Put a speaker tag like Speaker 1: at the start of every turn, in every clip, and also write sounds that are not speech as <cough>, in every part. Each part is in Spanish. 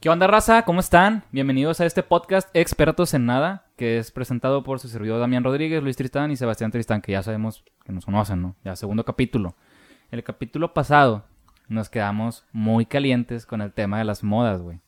Speaker 1: ¿Qué onda, raza? ¿Cómo están? Bienvenidos a este podcast Expertos en Nada, que es presentado por su servidor Damián Rodríguez, Luis Tristán y Sebastián Tristán, que ya sabemos que nos conocen, ¿no? Ya segundo capítulo. El capítulo pasado nos quedamos muy calientes con el tema de las modas, güey.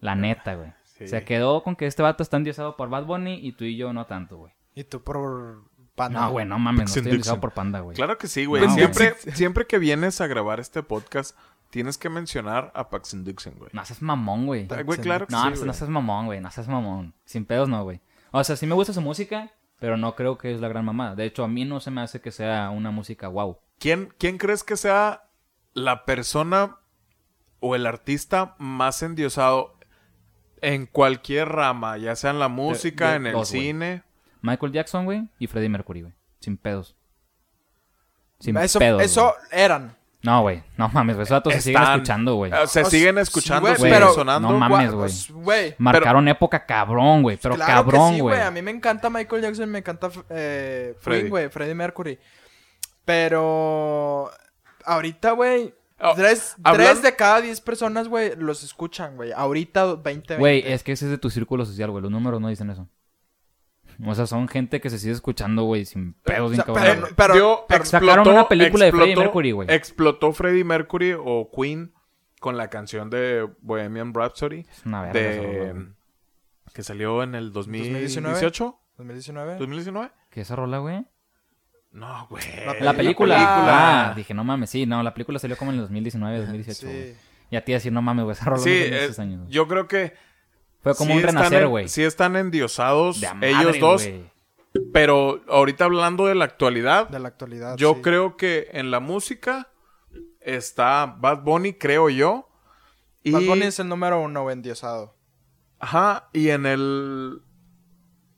Speaker 1: La neta, güey.
Speaker 2: Ah, Sí.
Speaker 1: Se quedó con que este vato está endiosado por Bad Bunny y tú y yo no tanto, güey.
Speaker 3: Y tú por
Speaker 2: Ah,
Speaker 3: panda.
Speaker 1: No, güey, no mames, no
Speaker 4: Dixon,
Speaker 1: estoy endiosado
Speaker 4: Dixon.
Speaker 1: por Panda, güey.
Speaker 2: Claro que sí, güey.
Speaker 1: No,
Speaker 2: siempre, siempre que vienes a grabar este podcast, tienes que mencionar a Pax and Dixon, güey.
Speaker 1: No seas mamón, güey.
Speaker 2: Ah, güey, claro que
Speaker 1: No, pues,
Speaker 2: sí,
Speaker 1: no,
Speaker 2: güey.
Speaker 1: no seas mamón, güey. No seas mamón. Sin pedos, no, güey. O sea, sí me gusta su música, pero no creo que es la gran mamada. De hecho, a mí no se me hace que sea una música wow.
Speaker 2: ¿Quién, ¿Quién crees que sea la persona o el artista más endiosado en cualquier rama? Ya sea en la música,
Speaker 1: de-
Speaker 2: en el
Speaker 1: dos, güey.
Speaker 2: cine.
Speaker 1: Michael Jackson, güey, y Freddie Mercury, güey. Sin pedos. Sin
Speaker 3: eso,
Speaker 1: pedos.
Speaker 3: eso
Speaker 1: güey.
Speaker 3: eran.
Speaker 1: No, güey. No mames, güey. Esos datos se siguen
Speaker 2: Están-
Speaker 1: escuchando, güey.
Speaker 2: eh, Se
Speaker 3: O sea,
Speaker 2: siguen
Speaker 3: sí,
Speaker 2: escuchando,
Speaker 3: güey,
Speaker 2: siguen
Speaker 3: pero-
Speaker 2: sonando.
Speaker 1: No mames,
Speaker 3: Gua-
Speaker 1: güey.
Speaker 3: pues, Güey.
Speaker 1: Marcaron época cabrón, güey. Pero
Speaker 3: claro que
Speaker 1: cabrón,
Speaker 3: sí,
Speaker 1: güey.
Speaker 3: A mí me encanta Michael Jackson, me encanta eh,
Speaker 2: Freddy.
Speaker 3: Queen, güey, Freddie Mercury. Pero ahorita, güey,
Speaker 2: Oh,
Speaker 3: tres,
Speaker 2: hablan-
Speaker 3: tres de cada diez personas, güey, los escuchan, güey. Ahorita 20,
Speaker 1: Güey,
Speaker 3: 20.
Speaker 1: es que ese es de tu círculo social, güey. Los números no dicen eso. O sea, son gente que se sigue escuchando, güey, sin pedos,
Speaker 3: Eh, O
Speaker 1: sin
Speaker 3: sea,
Speaker 1: cabrón.
Speaker 3: pero-
Speaker 1: güey.
Speaker 2: pero,
Speaker 3: pero-
Speaker 1: Sacaron una película de Freddie Mercury, güey.
Speaker 2: Explotó Freddie Mercury o Queen con la canción de Bohemian Rhapsody.
Speaker 1: Es una Ah, verga. esa rola, güey.
Speaker 2: de que salió en el 2018,
Speaker 3: 2019.
Speaker 2: 2019.
Speaker 1: ¿Qué es esa rola, güey?
Speaker 2: No, güey.
Speaker 1: La
Speaker 3: La
Speaker 1: película.
Speaker 2: Eh, película.
Speaker 1: Ah, dije, no mames, sí, no, la película salió como en el 2019, 2018. güey.
Speaker 3: Sí.
Speaker 1: Y a ti decir, no mames, güey, esa rola
Speaker 2: Sí,
Speaker 1: no tiene
Speaker 2: eh,
Speaker 1: esos años. güey.
Speaker 2: yo creo que
Speaker 1: Fue como
Speaker 2: sí
Speaker 1: un
Speaker 2: están
Speaker 1: renacer,
Speaker 2: en-
Speaker 1: güey.
Speaker 2: Sí están endiosados
Speaker 1: De a madre,
Speaker 2: ellos dos,
Speaker 1: güey.
Speaker 2: pero ahorita hablando de la actualidad,
Speaker 3: De la actualidad.
Speaker 2: yo
Speaker 3: sí.
Speaker 2: creo que en la música está Bad Bunny, creo yo. Y,
Speaker 3: Bad Bunny es el número uno, güey, endiosado.
Speaker 2: Ajá, y en el...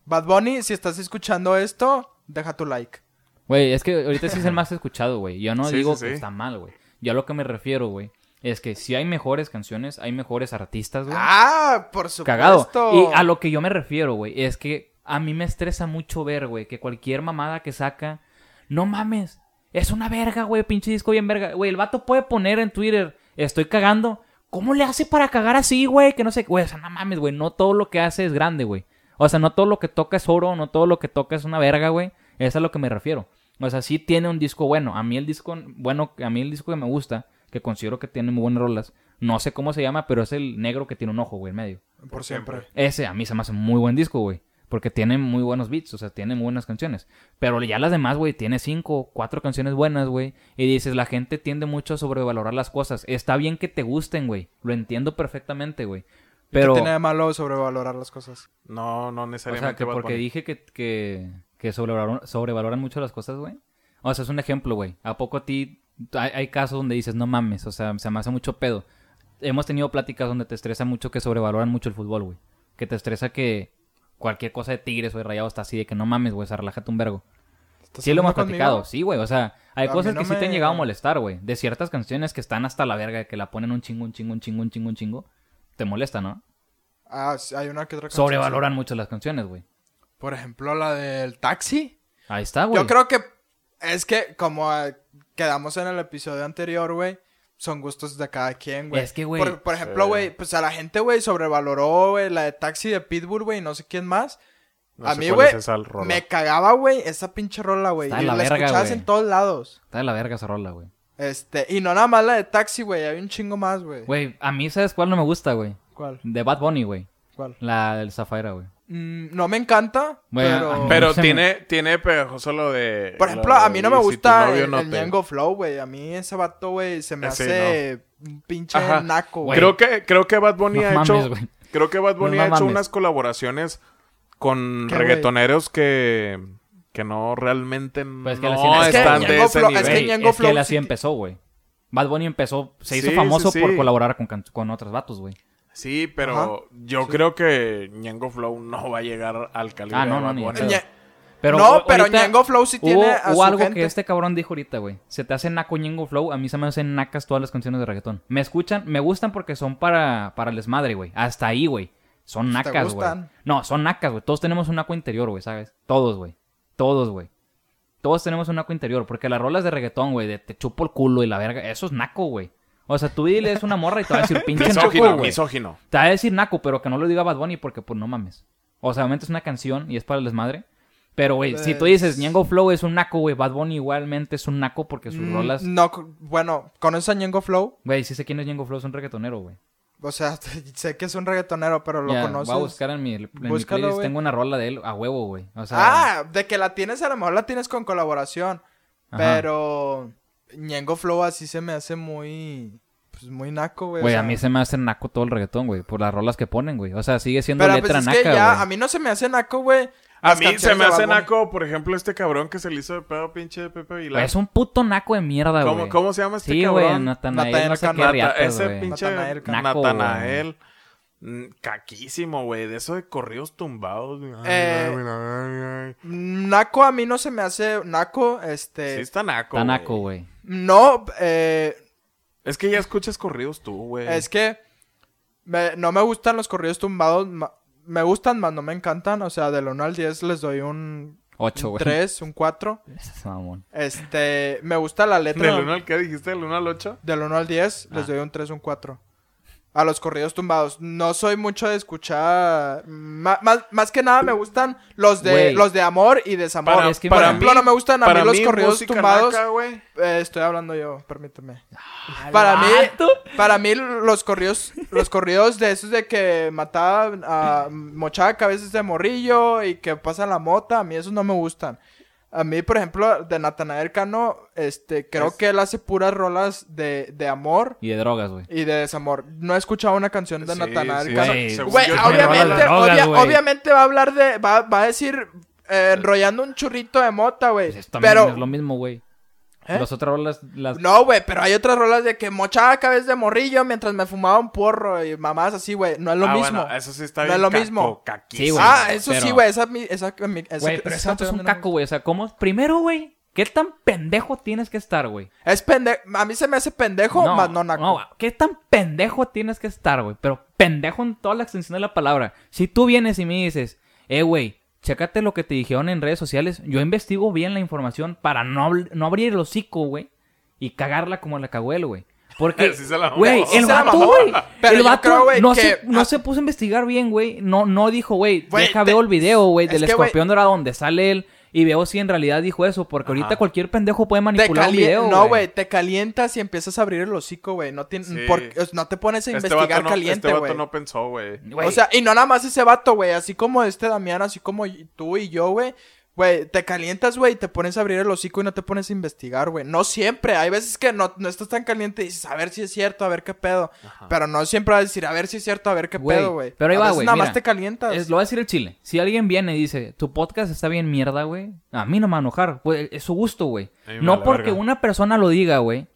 Speaker 3: Bad Bunny, si estás escuchando esto, deja tu like.
Speaker 1: Güey, es que ahorita
Speaker 2: <laughs>
Speaker 1: sí es el más escuchado, güey. Yo no
Speaker 2: Sí,
Speaker 1: digo
Speaker 2: sí,
Speaker 1: que
Speaker 2: sí.
Speaker 1: está mal, güey. Yo a lo que me refiero, güey, es que si hay mejores canciones, hay mejores artistas, güey.
Speaker 3: Ah, por supuesto.
Speaker 1: cagado. Y a lo que yo me refiero, güey, es que a mí me estresa mucho ver, güey, que cualquier mamada que saca, no mames, es una verga, güey, pinche disco bien verga. Güey, el vato puede poner en Twitter, estoy cagando. ¿Cómo le hace para cagar así, güey? Que no sé, güey, o sea, no mames, güey, no todo lo que hace es grande, güey. O sea, no todo lo que toca es oro, no todo lo que toca es una verga, güey. Eso es a lo que me refiero. O sea, sí tiene un disco bueno. A mí el disco, bueno, a mí el disco que me gusta, que considero que tiene muy buenas rolas, no sé cómo se llama, pero es el negro que tiene un ojo, güey, en medio.
Speaker 3: Por siempre.
Speaker 1: Ese a mí se me hace muy buen disco, güey. Porque tiene muy buenos beats, o sea, tiene muy buenas canciones. Pero ya las demás, güey, tiene cinco, cuatro canciones buenas, güey. Y dices, la gente tiende mucho a sobrevalorar las cosas. Está bien que te gusten, güey. Lo entiendo perfectamente, güey. Pero,
Speaker 3: ¿Qué tiene de malo sobrevalorar las cosas?
Speaker 2: No, no
Speaker 1: o sea,
Speaker 2: necesariamente
Speaker 1: que
Speaker 2: Bad
Speaker 1: porque
Speaker 2: Bunny.
Speaker 1: dije que, que, que sobrevaloraron- sobrevaloran mucho las cosas, güey. O sea, es un ejemplo, güey. ¿A poco a ti hay, hay casos donde dices, no mames, o sea, se me hace mucho pedo? Hemos tenido pláticas donde te estresa mucho que sobrevaloran mucho el fútbol, güey. Que te estresa que cualquier cosa de tigres o de rayados está así de que no mames, güey, o sea, relájate un vergo.
Speaker 3: ¿Estás
Speaker 1: Sí lo hemos
Speaker 3: hablando
Speaker 1: platicado,
Speaker 3: conmigo?
Speaker 1: sí, güey. O sea, hay
Speaker 3: A mí
Speaker 1: cosas
Speaker 3: no
Speaker 1: que sí te han
Speaker 3: me-
Speaker 1: llegado a molestar, güey. De ciertas canciones que están hasta la verga, que la ponen un chingo, un chingo, un chingo, un chingo, un chingo. Te molesta, ¿no?
Speaker 3: Ah, sí, hay una que otra canción,
Speaker 1: Sobrevaloran mucho las canciones, güey.
Speaker 3: sí. Por ejemplo, la del taxi.
Speaker 1: Ahí está, güey.
Speaker 3: Yo creo que es que como eh, quedamos en el episodio anterior, güey, son gustos de cada quien, güey.
Speaker 1: Es que, güey,
Speaker 3: Por, por ejemplo,
Speaker 2: sí.
Speaker 3: güey, pues a la gente, güey, sobrevaloró, güey, la de taxi de Pitbull, güey, y no sé quién más.
Speaker 2: No
Speaker 3: a
Speaker 2: sé
Speaker 3: mí,
Speaker 2: cuál
Speaker 3: güey,
Speaker 2: es esa rola.
Speaker 3: me cagaba, güey, esa pinche rola, güey.
Speaker 1: Está
Speaker 3: Y
Speaker 1: de la
Speaker 3: la,
Speaker 1: verga,
Speaker 3: escuchabas
Speaker 1: güey.
Speaker 3: en todos lados.
Speaker 1: Está de la verga esa rola, güey.
Speaker 3: Este, y no nada más la de taxi, güey, hay un chingo más, güey.
Speaker 1: Güey, a mí, ¿sabes cuál no me gusta, güey?
Speaker 3: ¿Cuál?
Speaker 1: De Bad Bunny, güey.
Speaker 3: ¿Cuál?
Speaker 1: La del Zafaira, güey.
Speaker 3: Mm, no me encanta,
Speaker 1: Bueno, a
Speaker 3: pero...
Speaker 1: mí-
Speaker 2: Pero
Speaker 1: Se me-
Speaker 2: tiene, tiene pegajoso lo de.
Speaker 3: Por
Speaker 2: lo
Speaker 3: ejemplo, a mí no me
Speaker 2: de si tu
Speaker 3: gusta
Speaker 2: novio
Speaker 3: el,
Speaker 2: no
Speaker 3: el
Speaker 2: te-
Speaker 3: Ñengo Flow, güey. A mí ese vato, güey, se me
Speaker 2: Ese
Speaker 3: hace un pinche
Speaker 2: Ajá.
Speaker 3: naco, güey.
Speaker 2: Creo que, creo que Bad Bunny
Speaker 1: No
Speaker 2: ha
Speaker 1: mames,
Speaker 2: hecho.
Speaker 1: güey.
Speaker 2: Creo que Bad Bunny
Speaker 1: No
Speaker 2: ha hecho
Speaker 1: mames.
Speaker 2: unas colaboraciones con
Speaker 3: ¿Qué,
Speaker 2: reggaetoneros que, que no realmente
Speaker 1: Pues que la
Speaker 2: no
Speaker 1: siento- Es que
Speaker 2: están de
Speaker 3: Ñengo
Speaker 2: ese
Speaker 3: Flow-
Speaker 2: nivel.
Speaker 3: Ah, es que
Speaker 1: Güey,
Speaker 3: Ñengo
Speaker 1: es que él
Speaker 3: Flow
Speaker 1: así
Speaker 3: sí-
Speaker 1: empezó, güey. Bad Bunny empezó, se hizo
Speaker 2: Sí,
Speaker 1: famoso
Speaker 2: sí, sí.
Speaker 1: por colaborar con, can- con otros vatos, güey.
Speaker 2: Sí, pero
Speaker 3: Ajá.
Speaker 2: yo creo que Ñengo Flow no va a llegar al calibre
Speaker 1: Ah, no,
Speaker 2: de
Speaker 1: no,
Speaker 2: Bad
Speaker 1: ni
Speaker 2: Bunny.
Speaker 1: de pedo.
Speaker 3: Ñe-
Speaker 1: Pero
Speaker 3: no,
Speaker 1: o-
Speaker 3: pero
Speaker 1: ahorita
Speaker 3: Ñengo Flow sí
Speaker 1: hubo-
Speaker 3: tiene a
Speaker 1: hubo
Speaker 3: su
Speaker 1: algo
Speaker 3: gente.
Speaker 1: que este cabrón dijo ahorita, güey. Se te hace naco Ñengo Flow, a mí se me hacen nacas todas las canciones de reggaetón. Me escuchan, me gustan porque son para, para el desmadre, güey. Hasta ahí, güey. Son
Speaker 3: Pues te
Speaker 1: nacas, güey.
Speaker 3: gustan.
Speaker 1: No, son nacas, güey. Todos tenemos un naco interior, güey, ¿sabes? Todos, güey. Todos, güey. Todos tenemos un naco interior. Porque las rolas de reggaetón, güey, de te chupo el culo y la verga, eso es naco, güey. O sea, tú dile es una morra y te va a
Speaker 3: <laughs>
Speaker 1: decir pinche naco,
Speaker 2: Misógino,
Speaker 1: güey.
Speaker 2: misógino.
Speaker 1: Te va a decir naco, pero que no lo diga Bad Bunny porque, pues, no mames. O sea, obviamente es una canción y es para el desmadre. Pero, güey, si tú dices
Speaker 3: Pues
Speaker 1: Ñengo Flow es un naco, güey, Bad Bunny igualmente es un naco porque sus
Speaker 3: Mm,
Speaker 1: rolas...
Speaker 3: No, c- bueno, ¿conoces a Ñengo Flow?
Speaker 1: Güey, sí sé quién es Ñengo Flow, es un reggaetonero, güey.
Speaker 3: O sea, <laughs> sé que es un reggaetonero, pero lo
Speaker 1: Ya,
Speaker 3: conoces.
Speaker 1: Voy a buscar en mi, en mi
Speaker 3: Búscalo,
Speaker 1: playlist,
Speaker 3: güey.
Speaker 1: tengo una rola de él a huevo, güey. O sea,
Speaker 3: Ah, de que la tienes, a lo mejor la tienes con colaboración.
Speaker 1: Ajá.
Speaker 3: Pero Ñengo Flow así se me hace muy. Pues muy naco, güey. o
Speaker 1: güey,
Speaker 3: sea.
Speaker 1: a mí se me hace naco todo el reggaetón, güey, por las rolas que ponen, güey. O sea, sigue siendo
Speaker 3: Pero pues,
Speaker 1: letra
Speaker 3: es
Speaker 1: naca,
Speaker 3: que ya,
Speaker 1: güey.
Speaker 3: a mí no se me hace naco, güey.
Speaker 2: A
Speaker 3: las
Speaker 2: mí se
Speaker 3: canciones
Speaker 2: me
Speaker 3: de
Speaker 2: hace
Speaker 3: Bad Bunny.
Speaker 2: naco, por ejemplo, este cabrón que se le hizo de pedo pinche de Pepe Aguilar.
Speaker 1: Güey, Es un puto naco de mierda, güey.
Speaker 2: ¿Cómo, cómo se llama este
Speaker 1: Sí, güey,
Speaker 2: cabrón?
Speaker 1: Natanael,
Speaker 3: Natanael
Speaker 1: no sé qué
Speaker 3: Canato,
Speaker 2: Nata,
Speaker 1: riatas,
Speaker 2: ese
Speaker 1: güey.
Speaker 2: pinche
Speaker 3: Natanael
Speaker 2: Natanael.
Speaker 1: Canaco,
Speaker 2: mm, Caquísimo, güey. De eso de corridos tumbados. Ay,
Speaker 3: Eh,
Speaker 2: ay, ay, ay.
Speaker 3: Naco a mí no se me hace naco, este...
Speaker 2: Sí, está naco.
Speaker 1: Está naco, güey.
Speaker 3: No, eh,
Speaker 2: Es que ya escuchas corridos tú, güey.
Speaker 3: es que me- no me gustan los corridos tumbados, ma- me gustan, más no me encantan, o sea, del 1 al 10 les doy un
Speaker 1: Ocho, güey.
Speaker 3: 3, un 4.
Speaker 1: <laughs> Ese Mamón.
Speaker 3: Este, me gusta la letra,
Speaker 2: ¿Del 1 al qué dijiste? ¿Del 1 al 8?
Speaker 3: del 1 al 10
Speaker 1: Ah.
Speaker 3: les doy un 3, un 4. A los corridos tumbados. No soy mucho de escuchar. ma- más, más que nada me gustan los de
Speaker 1: Güey.
Speaker 3: los de amor y desamor.
Speaker 1: Para- es que para
Speaker 3: Por ejemplo, no me gustan a mí los corridos tumbados.
Speaker 2: güey.
Speaker 3: Eh, estoy hablando yo, permíteme.
Speaker 2: Ah,
Speaker 3: Para mí, para mí los corridos, los corridos de esos de que mataba a mochaba cabezas de morrillo y que pasa la mota, a mí esos no me gustan. A mí, por ejemplo, de Natanael Cano, este, creo
Speaker 2: Es-
Speaker 3: que él hace puras rolas de, de amor
Speaker 1: Y de drogas, güey.
Speaker 3: y de desamor. No he escuchado una canción de
Speaker 2: Sí,
Speaker 3: Natanael
Speaker 2: sí,
Speaker 3: Cano.
Speaker 2: güey, según
Speaker 3: Güey,
Speaker 2: yo tiene
Speaker 3: obviamente,
Speaker 2: rolas.
Speaker 1: drogas,
Speaker 3: obvia-
Speaker 1: güey.
Speaker 3: obviamente va a hablar de, va, va a decir eh, enrollando un churrito de mota, güey.
Speaker 1: Pues también
Speaker 3: Pero
Speaker 1: es lo mismo, güey.
Speaker 3: ¿Eh?
Speaker 1: Las otras rolas, las...
Speaker 3: No, güey, pero hay otras rolas de que mochaba cabeza de morrillo mientras me fumaba un porro y mamás así, güey. No es lo
Speaker 2: ah,
Speaker 3: mismo.
Speaker 2: Bueno, eso sí está
Speaker 3: No
Speaker 2: bien.
Speaker 3: es lo
Speaker 2: caco,
Speaker 3: mismo.
Speaker 2: caquísimo.
Speaker 1: Sí, güey.
Speaker 3: ah, eso sí,
Speaker 1: pero-
Speaker 3: güey. Esa, mi- esa, mi- esa-
Speaker 1: Güey, pero
Speaker 3: esa
Speaker 1: ese vato es un
Speaker 3: canción no me
Speaker 1: caco, güey. O sea, ¿cómo? Primero, güey, ¿qué tan pendejo tienes que estar, güey?
Speaker 3: gusta. Es pendejo. A mí se me hace pendejo, más no naco.
Speaker 1: ¿qué tan pendejo tienes que estar, güey? Pero pendejo en toda la extensión de la palabra. Si tú vienes y me dices, eh, güey, chécate lo que te dijeron en redes sociales, yo investigo bien la información para no, habl- no abrir el hocico, güey, y cagarla como la cagó él, güey. Porque,
Speaker 2: <laughs> Sí se la mamó.
Speaker 1: güey,
Speaker 2: Sí
Speaker 1: el
Speaker 3: se la
Speaker 1: vato,
Speaker 3: mamó.
Speaker 1: güey,
Speaker 3: Pero
Speaker 1: el
Speaker 3: yo
Speaker 1: vato
Speaker 3: creo, güey,
Speaker 1: no,
Speaker 3: que-
Speaker 1: se, no
Speaker 3: ah.
Speaker 1: se puso a investigar bien, güey, no, no dijo, güey,
Speaker 3: Güey,
Speaker 1: deja,
Speaker 3: te-
Speaker 1: veo el video, güey,
Speaker 3: es
Speaker 1: del
Speaker 3: que, güey-
Speaker 1: escorpión dorado donde sale él, y veo si en realidad dijo eso, porque ahorita
Speaker 2: Ajá.
Speaker 1: cualquier pendejo puede
Speaker 3: Te
Speaker 1: manipular un
Speaker 3: cali-
Speaker 1: video,
Speaker 3: no, güey, te calientas y empiezas a abrir el hocico, güey. No, tien-
Speaker 2: Sí.
Speaker 3: por- es- no te pones a
Speaker 2: Este
Speaker 3: investigar
Speaker 2: vato no,
Speaker 3: caliente,
Speaker 2: este vato
Speaker 3: güey.
Speaker 2: no pensó, güey.
Speaker 1: Güey.
Speaker 3: o sea, y no nada más ese vato, güey. Así como este Damián, así como y- tú y yo, güey. Güey, te calientas, güey, y te pones a abrir el hocico y no te pones a investigar, güey. No siempre. Hay veces que no, no estás tan caliente y dices, a ver si es cierto, a ver qué pedo. Pero no siempre vas a decir, a ver si es cierto, a ver qué
Speaker 1: Güey,
Speaker 3: pedo, güey.
Speaker 1: pero ahí
Speaker 3: A
Speaker 1: va,
Speaker 3: veces
Speaker 1: güey,
Speaker 3: Nada
Speaker 1: mira.
Speaker 3: más te calientas.
Speaker 1: Es- lo voy a decir el chile. Si alguien viene y dice, tu podcast está bien mierda, güey, a mí no me va a enojar. Pues, es su gusto, güey.
Speaker 2: A mí me
Speaker 1: No
Speaker 2: vale
Speaker 1: porque
Speaker 2: verga.
Speaker 1: una persona lo diga, güey,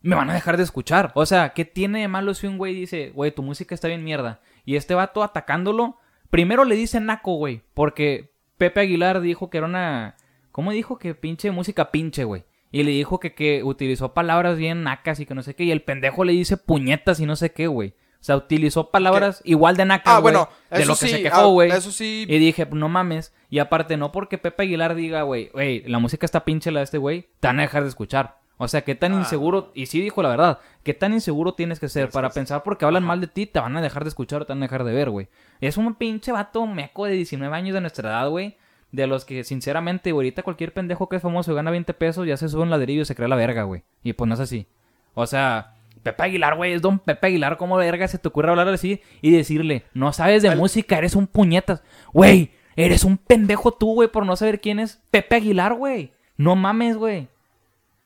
Speaker 1: me van a dejar de escuchar. O sea, ¿qué tiene de malo si un güey dice, güey, tu música está bien mierda? Y este vato atacándolo, primero le dice naco, güey, porque Pepe Aguilar dijo que era una... ¿Cómo dijo que pinche música pinche, güey? Y le dijo que, que utilizó palabras bien nacas y que no sé qué. Y el pendejo le dice puñetas y no sé qué, güey. O sea, utilizó palabras igual de nacas,
Speaker 3: Ah,
Speaker 1: güey,
Speaker 3: bueno,
Speaker 1: de
Speaker 3: eso
Speaker 1: lo que
Speaker 3: sí,
Speaker 1: se
Speaker 3: ah,
Speaker 1: quejó, güey.
Speaker 3: eso sí.
Speaker 1: Y dije, no mames. Y aparte, no porque Pepe Aguilar diga, güey, güey, la música está pinche la de este güey, te van a dejar de escuchar. O sea, qué tan inseguro, y sí dijo la verdad, qué tan inseguro tienes que ser para pensar porque hablan mal de ti, te van a dejar de escuchar o te van a dejar de ver, güey. Es un pinche vato meco de 19 años de nuestra edad, güey. De los que, sinceramente, güey, ahorita cualquier pendejo que es famoso y gana 20 pesos ya se sube un ladrillo y se cree la verga, güey. Y pues no es así. O sea, Pepe Aguilar, güey, es don Pepe Aguilar. ¿Cómo verga se te ocurre hablar así y decirle, no sabes de música, eres un puñetas? Güey, eres un pendejo tú, güey, por no saber quién es Pepe Aguilar, güey. No mames, güey.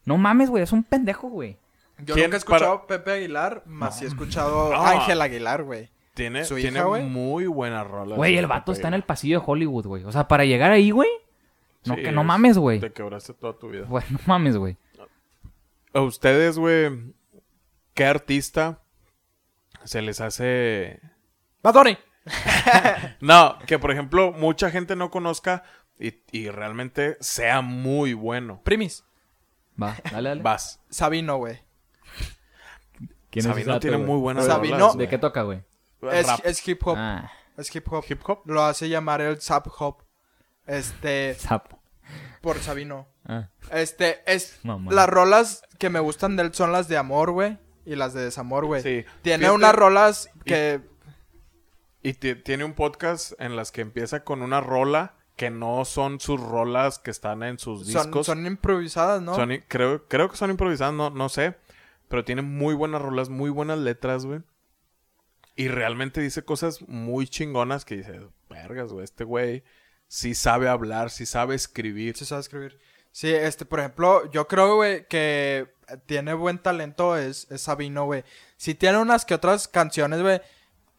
Speaker 1: No mames, güey, es un pendejo, güey.
Speaker 3: Yo
Speaker 2: ¿Quién
Speaker 3: nunca he escuchado Pepe Aguilar, más sí he escuchado
Speaker 2: No.
Speaker 3: a Ángel Aguilar, güey.
Speaker 2: Tiene,
Speaker 3: Su
Speaker 2: tiene
Speaker 3: hija, güey.
Speaker 2: muy buena rola.
Speaker 1: Güey, el vato está en el pasillo de Hollywood, güey. O sea, para llegar ahí, güey. No, que no mames, güey.
Speaker 2: Te quebraste toda tu vida.
Speaker 1: Güey, no mames, güey.
Speaker 2: A ustedes, güey, ¿qué artista se les hace...
Speaker 3: Bad Bunny.
Speaker 2: No, que por ejemplo mucha gente no conozca y, y realmente sea muy bueno.
Speaker 3: Primis.
Speaker 2: <laughs>
Speaker 1: Va, dale, dale.
Speaker 2: Vas.
Speaker 3: Sabino, güey.
Speaker 1: ¿Quién es ese
Speaker 2: Sabino
Speaker 1: vato,
Speaker 2: tiene
Speaker 1: güey?
Speaker 2: muy buenas
Speaker 3: Sabino-
Speaker 2: rolas,
Speaker 1: ¿De
Speaker 2: güey.
Speaker 1: qué toca, güey?
Speaker 3: Es,
Speaker 2: Rap.
Speaker 3: es hip hop.
Speaker 1: Ah,
Speaker 3: Es hip hop.
Speaker 2: ¿Hip hop?
Speaker 3: Lo hace llamar el sub hop. Este,
Speaker 1: sapo.
Speaker 3: por Sabino.
Speaker 1: Ah.
Speaker 3: Este, es.
Speaker 1: Mamá.
Speaker 3: Las rolas que me gustan de él son las de amor, güey. y las de desamor, güey.
Speaker 2: Sí.
Speaker 3: Tiene
Speaker 2: Fíjate-
Speaker 3: unas rolas que.
Speaker 2: Y ti- tiene un podcast en las que empieza con una rola que no son sus rolas que están en sus
Speaker 3: Son,
Speaker 2: discos.
Speaker 3: son improvisadas, ¿no?
Speaker 2: Son i- creo, creo que son improvisadas, no, no sé. Pero tiene muy buenas rolas, muy buenas letras, güey. Y realmente dice cosas muy chingonas que dices, vergas, güey, este güey sí sabe hablar, sí sabe escribir.
Speaker 3: Sí sabe escribir. Sí, este, por ejemplo, yo creo, güey, que tiene buen talento es, es Sabino, güey. Sí tiene unas que otras canciones, güey,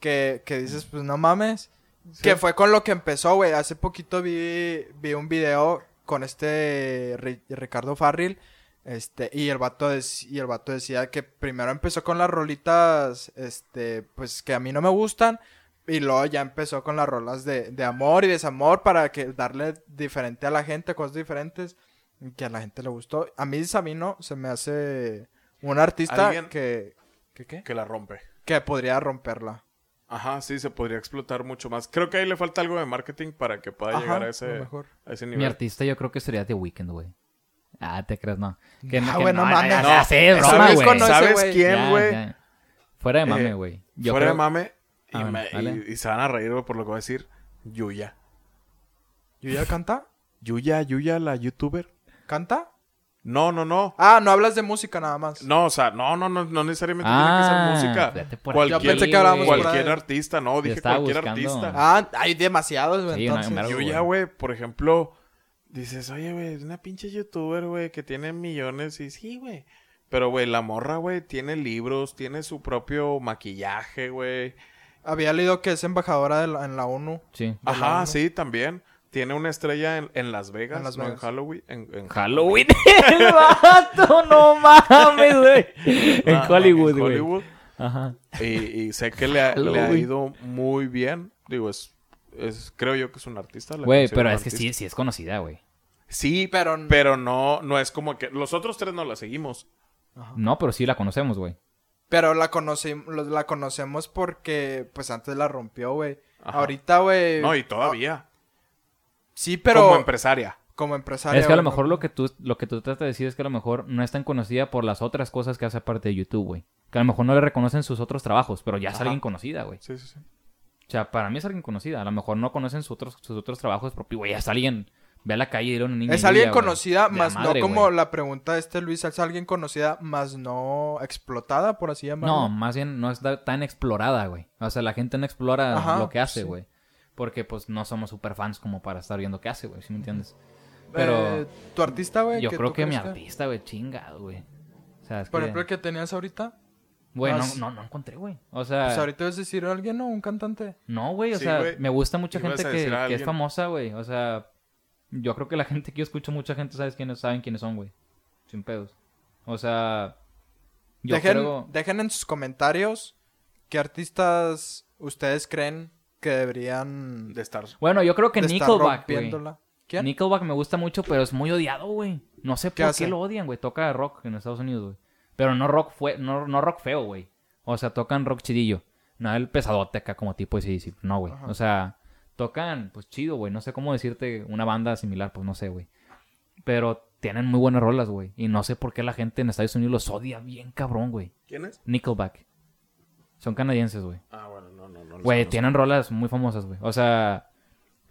Speaker 3: que, que dices, pues no mames.
Speaker 2: Sí.
Speaker 3: Que fue con lo que empezó, güey. Hace poquito vi, vi un video con este Ri- Ricardo Farril. Este, y el vato dec- y el vato decía que primero empezó con las rolitas, este, pues que a mí no me gustan. Y luego ya empezó con las rolas de, de amor y desamor para que darle diferente a la gente, cosas diferentes y que a la gente le gustó. A mí Sabino se me hace un artista
Speaker 2: Alguien-
Speaker 3: que, que, ¿qué?
Speaker 2: Que la rompe.
Speaker 3: que podría romperla.
Speaker 2: Ajá, sí, se podría explotar mucho más. Creo que ahí le falta algo de marketing para que pueda
Speaker 3: Ajá,
Speaker 2: llegar a
Speaker 3: a lo
Speaker 2: ese,
Speaker 3: mejor.
Speaker 2: a ese
Speaker 1: Mi
Speaker 2: nivel.
Speaker 1: artista yo creo que sería The Weeknd, güey. Ah, te crees, no.
Speaker 3: Ah,
Speaker 1: que
Speaker 3: güey, no mames.
Speaker 1: ya-
Speaker 2: No,
Speaker 1: ya sé, es
Speaker 2: ese
Speaker 1: broma,
Speaker 2: güey
Speaker 1: güey.
Speaker 3: conoce,
Speaker 2: ¿Sabes
Speaker 3: güey.
Speaker 2: quién,
Speaker 1: Ya,
Speaker 2: güey?
Speaker 1: ya. Fuera de mame,
Speaker 2: Eh,
Speaker 1: güey. Yo
Speaker 2: Fuera
Speaker 1: creo-
Speaker 2: de mame. Y,
Speaker 1: Ah, bueno,
Speaker 2: me- y-
Speaker 1: dale.
Speaker 2: y se van a reír, güey, por lo que voy a decir. Yuya.
Speaker 3: ¿Yuya canta?
Speaker 2: Yuya, Yuya, la youtuber.
Speaker 3: ¿Canta?
Speaker 2: No, no, no.
Speaker 3: Ah, no hablas de música nada más.
Speaker 2: No, o sea, no, no, no, no necesariamente
Speaker 1: Ah,
Speaker 2: tiene que ser
Speaker 1: fíjate
Speaker 2: música.
Speaker 1: por
Speaker 2: Cualquier,
Speaker 3: Yo pensé que hablábamos por
Speaker 2: cualquier
Speaker 3: ahí.
Speaker 2: artista, no, dije
Speaker 1: estaba
Speaker 2: cualquier
Speaker 1: buscando.
Speaker 2: artista.
Speaker 3: Ah, hay demasiados, güey,
Speaker 1: Sí, una
Speaker 3: entonces.
Speaker 1: verga.
Speaker 2: Yo ya, güey, por ejemplo, dices, oye, güey, es una pinche youtuber, güey, que tiene millones y sí, güey. Pero, güey, la morra, güey, tiene libros, tiene su propio maquillaje, güey.
Speaker 3: Había leído que es embajadora de la- en la ONU.
Speaker 1: Sí.
Speaker 3: la
Speaker 2: Ajá,
Speaker 3: ONU.
Speaker 2: sí, también. Tiene una estrella en, en Las Vegas,
Speaker 3: En Las
Speaker 2: no en
Speaker 3: Vegas.
Speaker 2: Halloween. En, en
Speaker 1: Halloween, <laughs> el vato, no mames, güey. En
Speaker 2: Ah,
Speaker 1: Hollywood,
Speaker 2: en
Speaker 1: güey.
Speaker 2: Hollywood.
Speaker 1: Ajá.
Speaker 2: Y, y sé que
Speaker 1: <laughs>
Speaker 2: le ha, le ha
Speaker 1: Halloween.
Speaker 2: ido muy bien. Digo, es, es- creo yo que es un artista. la
Speaker 1: Güey,
Speaker 2: considero
Speaker 1: pero
Speaker 2: un
Speaker 1: es que sí,
Speaker 2: artista.
Speaker 1: sí es conocida, güey.
Speaker 2: Sí, pero,
Speaker 3: Pero,
Speaker 2: pero no, no es como que... Los otros tres no la seguimos.
Speaker 1: No, pero sí la conocemos, güey.
Speaker 3: pero la, conoci- lo- la conocemos porque, pues antes la rompió, güey.
Speaker 2: Ajá.
Speaker 3: Ahorita, güey.
Speaker 2: No, y todavía.
Speaker 3: Sí, pero.
Speaker 2: Como empresaria.
Speaker 3: como empresaria.
Speaker 1: Es que a lo
Speaker 3: güey,
Speaker 1: mejor
Speaker 3: no-
Speaker 1: lo que tú lo que tú tratas de decir es que a lo mejor no es tan conocida por las otras cosas que hace aparte de YouTube, güey. Que a lo mejor no le reconocen sus otros trabajos, pero ya es
Speaker 2: Ajá.
Speaker 1: alguien conocida, güey.
Speaker 2: Sí, sí, sí.
Speaker 1: O sea, para mí es alguien conocida. A lo mejor no conocen sus otros, sus otros trabajos propios, güey. Ya es alguien. Ve a la calle y dile a una niña.
Speaker 3: Es alguien
Speaker 1: Yuya, güey.
Speaker 3: conocida,
Speaker 1: De la
Speaker 3: más
Speaker 1: madre,
Speaker 3: no como
Speaker 1: güey.
Speaker 3: la pregunta de este Luis. Es alguien conocida, más no explotada, por así
Speaker 1: No,
Speaker 3: llamarlo.
Speaker 1: más bien no está tan explorada, güey. O sea, la gente no explora
Speaker 3: Ajá,
Speaker 1: lo que hace,
Speaker 3: sí.
Speaker 1: güey. Porque, pues, no somos super fans como para estar viendo qué hace, güey. ¿Sí me entiendes? Pero
Speaker 3: Eh, tu artista, güey.
Speaker 1: yo creo
Speaker 3: tú
Speaker 1: que mi
Speaker 3: crees
Speaker 1: artista, güey, chingado, güey. Ah. O sea, es
Speaker 3: Por
Speaker 1: que...
Speaker 3: ejemplo, el que tenías ahorita.
Speaker 1: Güey, no,
Speaker 3: Más-
Speaker 1: no, no encontré, güey. O sea,
Speaker 3: Pues ahorita vas a decir a alguien, ¿no? Un cantante.
Speaker 1: no, güey. O
Speaker 2: Sí,
Speaker 1: sea,
Speaker 2: güey.
Speaker 1: me gusta mucha
Speaker 2: Ibas
Speaker 1: gente
Speaker 2: a
Speaker 1: que,
Speaker 2: decir a
Speaker 1: que es
Speaker 2: alguien.
Speaker 1: famosa, güey. O sea, yo creo que la gente que yo escucho, mucha gente sabes quiénes, saben quiénes son, güey. Sin pedos. O sea, yo
Speaker 3: Dejen,
Speaker 1: creo...
Speaker 3: dejen en sus comentarios qué artistas ustedes creen que deberían
Speaker 2: De estar.
Speaker 1: Bueno, yo creo que
Speaker 3: de estar
Speaker 1: Nickelback, güey.
Speaker 3: rompiéndola. ¿Quién?
Speaker 1: Nickelback me gusta mucho, pero es muy odiado, güey. No sé por qué
Speaker 3: hace?
Speaker 1: lo odian, güey. Toca rock en Estados Unidos, güey. Pero no rock fue, no, no rock feo, güey. O sea, tocan rock chidillo. No el pesadote acá como tipo ese sí, No, güey.
Speaker 3: Ajá.
Speaker 1: O sea, tocan, pues chido, güey. No sé cómo decirte una banda similar, pues no sé, güey. Pero tienen muy buenas rolas, güey. Y no sé por qué la gente en Estados Unidos los odia bien cabrón, güey.
Speaker 2: ¿Quién es?
Speaker 1: Nickelback. Son canadienses, güey.
Speaker 2: Ah, bueno, no, no, no.
Speaker 1: Güey,
Speaker 2: no-
Speaker 1: tienen rolas muy famosas, güey. O sea,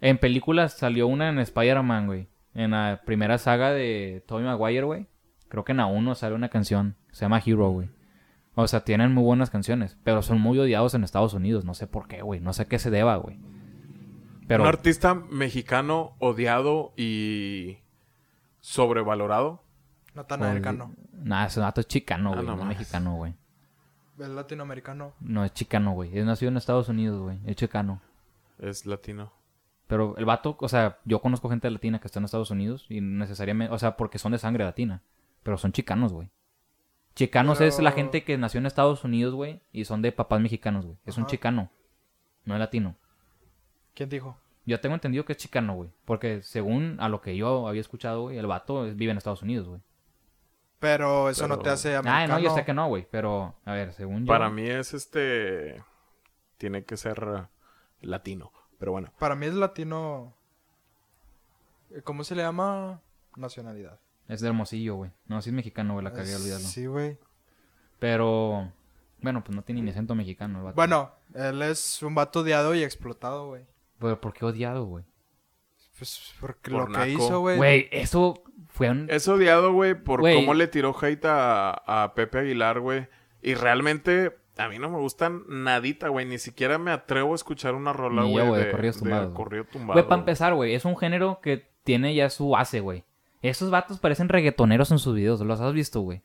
Speaker 1: en películas salió una en Spider-Man, güey. En la primera saga de Tobey Maguire, güey. Creo que en A1 sale una canción. Se llama Hero, güey. O sea, tienen muy buenas canciones. Pero son muy odiados en Estados Unidos. No sé por qué, güey. No sé a qué se deba, güey. Pero
Speaker 2: Un artista mexicano odiado y sobrevalorado.
Speaker 3: Natanael Cano.
Speaker 1: Nada, Pues, ese dato es chicano,
Speaker 2: Ah,
Speaker 1: güey.
Speaker 2: no
Speaker 1: no es
Speaker 2: mames.
Speaker 1: mexicano, güey.
Speaker 3: El latinoamericano.
Speaker 1: No, es chicano, güey. Es nacido en Estados Unidos, güey. Es chicano.
Speaker 2: Es latino.
Speaker 1: Pero el vato, o sea, yo conozco gente latina que está en Estados Unidos y necesariamente, o sea, porque son de sangre latina, pero son chicanos, güey. Chicanos es la
Speaker 3: Pero-
Speaker 1: gente que nació en Estados Unidos, güey, y son de papás mexicanos, güey. Es un
Speaker 3: Ajá.
Speaker 1: chicano, no es latino.
Speaker 3: ¿Quién dijo?
Speaker 1: Yo tengo entendido que es chicano, güey, porque según a lo que yo había escuchado, güey, el vato es- vive en Estados Unidos, güey.
Speaker 3: Pero eso no
Speaker 2: Pero-
Speaker 3: te hace
Speaker 1: Ah,
Speaker 3: americano.
Speaker 1: no, yo sé que no, güey, pero a ver, según yo.
Speaker 2: Para mí es este... Tiene que ser eh, latino. Pero bueno.
Speaker 3: Para mí es latino... eh, ¿Cómo se le llama? Nacionalidad.
Speaker 1: Es de Hermosillo, güey. No, sí es mexicano, güey, la cagué, olvídalo.
Speaker 3: Sí, güey.
Speaker 1: Pero, bueno, pues no tiene ni acento mexicano el vato.
Speaker 3: Bueno, él es un vato odiado y explotado, güey.
Speaker 1: Pero, ¿por qué odiado, güey?
Speaker 3: Pues porque lo
Speaker 2: Por naco.
Speaker 3: que hizo, güey.
Speaker 1: Güey, eso fue un...
Speaker 2: Es odiado, güey, por
Speaker 1: Güey.
Speaker 2: cómo le tiró hate a, a Pepe Aguilar, güey. Y realmente a mí no me gustan nadita, güey. Ni siquiera me atrevo a escuchar una rola,
Speaker 1: Ni yo,
Speaker 2: güey,
Speaker 1: güey,
Speaker 2: de,
Speaker 1: de corridos tumbados,
Speaker 2: de
Speaker 1: güey.
Speaker 2: corrido tumbado.
Speaker 1: Güey, para empezar, güey, es un género que tiene ya su base, güey. Esos vatos parecen reggaetoneros en sus videos, ¿los has visto, güey?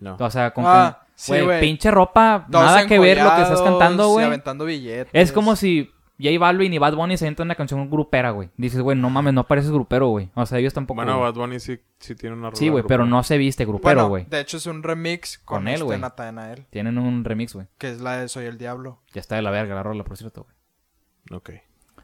Speaker 2: No.
Speaker 1: O sea, con
Speaker 3: Ah,
Speaker 1: can-
Speaker 3: sí,
Speaker 1: güey,
Speaker 3: güey.
Speaker 1: pinche ropa,
Speaker 3: Todos
Speaker 1: nada que ver lo que estás
Speaker 3: enjollados
Speaker 1: cantando,
Speaker 3: y
Speaker 1: güey.
Speaker 3: aventando billetes.
Speaker 1: Es como si J Balvin y Bad Bunny se entran en una canción grupera, güey. Dices, güey, no mames, no pareces grupero, güey. O sea, ellos tampoco.
Speaker 2: Bueno,
Speaker 1: güey.
Speaker 2: Bad Bunny sí, sí tiene una rola.
Speaker 1: sí, güey, pero
Speaker 2: grupera.
Speaker 1: no se viste grupero,
Speaker 3: Bueno,
Speaker 1: güey.
Speaker 3: de hecho es un remix con,
Speaker 1: Con él,
Speaker 3: él, este
Speaker 1: güey.
Speaker 3: Natanael,
Speaker 1: Tienen un remix, güey.
Speaker 3: que es la de Soy el Diablo.
Speaker 1: Ya está de la verga la rola, por cierto, güey. <laughs>
Speaker 2: Ok.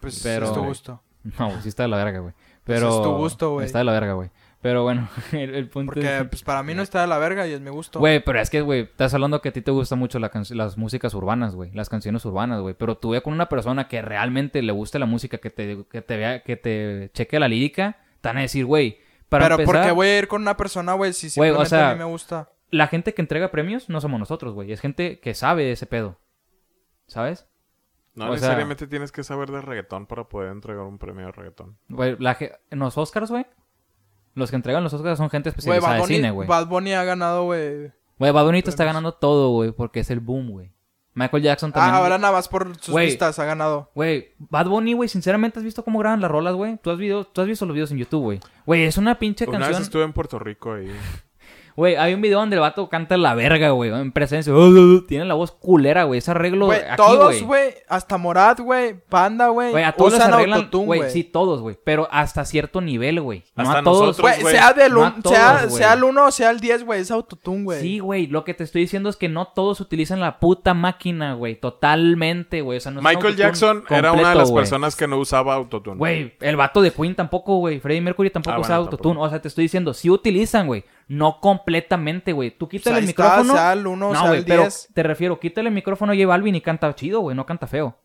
Speaker 3: Pues
Speaker 1: Pero-
Speaker 3: es tu gusto.
Speaker 1: No, güey, sí está de la verga, güey.
Speaker 3: Pues es
Speaker 1: Pero.
Speaker 3: tu gusto, güey.
Speaker 1: Está de la verga, güey. Pero bueno, <laughs> el, el punto
Speaker 3: Porque
Speaker 1: es.
Speaker 3: pues para mí no está de la verga y es mi gusto.
Speaker 1: Güey, pero es que, güey, estás hablando que a ti te gustan mucho la can- las músicas urbanas, güey. Las canciones urbanas, güey. Pero tú ve con una persona que realmente le guste la música, que te, que te vea, que te cheque la lírica, te van a decir, güey. Para
Speaker 3: Pero
Speaker 1: empezar,
Speaker 3: porque voy a ir con una persona, güey, si
Speaker 1: Güey, o
Speaker 3: simplemente
Speaker 1: sea- pues,
Speaker 3: a mí me gusta.
Speaker 1: la gente que entrega premios no somos nosotros, güey. Es gente que sabe de ese pedo. ¿Sabes?
Speaker 2: No
Speaker 1: O sea-
Speaker 2: necesariamente tienes que saber de reggaetón para poder entregar un premio de reggaetón.
Speaker 1: Güey, la ge- en los Oscars, güey. Los que entregan los Oscars son gente
Speaker 3: Güey,
Speaker 1: especializada
Speaker 3: Bad,
Speaker 1: de
Speaker 3: Bunny-
Speaker 1: cine, güey.
Speaker 3: Bad Bunny ha ganado, güey.
Speaker 1: Güey, Bad Bunny está
Speaker 3: Premios.
Speaker 1: ganando todo, güey, porque es el boom, güey. Michael Jackson también.
Speaker 3: Ah, ahora nada más por sus
Speaker 1: Güey.
Speaker 3: vistas ha ganado.
Speaker 1: Güey, Bad Bunny, güey, sinceramente has visto cómo graban las rolas, güey. ¿Tú, has video- tú has visto los videos en YouTube, güey. Güey, es una pinche
Speaker 2: Una vez
Speaker 1: canción.
Speaker 2: estuve en Puerto Rico ahí.
Speaker 1: Güey, hay un video donde el vato canta la verga, güey, en presencia. Uh, uh, uh, Tiene la voz culera, güey. Ese arreglo
Speaker 3: Güey,
Speaker 1: aquí,
Speaker 3: todos,
Speaker 1: güey.
Speaker 3: güey, hasta Morat, güey, Panda, güey,
Speaker 1: Güey, a todos les
Speaker 3: usan
Speaker 1: arreglan,
Speaker 3: autotune,
Speaker 1: güey,
Speaker 3: güey.
Speaker 1: sí, todos, güey, pero hasta cierto nivel, güey. No
Speaker 2: Hasta
Speaker 1: a todos.
Speaker 2: nosotros,
Speaker 3: Güey,
Speaker 2: güey.
Speaker 3: sea, del
Speaker 1: No a
Speaker 3: un- sea,
Speaker 1: todos, güey.
Speaker 3: sea el 1 o sea el 10, güey, es autotune, güey.
Speaker 1: Sí, güey, lo que te estoy diciendo es que no todos utilizan la puta máquina, güey, totalmente, güey. O sea, no es un
Speaker 2: Michael
Speaker 1: autotune
Speaker 2: Jackson era una de
Speaker 1: completo,
Speaker 2: las
Speaker 1: güey.
Speaker 2: personas que no usaba autotune.
Speaker 1: Güey, el vato de Queen tampoco, güey. Freddie Mercury tampoco
Speaker 2: Ah, bueno,
Speaker 1: usa autotune.
Speaker 2: tampoco.
Speaker 1: O sea, te estoy diciendo, sí utilizan, güey. No completamente, güey. Tú
Speaker 3: Pues
Speaker 1: quítale
Speaker 3: ahí
Speaker 1: el
Speaker 3: está,
Speaker 1: micrófono.
Speaker 3: sea el 1 o
Speaker 1: no,
Speaker 3: sea
Speaker 1: güey,
Speaker 3: el
Speaker 1: pero
Speaker 3: 10.
Speaker 1: te refiero, quítale el micrófono a J Balvin y canta chido, güey. No canta feo.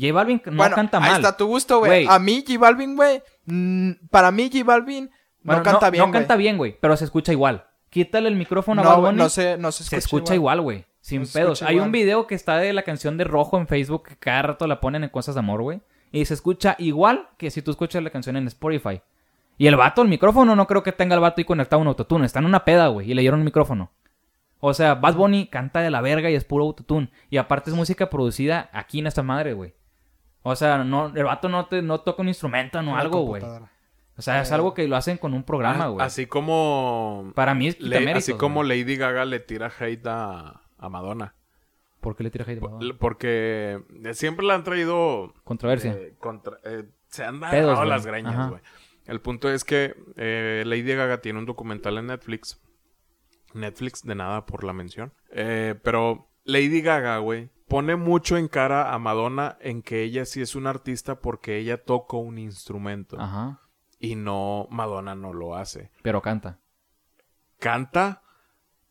Speaker 1: J Balvin no
Speaker 3: bueno,
Speaker 1: canta
Speaker 3: ahí
Speaker 1: mal.
Speaker 3: está tu gusto, güey.
Speaker 1: Güey.
Speaker 3: A mí G Balvin, güey, mm, para mí G Balvin
Speaker 1: Bueno,
Speaker 3: no canta bien,
Speaker 1: No
Speaker 3: güey.
Speaker 1: canta bien, güey, pero se escucha igual. Quítale el micrófono a
Speaker 3: No,
Speaker 1: Bad
Speaker 3: güey,
Speaker 1: Bunny.
Speaker 3: no se, no se escucha,
Speaker 1: se escucha igual, güey. Sin
Speaker 3: No se
Speaker 1: pedos.
Speaker 3: escucha
Speaker 1: Hay un
Speaker 3: igual.
Speaker 1: video que está de la canción de Rojo en Facebook que cada rato la ponen en Cosas de Amor, güey. Y se escucha igual que si tú escuchas la canción en Spotify. Y el vato, el micrófono, no creo que tenga el vato ahí conectado a un autotune. Está en una peda, güey, y le dieron un micrófono. O sea, Bad Bunny canta de la verga y es puro autotune. Y aparte es música producida aquí en esta madre, güey. O sea, no, el vato no, te, no toca un instrumento, no
Speaker 3: Una
Speaker 1: algo, güey.
Speaker 3: computadora.
Speaker 1: O sea, es
Speaker 3: Eh.
Speaker 1: algo que lo hacen con un programa,
Speaker 2: Ah,
Speaker 1: güey.
Speaker 2: Así como.
Speaker 1: Para mí es
Speaker 2: Le-
Speaker 1: quitaméritos,
Speaker 2: así como
Speaker 1: güey.
Speaker 2: Lady Gaga le tira hate a, a Madonna.
Speaker 1: ¿Por qué le tira hate? a Bad Bunny?
Speaker 2: L- Porque siempre la han traído.
Speaker 1: Controversia.
Speaker 2: eh, contra- eh, se han
Speaker 1: Pedos,
Speaker 2: dado
Speaker 1: güey.
Speaker 2: las greñas,
Speaker 1: Ajá.
Speaker 2: güey. El punto es que eh, Lady Gaga tiene un documental en Netflix. Netflix, de nada por la mención. Eh, pero Lady Gaga, güey, pone mucho en cara a Madonna en que ella sí es una artista porque ella toca un instrumento.
Speaker 1: Ajá.
Speaker 2: Y no, Madonna no lo hace.
Speaker 1: Pero canta.
Speaker 2: canta,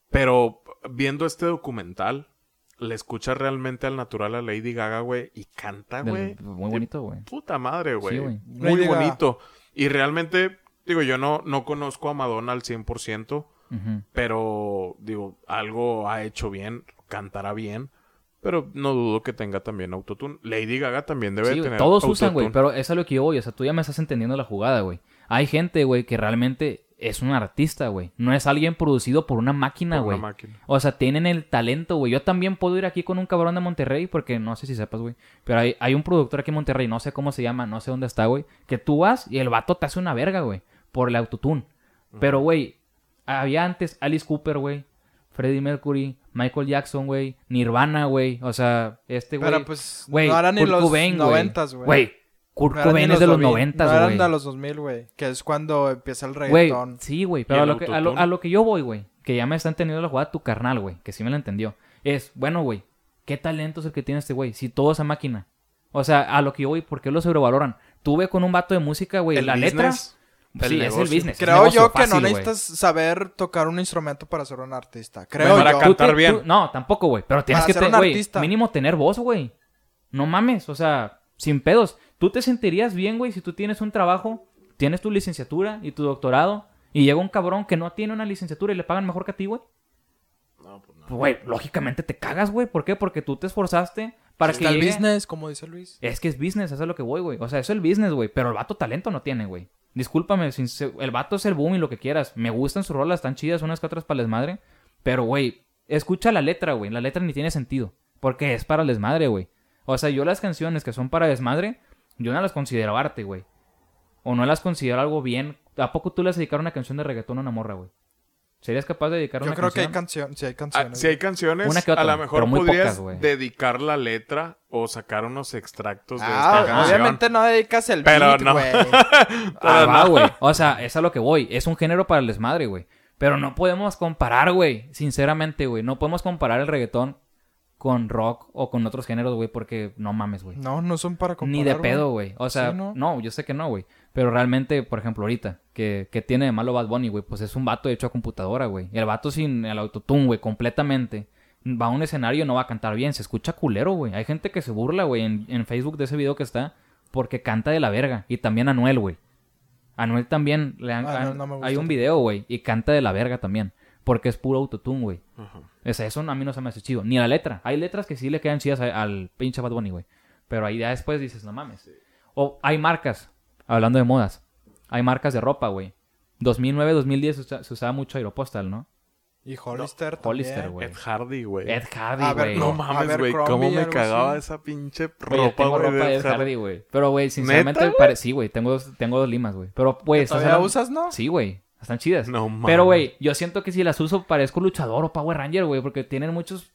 Speaker 2: pero viendo este documental, le escucha realmente al natural a Lady Gaga, güey, y canta,
Speaker 1: Del-
Speaker 2: Ah, güey.
Speaker 1: muy bonito, güey.
Speaker 2: Puta madre, güey.
Speaker 1: Sí, güey.
Speaker 2: Muy
Speaker 3: Lady Gaga.
Speaker 2: bonito. Y realmente, digo, yo no, no conozco a Madonna al 100%,
Speaker 1: Ujú.
Speaker 2: pero, digo, algo ha hecho bien, cantará bien. Pero no dudo que tenga también autotune. Lady Gaga también debe
Speaker 1: Sí, güey,
Speaker 2: tener
Speaker 1: todos usan,
Speaker 2: autotune.
Speaker 1: güey, pero eso es lo que yo voy. O sea, tú ya me estás entendiendo la jugada, güey. Hay gente, güey, que realmente es un artista, güey. No es alguien producido por una máquina,
Speaker 2: Por una
Speaker 1: güey.
Speaker 2: máquina.
Speaker 1: O sea, tienen el talento, güey. Yo también puedo ir aquí con un cabrón de Monterrey, porque no sé si sepas, güey. Pero hay, hay un productor aquí en Monterrey, no sé cómo se llama, no sé dónde está, güey. Que tú vas y el vato te hace una verga, güey. Por el autotune. Pero, güey, había antes Alice Cooper, güey. Freddie Mercury, Michael Jackson, güey. Nirvana, güey. O sea, este, güey.
Speaker 3: Pero pues
Speaker 1: Güey,
Speaker 3: no eran ni
Speaker 1: Kurt
Speaker 3: los
Speaker 1: Cobain, güey.
Speaker 3: 90s, güey.
Speaker 1: Güey, Kurt
Speaker 3: No eran ni
Speaker 1: Cobain es de los
Speaker 3: 2000, No
Speaker 1: noventas,
Speaker 3: eran
Speaker 1: güey.
Speaker 3: de los 2000, güey, que es cuando empieza el
Speaker 1: Güey,
Speaker 3: reggaetón.
Speaker 1: sí, güey,
Speaker 2: Y
Speaker 1: pero a
Speaker 2: el
Speaker 1: lo, que, a, lo,
Speaker 2: autotune.
Speaker 1: a lo que yo voy, güey, que ya me están teniendo la jugada tu carnal, güey, que sí me la entendió. Es, bueno, güey, ¿qué talento es el que tiene este güey? Si todo esa máquina. O sea, a lo que yo voy, ¿por qué lo sobrevaloran? Tú ve con un vato de música, güey,
Speaker 2: El
Speaker 1: la
Speaker 2: business,
Speaker 1: letra.
Speaker 2: el
Speaker 1: sí, es el
Speaker 2: negocio.
Speaker 1: business. es
Speaker 3: Creo
Speaker 1: negocio
Speaker 3: yo que no
Speaker 1: fácil, güey.
Speaker 3: necesitas saber tocar un instrumento para ser un artista. Creo
Speaker 2: Bueno, para
Speaker 3: yo.
Speaker 2: acá- cantar
Speaker 1: Tú te-
Speaker 2: bien.
Speaker 1: tú- no, tampoco, güey. Pero tienes
Speaker 3: Para
Speaker 1: que
Speaker 3: ser un
Speaker 1: tener, güey,
Speaker 3: artista.
Speaker 1: mínimo tener voz, güey. No mames, o sea, sin pedos. Tú te sentirías bien, güey, si tú tienes un trabajo, tienes tu licenciatura y tu doctorado, y llega un cabrón que no tiene una licenciatura y le pagan mejor que a ti, güey.
Speaker 2: No, No, pues no.
Speaker 1: Pues, güey, lógicamente te cagas, güey. ¿Por qué? Porque tú te esforzaste para que
Speaker 3: Está el
Speaker 1: llegue-
Speaker 3: business, como dice Luis.
Speaker 1: Es que es business, eso es lo que voy, güey. O sea, eso es el business, güey. Pero el vato talento no tiene, güey. Discúlpame, sin- se- el vato es el boom y lo que quieras. Me gustan sus rolas, están chidas unas que otras para el desmadre. Pero, güey, escucha la letra, güey. La letra ni tiene sentido. Porque es para el desmadre, güey. O sea, yo las canciones que son para desmadre, yo no las considero arte, güey. O no las considero algo bien. ¿A poco tú les dedicaron una canción de reggaetón a una morra, güey? ¿Serías capaz de dedicar
Speaker 3: Yo
Speaker 1: una
Speaker 3: creo que hay
Speaker 1: canción?
Speaker 3: canciones. Sí, hay
Speaker 2: Ah,
Speaker 3: canciones.
Speaker 2: si hay canciones,
Speaker 1: Una que otra,
Speaker 2: a lo
Speaker 1: güey,
Speaker 2: mejor
Speaker 1: pero muy
Speaker 2: podrías
Speaker 1: pocas, güey.
Speaker 2: dedicar la letra o sacar unos extractos pues, de
Speaker 3: Ah,
Speaker 2: esta canción.
Speaker 3: obviamente no dedicas el
Speaker 2: Pero
Speaker 3: beat,
Speaker 1: <laughs>
Speaker 2: no.
Speaker 3: güey.
Speaker 1: Ah,
Speaker 2: Pero
Speaker 1: va,
Speaker 2: no.
Speaker 1: güey. O sea, es a lo que voy. Es un género para el desmadre, güey. Pero no podemos comparar, güey. Sinceramente, güey. No podemos comparar el reggaetón con rock o con otros géneros, güey. Porque no mames, güey.
Speaker 3: No, no son para comparar.
Speaker 1: Ni de
Speaker 3: güey.
Speaker 1: pedo, güey. O sea,
Speaker 3: Sí,
Speaker 1: ¿no?
Speaker 3: ¿no?
Speaker 1: yo sé que no, güey. Pero realmente, por ejemplo, ahorita, que, que tiene de malo Bad Bunny, güey, pues es un vato hecho a computadora, güey. Y el vato sin el autotune, güey, completamente. Va a un escenario y no va a cantar bien. Se escucha culero, güey. Hay gente que se burla, güey, en, en Facebook de ese video que está, porque canta de la verga. Y también Anuel, güey. Anuel también le han,
Speaker 3: Ah, no,
Speaker 1: han-
Speaker 3: no me gusta
Speaker 1: hay un
Speaker 3: tanto.
Speaker 1: video, güey, y canta de la verga también. Porque es puro autotune, güey.
Speaker 2: Ajá.
Speaker 1: O sea, eso a mí no se me hace chido. Ni la letra. Hay letras que sí le quedan chidas a- al pinche Bad Bunny, güey. Pero ahí ya después dices, no mames. O hay marcas, hablando de modas. Hay marcas de ropa, güey. 2009, 2010 se usa- se usaba mucho Aeropostal, ¿no?
Speaker 3: Y Hollister también.
Speaker 1: Hollister, güey.
Speaker 2: Ed Hardy, güey.
Speaker 1: Ed
Speaker 3: A
Speaker 1: Hardy,
Speaker 3: ver,
Speaker 1: güey.
Speaker 2: No
Speaker 1: Güey,
Speaker 2: mames, güey.
Speaker 3: Abercrombie,
Speaker 2: Cómo me
Speaker 3: algo
Speaker 2: cagaba
Speaker 3: así.
Speaker 2: esa pinche
Speaker 1: yo
Speaker 2: ropa,
Speaker 1: tengo
Speaker 2: güey.
Speaker 1: ropa de
Speaker 2: de
Speaker 1: Ed
Speaker 2: Ed Hardy.
Speaker 1: Hardy, güey. Pero, güey, sinceramente,
Speaker 2: ¿Neta, güey?
Speaker 1: pare- sí, güey. Tengo dos, tengo dos limas, güey. Pero, güey, estás
Speaker 3: ¿Todavía
Speaker 1: hablando-
Speaker 3: usas, no?
Speaker 1: Sí, güey. Están chidas.
Speaker 2: No mames.
Speaker 1: Pero, güey, yo siento que si las uso parezco luchador o Power Ranger, güey, porque tienen muchos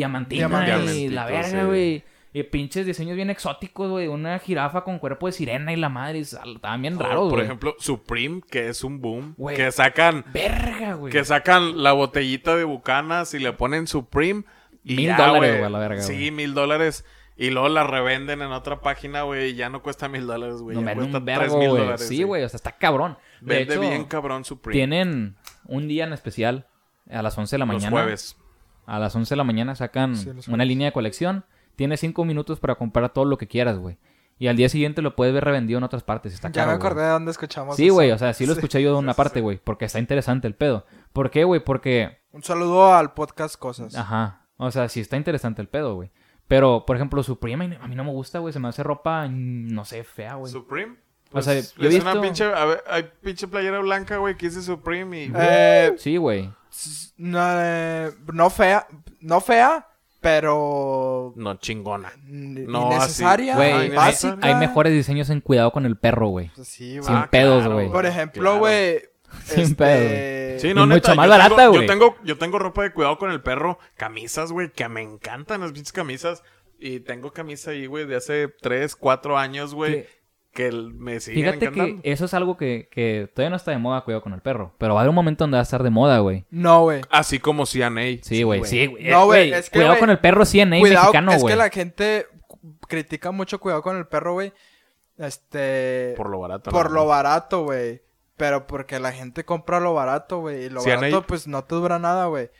Speaker 1: diamantinas y
Speaker 2: Diamantitos,
Speaker 1: la
Speaker 2: sí.
Speaker 1: verga, güey. Y pinches diseños bien exóticos, güey. Una jirafa con cuerpo de sirena y la madre. y sal- Estaban bien raros, güey.
Speaker 2: Por ejemplo, Supreme, que es un boom.
Speaker 1: Güey.
Speaker 2: Que sacan
Speaker 1: Verga, güey.
Speaker 2: Que sacan la botellita de bucanas y le ponen Supreme. Y
Speaker 1: Mil
Speaker 2: ya,
Speaker 1: dólares, güey, a la verga,
Speaker 2: Sí,
Speaker 1: güey.
Speaker 2: mil dólares. Y luego la revenden en otra página, güey. Y ya no cuesta mil dólares, güey.
Speaker 1: No
Speaker 2: ya
Speaker 1: me
Speaker 2: cuesta
Speaker 1: un
Speaker 2: tres
Speaker 1: vergo,
Speaker 2: mil
Speaker 1: güey.
Speaker 2: dólares.
Speaker 1: Sí, güey. O sea, está cabrón. De
Speaker 2: Vende
Speaker 1: hecho,
Speaker 2: bien cabrón Supreme.
Speaker 1: tienen un día en especial a las 11 de la
Speaker 2: los
Speaker 1: mañana.
Speaker 2: jueves.
Speaker 1: A las 11 de la mañana sacan
Speaker 3: Sí, los
Speaker 1: una
Speaker 3: jueves.
Speaker 1: línea de colección. Tienes 5 minutos para comprar todo lo que quieras, güey. Y al día siguiente lo puedes ver revendido en otras partes. Está
Speaker 3: Ya
Speaker 1: caro,
Speaker 3: me
Speaker 1: güey.
Speaker 3: acordé de dónde escuchamos.
Speaker 1: Sí,
Speaker 3: eso.
Speaker 1: güey, o sea, sí lo
Speaker 3: Sí.
Speaker 1: escuché yo de una parte, güey, porque está interesante el pedo. ¿Por qué, güey? Porque,
Speaker 3: Un saludo al podcast Cosas.
Speaker 1: ajá, o sea, sí está interesante el pedo, güey. Pero, por ejemplo, su prima a mí no me gusta, güey, se me hace ropa, mm, no sé, fea, güey.
Speaker 2: Supreme.
Speaker 1: O
Speaker 2: Pues,
Speaker 1: sea,
Speaker 2: es
Speaker 1: yo he visto-
Speaker 2: una pinche, a ver, hay pinche playera blanca, güey, que dice Supreme y...
Speaker 3: Eh,
Speaker 1: Sí, güey.
Speaker 3: s- no, eh, no fea, no fea, pero
Speaker 2: no, chingona.
Speaker 3: no,
Speaker 2: No, así.
Speaker 3: innecesaria,
Speaker 1: Güey,
Speaker 2: Ajá,
Speaker 1: hay,
Speaker 3: básica.
Speaker 1: hay mejores diseños en cuidado con el perro, güey.
Speaker 3: Pues Sí, güey.
Speaker 1: Sin pedos, güey.
Speaker 3: Por ejemplo,
Speaker 2: Ah, claro.
Speaker 3: güey.
Speaker 1: <laughs> Sin
Speaker 3: este,
Speaker 1: pedo,
Speaker 2: Sí,
Speaker 1: Y
Speaker 2: no, neta,
Speaker 1: mucho más
Speaker 2: yo
Speaker 1: barata,
Speaker 2: tengo-
Speaker 1: güey.
Speaker 2: Yo tengo, yo tengo ropa de cuidado con el perro, camisas, güey, que me encantan las pinches camisas. Y tengo camisa ahí, güey, de hace 3, 4 años, güey,
Speaker 1: Que-
Speaker 2: que el- me siguen
Speaker 1: Fíjate que
Speaker 2: encantando.
Speaker 1: eso es algo que, que todavía no está de moda, cuidado con el perro. Pero va a haber un momento donde va a estar de moda, güey.
Speaker 3: No, güey.
Speaker 2: Así como CNA.
Speaker 1: Sí, güey,
Speaker 3: güey.
Speaker 1: sí, güey.
Speaker 3: No,
Speaker 1: Eh,
Speaker 3: güey, es que,
Speaker 1: cuidado
Speaker 3: güey,
Speaker 1: con el perro CNA
Speaker 3: Cuidado,
Speaker 1: mexicano,
Speaker 3: es
Speaker 1: güey.
Speaker 3: que la gente cu- critica mucho cuidado con el perro, güey. Este.
Speaker 2: Por lo barato.
Speaker 3: por
Speaker 2: ¿no?
Speaker 3: lo barato, güey. Pero porque la gente compra lo barato, güey. Y lo
Speaker 2: Sí,
Speaker 3: barato,
Speaker 2: Anaí.
Speaker 3: pues no te dura nada, güey.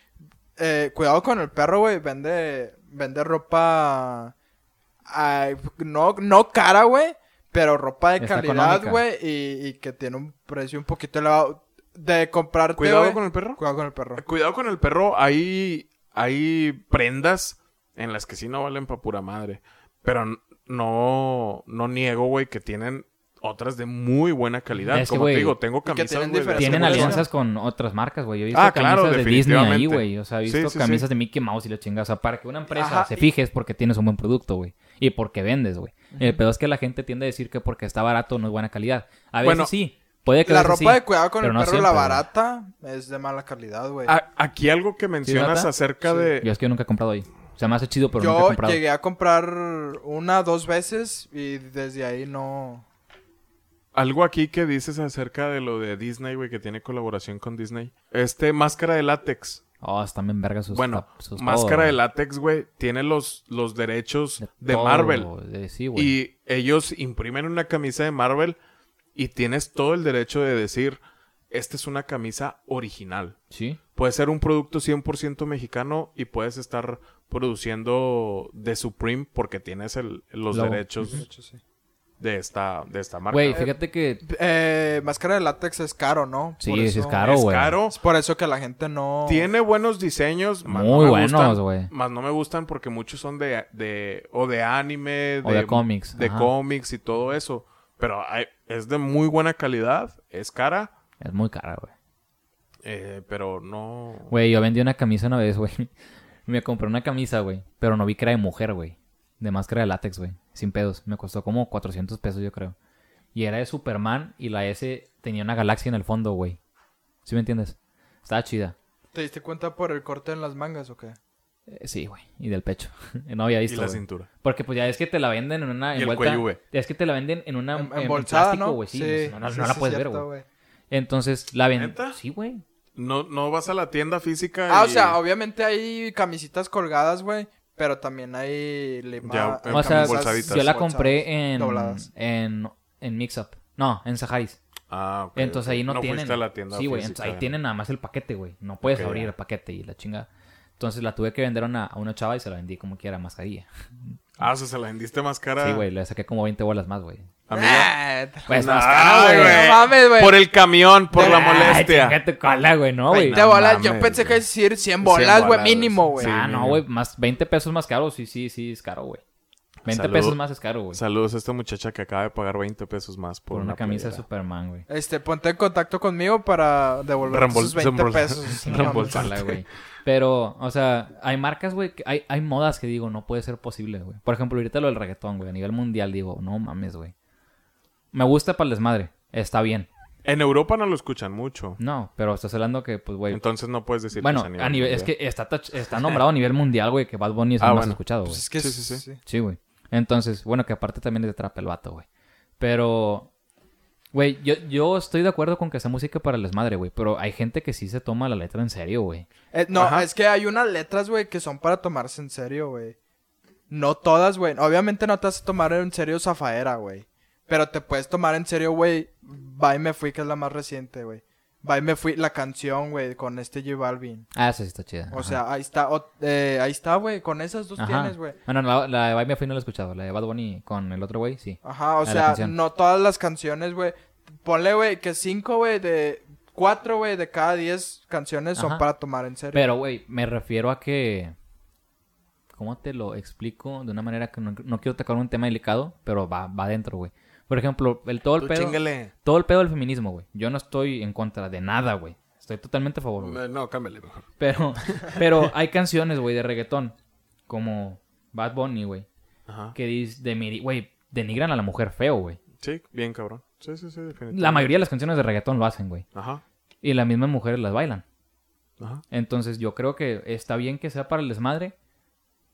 Speaker 3: Eh, cuidado con el perro, güey. Vende, vende ropa. ay, no, no cara, güey. Pero ropa de
Speaker 1: Está
Speaker 3: calidad,
Speaker 1: económica.
Speaker 3: güey. Y, y que tiene un precio un poquito elevado. De comprarte.
Speaker 2: Cuidado
Speaker 3: güey.
Speaker 2: con el perro.
Speaker 3: Cuidado con el perro.
Speaker 2: Cuidado con el perro. Hay, hay prendas en las que sí no valen pa' pura madre. Pero n- no, no niego, güey, que tienen otras de muy buena calidad.
Speaker 1: Es que,
Speaker 2: como
Speaker 1: güey,
Speaker 2: te digo, tengo
Speaker 3: que
Speaker 2: camisas,
Speaker 3: tienen
Speaker 2: güey, de hace
Speaker 1: Tienen
Speaker 2: mucho tiempo.
Speaker 1: alianzas con otras marcas, güey. Yo he visto
Speaker 2: Ah,
Speaker 1: camisas
Speaker 2: claro,
Speaker 1: de Disney ahí,
Speaker 2: definitivamente.
Speaker 1: güey. O sea, he
Speaker 2: Sí,
Speaker 1: visto
Speaker 2: sí, sí.
Speaker 1: camisas de Mickey Mouse y la chingada. O sea, para que una empresa
Speaker 3: Ajá,
Speaker 1: se
Speaker 3: y-
Speaker 1: fije es porque tienes un buen producto, güey. Y porque vendes, güey. El pedo es que la gente tiende a decir que porque está barato no es buena calidad. A veces
Speaker 2: Bueno,
Speaker 1: sí. Puede que a
Speaker 3: La
Speaker 1: veces
Speaker 3: ropa
Speaker 1: sí,
Speaker 3: de cuidado con
Speaker 1: pero
Speaker 3: el
Speaker 1: no
Speaker 3: perro,
Speaker 1: siempre,
Speaker 3: la
Speaker 1: güey. Ah,
Speaker 3: barata, es de mala calidad, güey.
Speaker 2: A- aquí algo que mencionas
Speaker 1: ¿verdad?
Speaker 2: acerca
Speaker 1: Yo
Speaker 2: de...
Speaker 1: es que yo nunca he comprado ahí. O sea, me hace chido, pero nunca he
Speaker 3: eh. Yo
Speaker 1: comprado.
Speaker 3: llegué a comprar una, dos veces y desde ahí no.
Speaker 2: Algo aquí que dices acerca de lo de Disney, güey, que tiene colaboración con Disney. Este, máscara de látex.
Speaker 1: Oh, están bien vergas sus
Speaker 2: bueno,
Speaker 1: tap- sus
Speaker 2: máscara
Speaker 1: todo,
Speaker 2: de
Speaker 1: güey.
Speaker 2: látex, güey, tiene los, los derechos de,
Speaker 1: todo,
Speaker 2: Marvel.
Speaker 1: güey. De- Sí, güey.
Speaker 2: Y ellos imprimen una camisa de Marvel y tienes todo el derecho de decir, esta es una camisa original.
Speaker 1: Sí.
Speaker 2: Puede ser un producto 100% mexicano y puedes estar produciendo de Supreme porque tienes el- los
Speaker 1: Logo.
Speaker 2: derechos
Speaker 3: sí.
Speaker 2: de esta, de esta marca.
Speaker 1: Güey, fíjate que
Speaker 3: Eh, máscara de látex es caro, ¿no?
Speaker 1: Sí,
Speaker 3: Por
Speaker 1: sí
Speaker 3: eso-
Speaker 1: es caro,
Speaker 2: es
Speaker 1: güey.
Speaker 2: caro.
Speaker 3: Es por eso que la gente no...
Speaker 2: Tiene buenos diseños. mas
Speaker 1: Muy
Speaker 2: me
Speaker 1: buenos,
Speaker 2: gustan,
Speaker 1: güey.
Speaker 2: Mas no me gustan porque muchos son de, de o de anime,
Speaker 1: O de cómics,
Speaker 2: de
Speaker 1: ajá.
Speaker 2: cómics y todo eso. Pero hay- es de muy buena calidad, es cara,
Speaker 1: es muy cara, güey.
Speaker 2: eh, pero no.
Speaker 1: Güey, yo vendí una camisa una vez, <laughs> güey. Me compré una camisa, güey. Pero no vi que era de mujer, güey. De máscara de látex, güey. Sin pedos. Me costó como 400 pesos, yo creo. Y era de Superman y la S tenía una galaxia en el fondo, güey. ¿Sí me entiendes? Estaba chida.
Speaker 3: ¿Te diste cuenta por el corte en las mangas o qué?
Speaker 1: Eh, sí, güey. Y del pecho. <laughs> no había
Speaker 2: Y
Speaker 1: visto.
Speaker 2: la
Speaker 1: güey.
Speaker 2: cintura.
Speaker 1: Porque pues ya es que te la venden en una
Speaker 2: Y el
Speaker 1: envuelta.
Speaker 2: cuello, güey.
Speaker 1: ya es que te la venden en una en- en
Speaker 3: Embolsada,
Speaker 1: plástico,
Speaker 3: ¿no?
Speaker 1: güey. Sí, no, no- no la
Speaker 3: sí,
Speaker 1: puedes ver,
Speaker 3: cierto,
Speaker 1: güey. Entonces la venden.
Speaker 2: ¿Neta?
Speaker 1: Sí, güey.
Speaker 2: No, no vas a la tienda física.
Speaker 3: Ah, o
Speaker 2: y-
Speaker 3: sea, obviamente hay camisitas colgadas, güey. Pero también hay lima...
Speaker 2: Ya,
Speaker 3: hay
Speaker 2: eh,
Speaker 1: O sea,
Speaker 2: bolsaditas.
Speaker 1: yo la
Speaker 3: bolsadas
Speaker 1: compré en
Speaker 3: dobladas.
Speaker 1: en en Mix Up. No, en Saharis.
Speaker 2: Ah, ok,
Speaker 1: Entonces
Speaker 2: ok.
Speaker 1: ahí no,
Speaker 2: fuiste
Speaker 1: tienen.
Speaker 2: a la tienda
Speaker 1: sí, güey.
Speaker 2: física.
Speaker 1: entonces Ahí tienen nada más el paquete, güey. No puedes
Speaker 2: Ok,
Speaker 1: abrir
Speaker 2: ya.
Speaker 1: el paquete y la chinga. Entonces la tuve que vender a una, a una chava y se la vendí como que era mascarilla.
Speaker 2: Ah, o sea, se la vendiste más cara.
Speaker 1: Sí, güey. Le saqué como 20 bolas más, güey.
Speaker 2: Amiga.
Speaker 3: Eh,
Speaker 1: Pues
Speaker 2: No,
Speaker 1: más cara,
Speaker 2: ay,
Speaker 1: güey.
Speaker 3: Ah,
Speaker 1: Ah,
Speaker 3: No mames, güey.
Speaker 2: Por el camión, por la
Speaker 1: Ay,
Speaker 2: molestia.
Speaker 1: chinga tu cola, güey. No, güey.
Speaker 3: 20
Speaker 2: No
Speaker 3: bolas, yo
Speaker 2: mames,
Speaker 3: pensé que
Speaker 2: güey.
Speaker 3: decir 100 bolas, güey,
Speaker 2: bolas,
Speaker 3: mínimo, güey.
Speaker 2: sí.
Speaker 1: ah, no,
Speaker 2: mínimo.
Speaker 1: güey. Más 20 pesos más caro. Sí, sí, sí, es caro, güey. 20
Speaker 2: Salud.
Speaker 1: pesos más es caro, güey.
Speaker 2: Saludos a esta muchacha que acaba de pagar 20 pesos más por,
Speaker 1: Por una camisa de
Speaker 2: playera.
Speaker 1: Superman, güey.
Speaker 3: Este, ponte en contacto conmigo para devolver
Speaker 2: Reembol-
Speaker 3: esos 20
Speaker 2: reembol-
Speaker 3: pesos. No,
Speaker 2: reembolsar.
Speaker 1: Ojalá, güey. Pero, o sea, hay marcas, güey, que- hay, hay modas que digo, no puede ser posible, güey. Por ejemplo, ahorita lo del reggaetón, güey, a nivel mundial, digo, no mames, güey. Me gusta para el desmadre, está bien.
Speaker 2: En Europa no lo escuchan mucho.
Speaker 1: No, pero estás hablando que, pues, güey.
Speaker 2: Entonces no puedes decir.
Speaker 1: Bueno,
Speaker 2: que
Speaker 1: a nivel, es que está, tach- está nombrado a nivel mundial, güey, que Bad Bunny es
Speaker 2: Ah,
Speaker 1: el más
Speaker 2: bueno.
Speaker 1: escuchado, güey.
Speaker 3: pues es que
Speaker 2: Sí, sí, sí.
Speaker 3: sí.
Speaker 1: Sí, güey. Entonces, bueno, que aparte también es de trap el vato, güey. Pero, güey, yo, yo estoy de acuerdo con que sea música para el desmadre, güey. Pero hay gente que sí se toma la letra en serio, güey.
Speaker 3: Eh, no,
Speaker 2: Ajá.
Speaker 3: es que hay unas letras, güey, que son para tomarse en serio, güey. No todas, güey. Obviamente no te vas a tomar en serio Zafaera, güey. Pero te puedes tomar en serio, güey. Bye Me Fui, que es la más reciente, güey. Bye Me Fui, la canción, güey, con este J Balvin.
Speaker 1: Ah, eso sí está chida.
Speaker 3: O
Speaker 1: Ajá.
Speaker 3: sea, ahí está, o- eh, ahí está, güey. Con esas dos
Speaker 1: Ajá.
Speaker 3: tienes, güey.
Speaker 1: Bueno, la, la de Bye Me Fui no la he escuchado. La de Bad Bunny con el otro güey, sí.
Speaker 3: Ajá,
Speaker 1: Ah,
Speaker 3: o
Speaker 1: la
Speaker 3: sea,
Speaker 1: canción.
Speaker 3: no todas las canciones, güey. Ponle, güey, que cinco, güey, de cuatro, güey, de cada diez canciones son
Speaker 1: Ajá.
Speaker 3: para tomar en serio.
Speaker 1: Pero, güey, me refiero a que... ¿Cómo te lo explico? De una manera que no, no quiero tocar un tema delicado, pero va, va adentro, güey. Por ejemplo, el todo el
Speaker 2: Tú
Speaker 1: pedo...
Speaker 2: chíngale.
Speaker 1: Todo el pedo del feminismo, güey. Yo no estoy en contra de nada, güey. Estoy totalmente a favor, güey.
Speaker 2: No, cámbiale mejor. <laughs>
Speaker 1: Pero, pero hay canciones, güey, de reggaetón. Como Bad Bunny, güey.
Speaker 2: Ajá.
Speaker 1: Que dice... De mi- Güey, denigran a la mujer feo, güey.
Speaker 2: Sí, bien cabrón. Sí, sí, sí, definitivamente.
Speaker 1: La mayoría de las canciones de reggaetón lo hacen, güey.
Speaker 2: Ajá.
Speaker 1: Y las mismas mujeres las bailan.
Speaker 2: Ajá.
Speaker 1: Entonces yo creo que está bien que sea para el desmadre,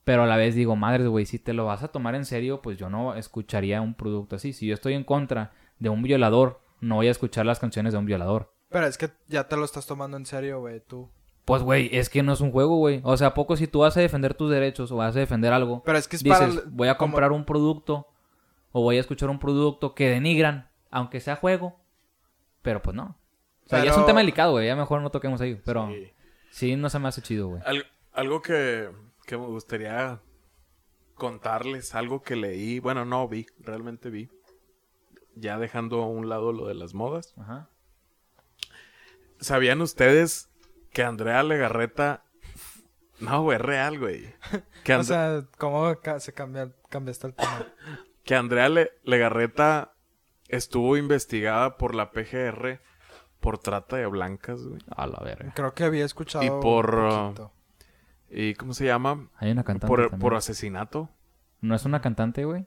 Speaker 1: pero a la vez digo, madres, güey, si te lo vas a tomar en serio, pues yo no escucharía un producto así. Si yo estoy en contra de un violador, no voy a escuchar las canciones de un violador.
Speaker 3: Pero es que ya te lo estás tomando en serio, güey, tú.
Speaker 1: Pues, güey, es que no es un juego, güey. O sea, ¿a poco si tú vas a defender tus derechos o vas a defender algo,
Speaker 3: Pero es que es para...
Speaker 1: dices,
Speaker 3: el-
Speaker 1: voy a
Speaker 3: como-
Speaker 1: comprar un producto o voy a escuchar un producto que denigran, aunque sea juego, pero pues no. O sea, ya es un
Speaker 3: Pero-
Speaker 1: tema delicado, güey. Ya mejor no toquemos ahí, pero sí,
Speaker 2: Sí.
Speaker 1: no se me hace chido, güey.
Speaker 2: Al- algo que, que me gustaría contarles, algo que leí, bueno, no vi, realmente vi, ya dejando a un lado lo de las modas.
Speaker 1: Ajá.
Speaker 2: ¿Sabían ustedes que Andrea Legarreta... No, güey, es real, güey.
Speaker 3: <laughs>
Speaker 2: Que,
Speaker 3: O
Speaker 2: And-
Speaker 3: sea, ¿cómo ca- se cambia, cambiaste
Speaker 1: <laughs>
Speaker 3: el tema?
Speaker 2: que Andrea Le- Legarreta estuvo investigada por la PGR por trata de blancas, güey.
Speaker 1: A la verga.
Speaker 3: Creo que había escuchado
Speaker 2: Y por,
Speaker 3: un
Speaker 2: uh,
Speaker 3: poquito.
Speaker 2: ¿Y cómo se llama?
Speaker 1: Hay una cantante.
Speaker 2: Por,
Speaker 1: también.
Speaker 2: por asesinato.
Speaker 1: No es una cantante, güey.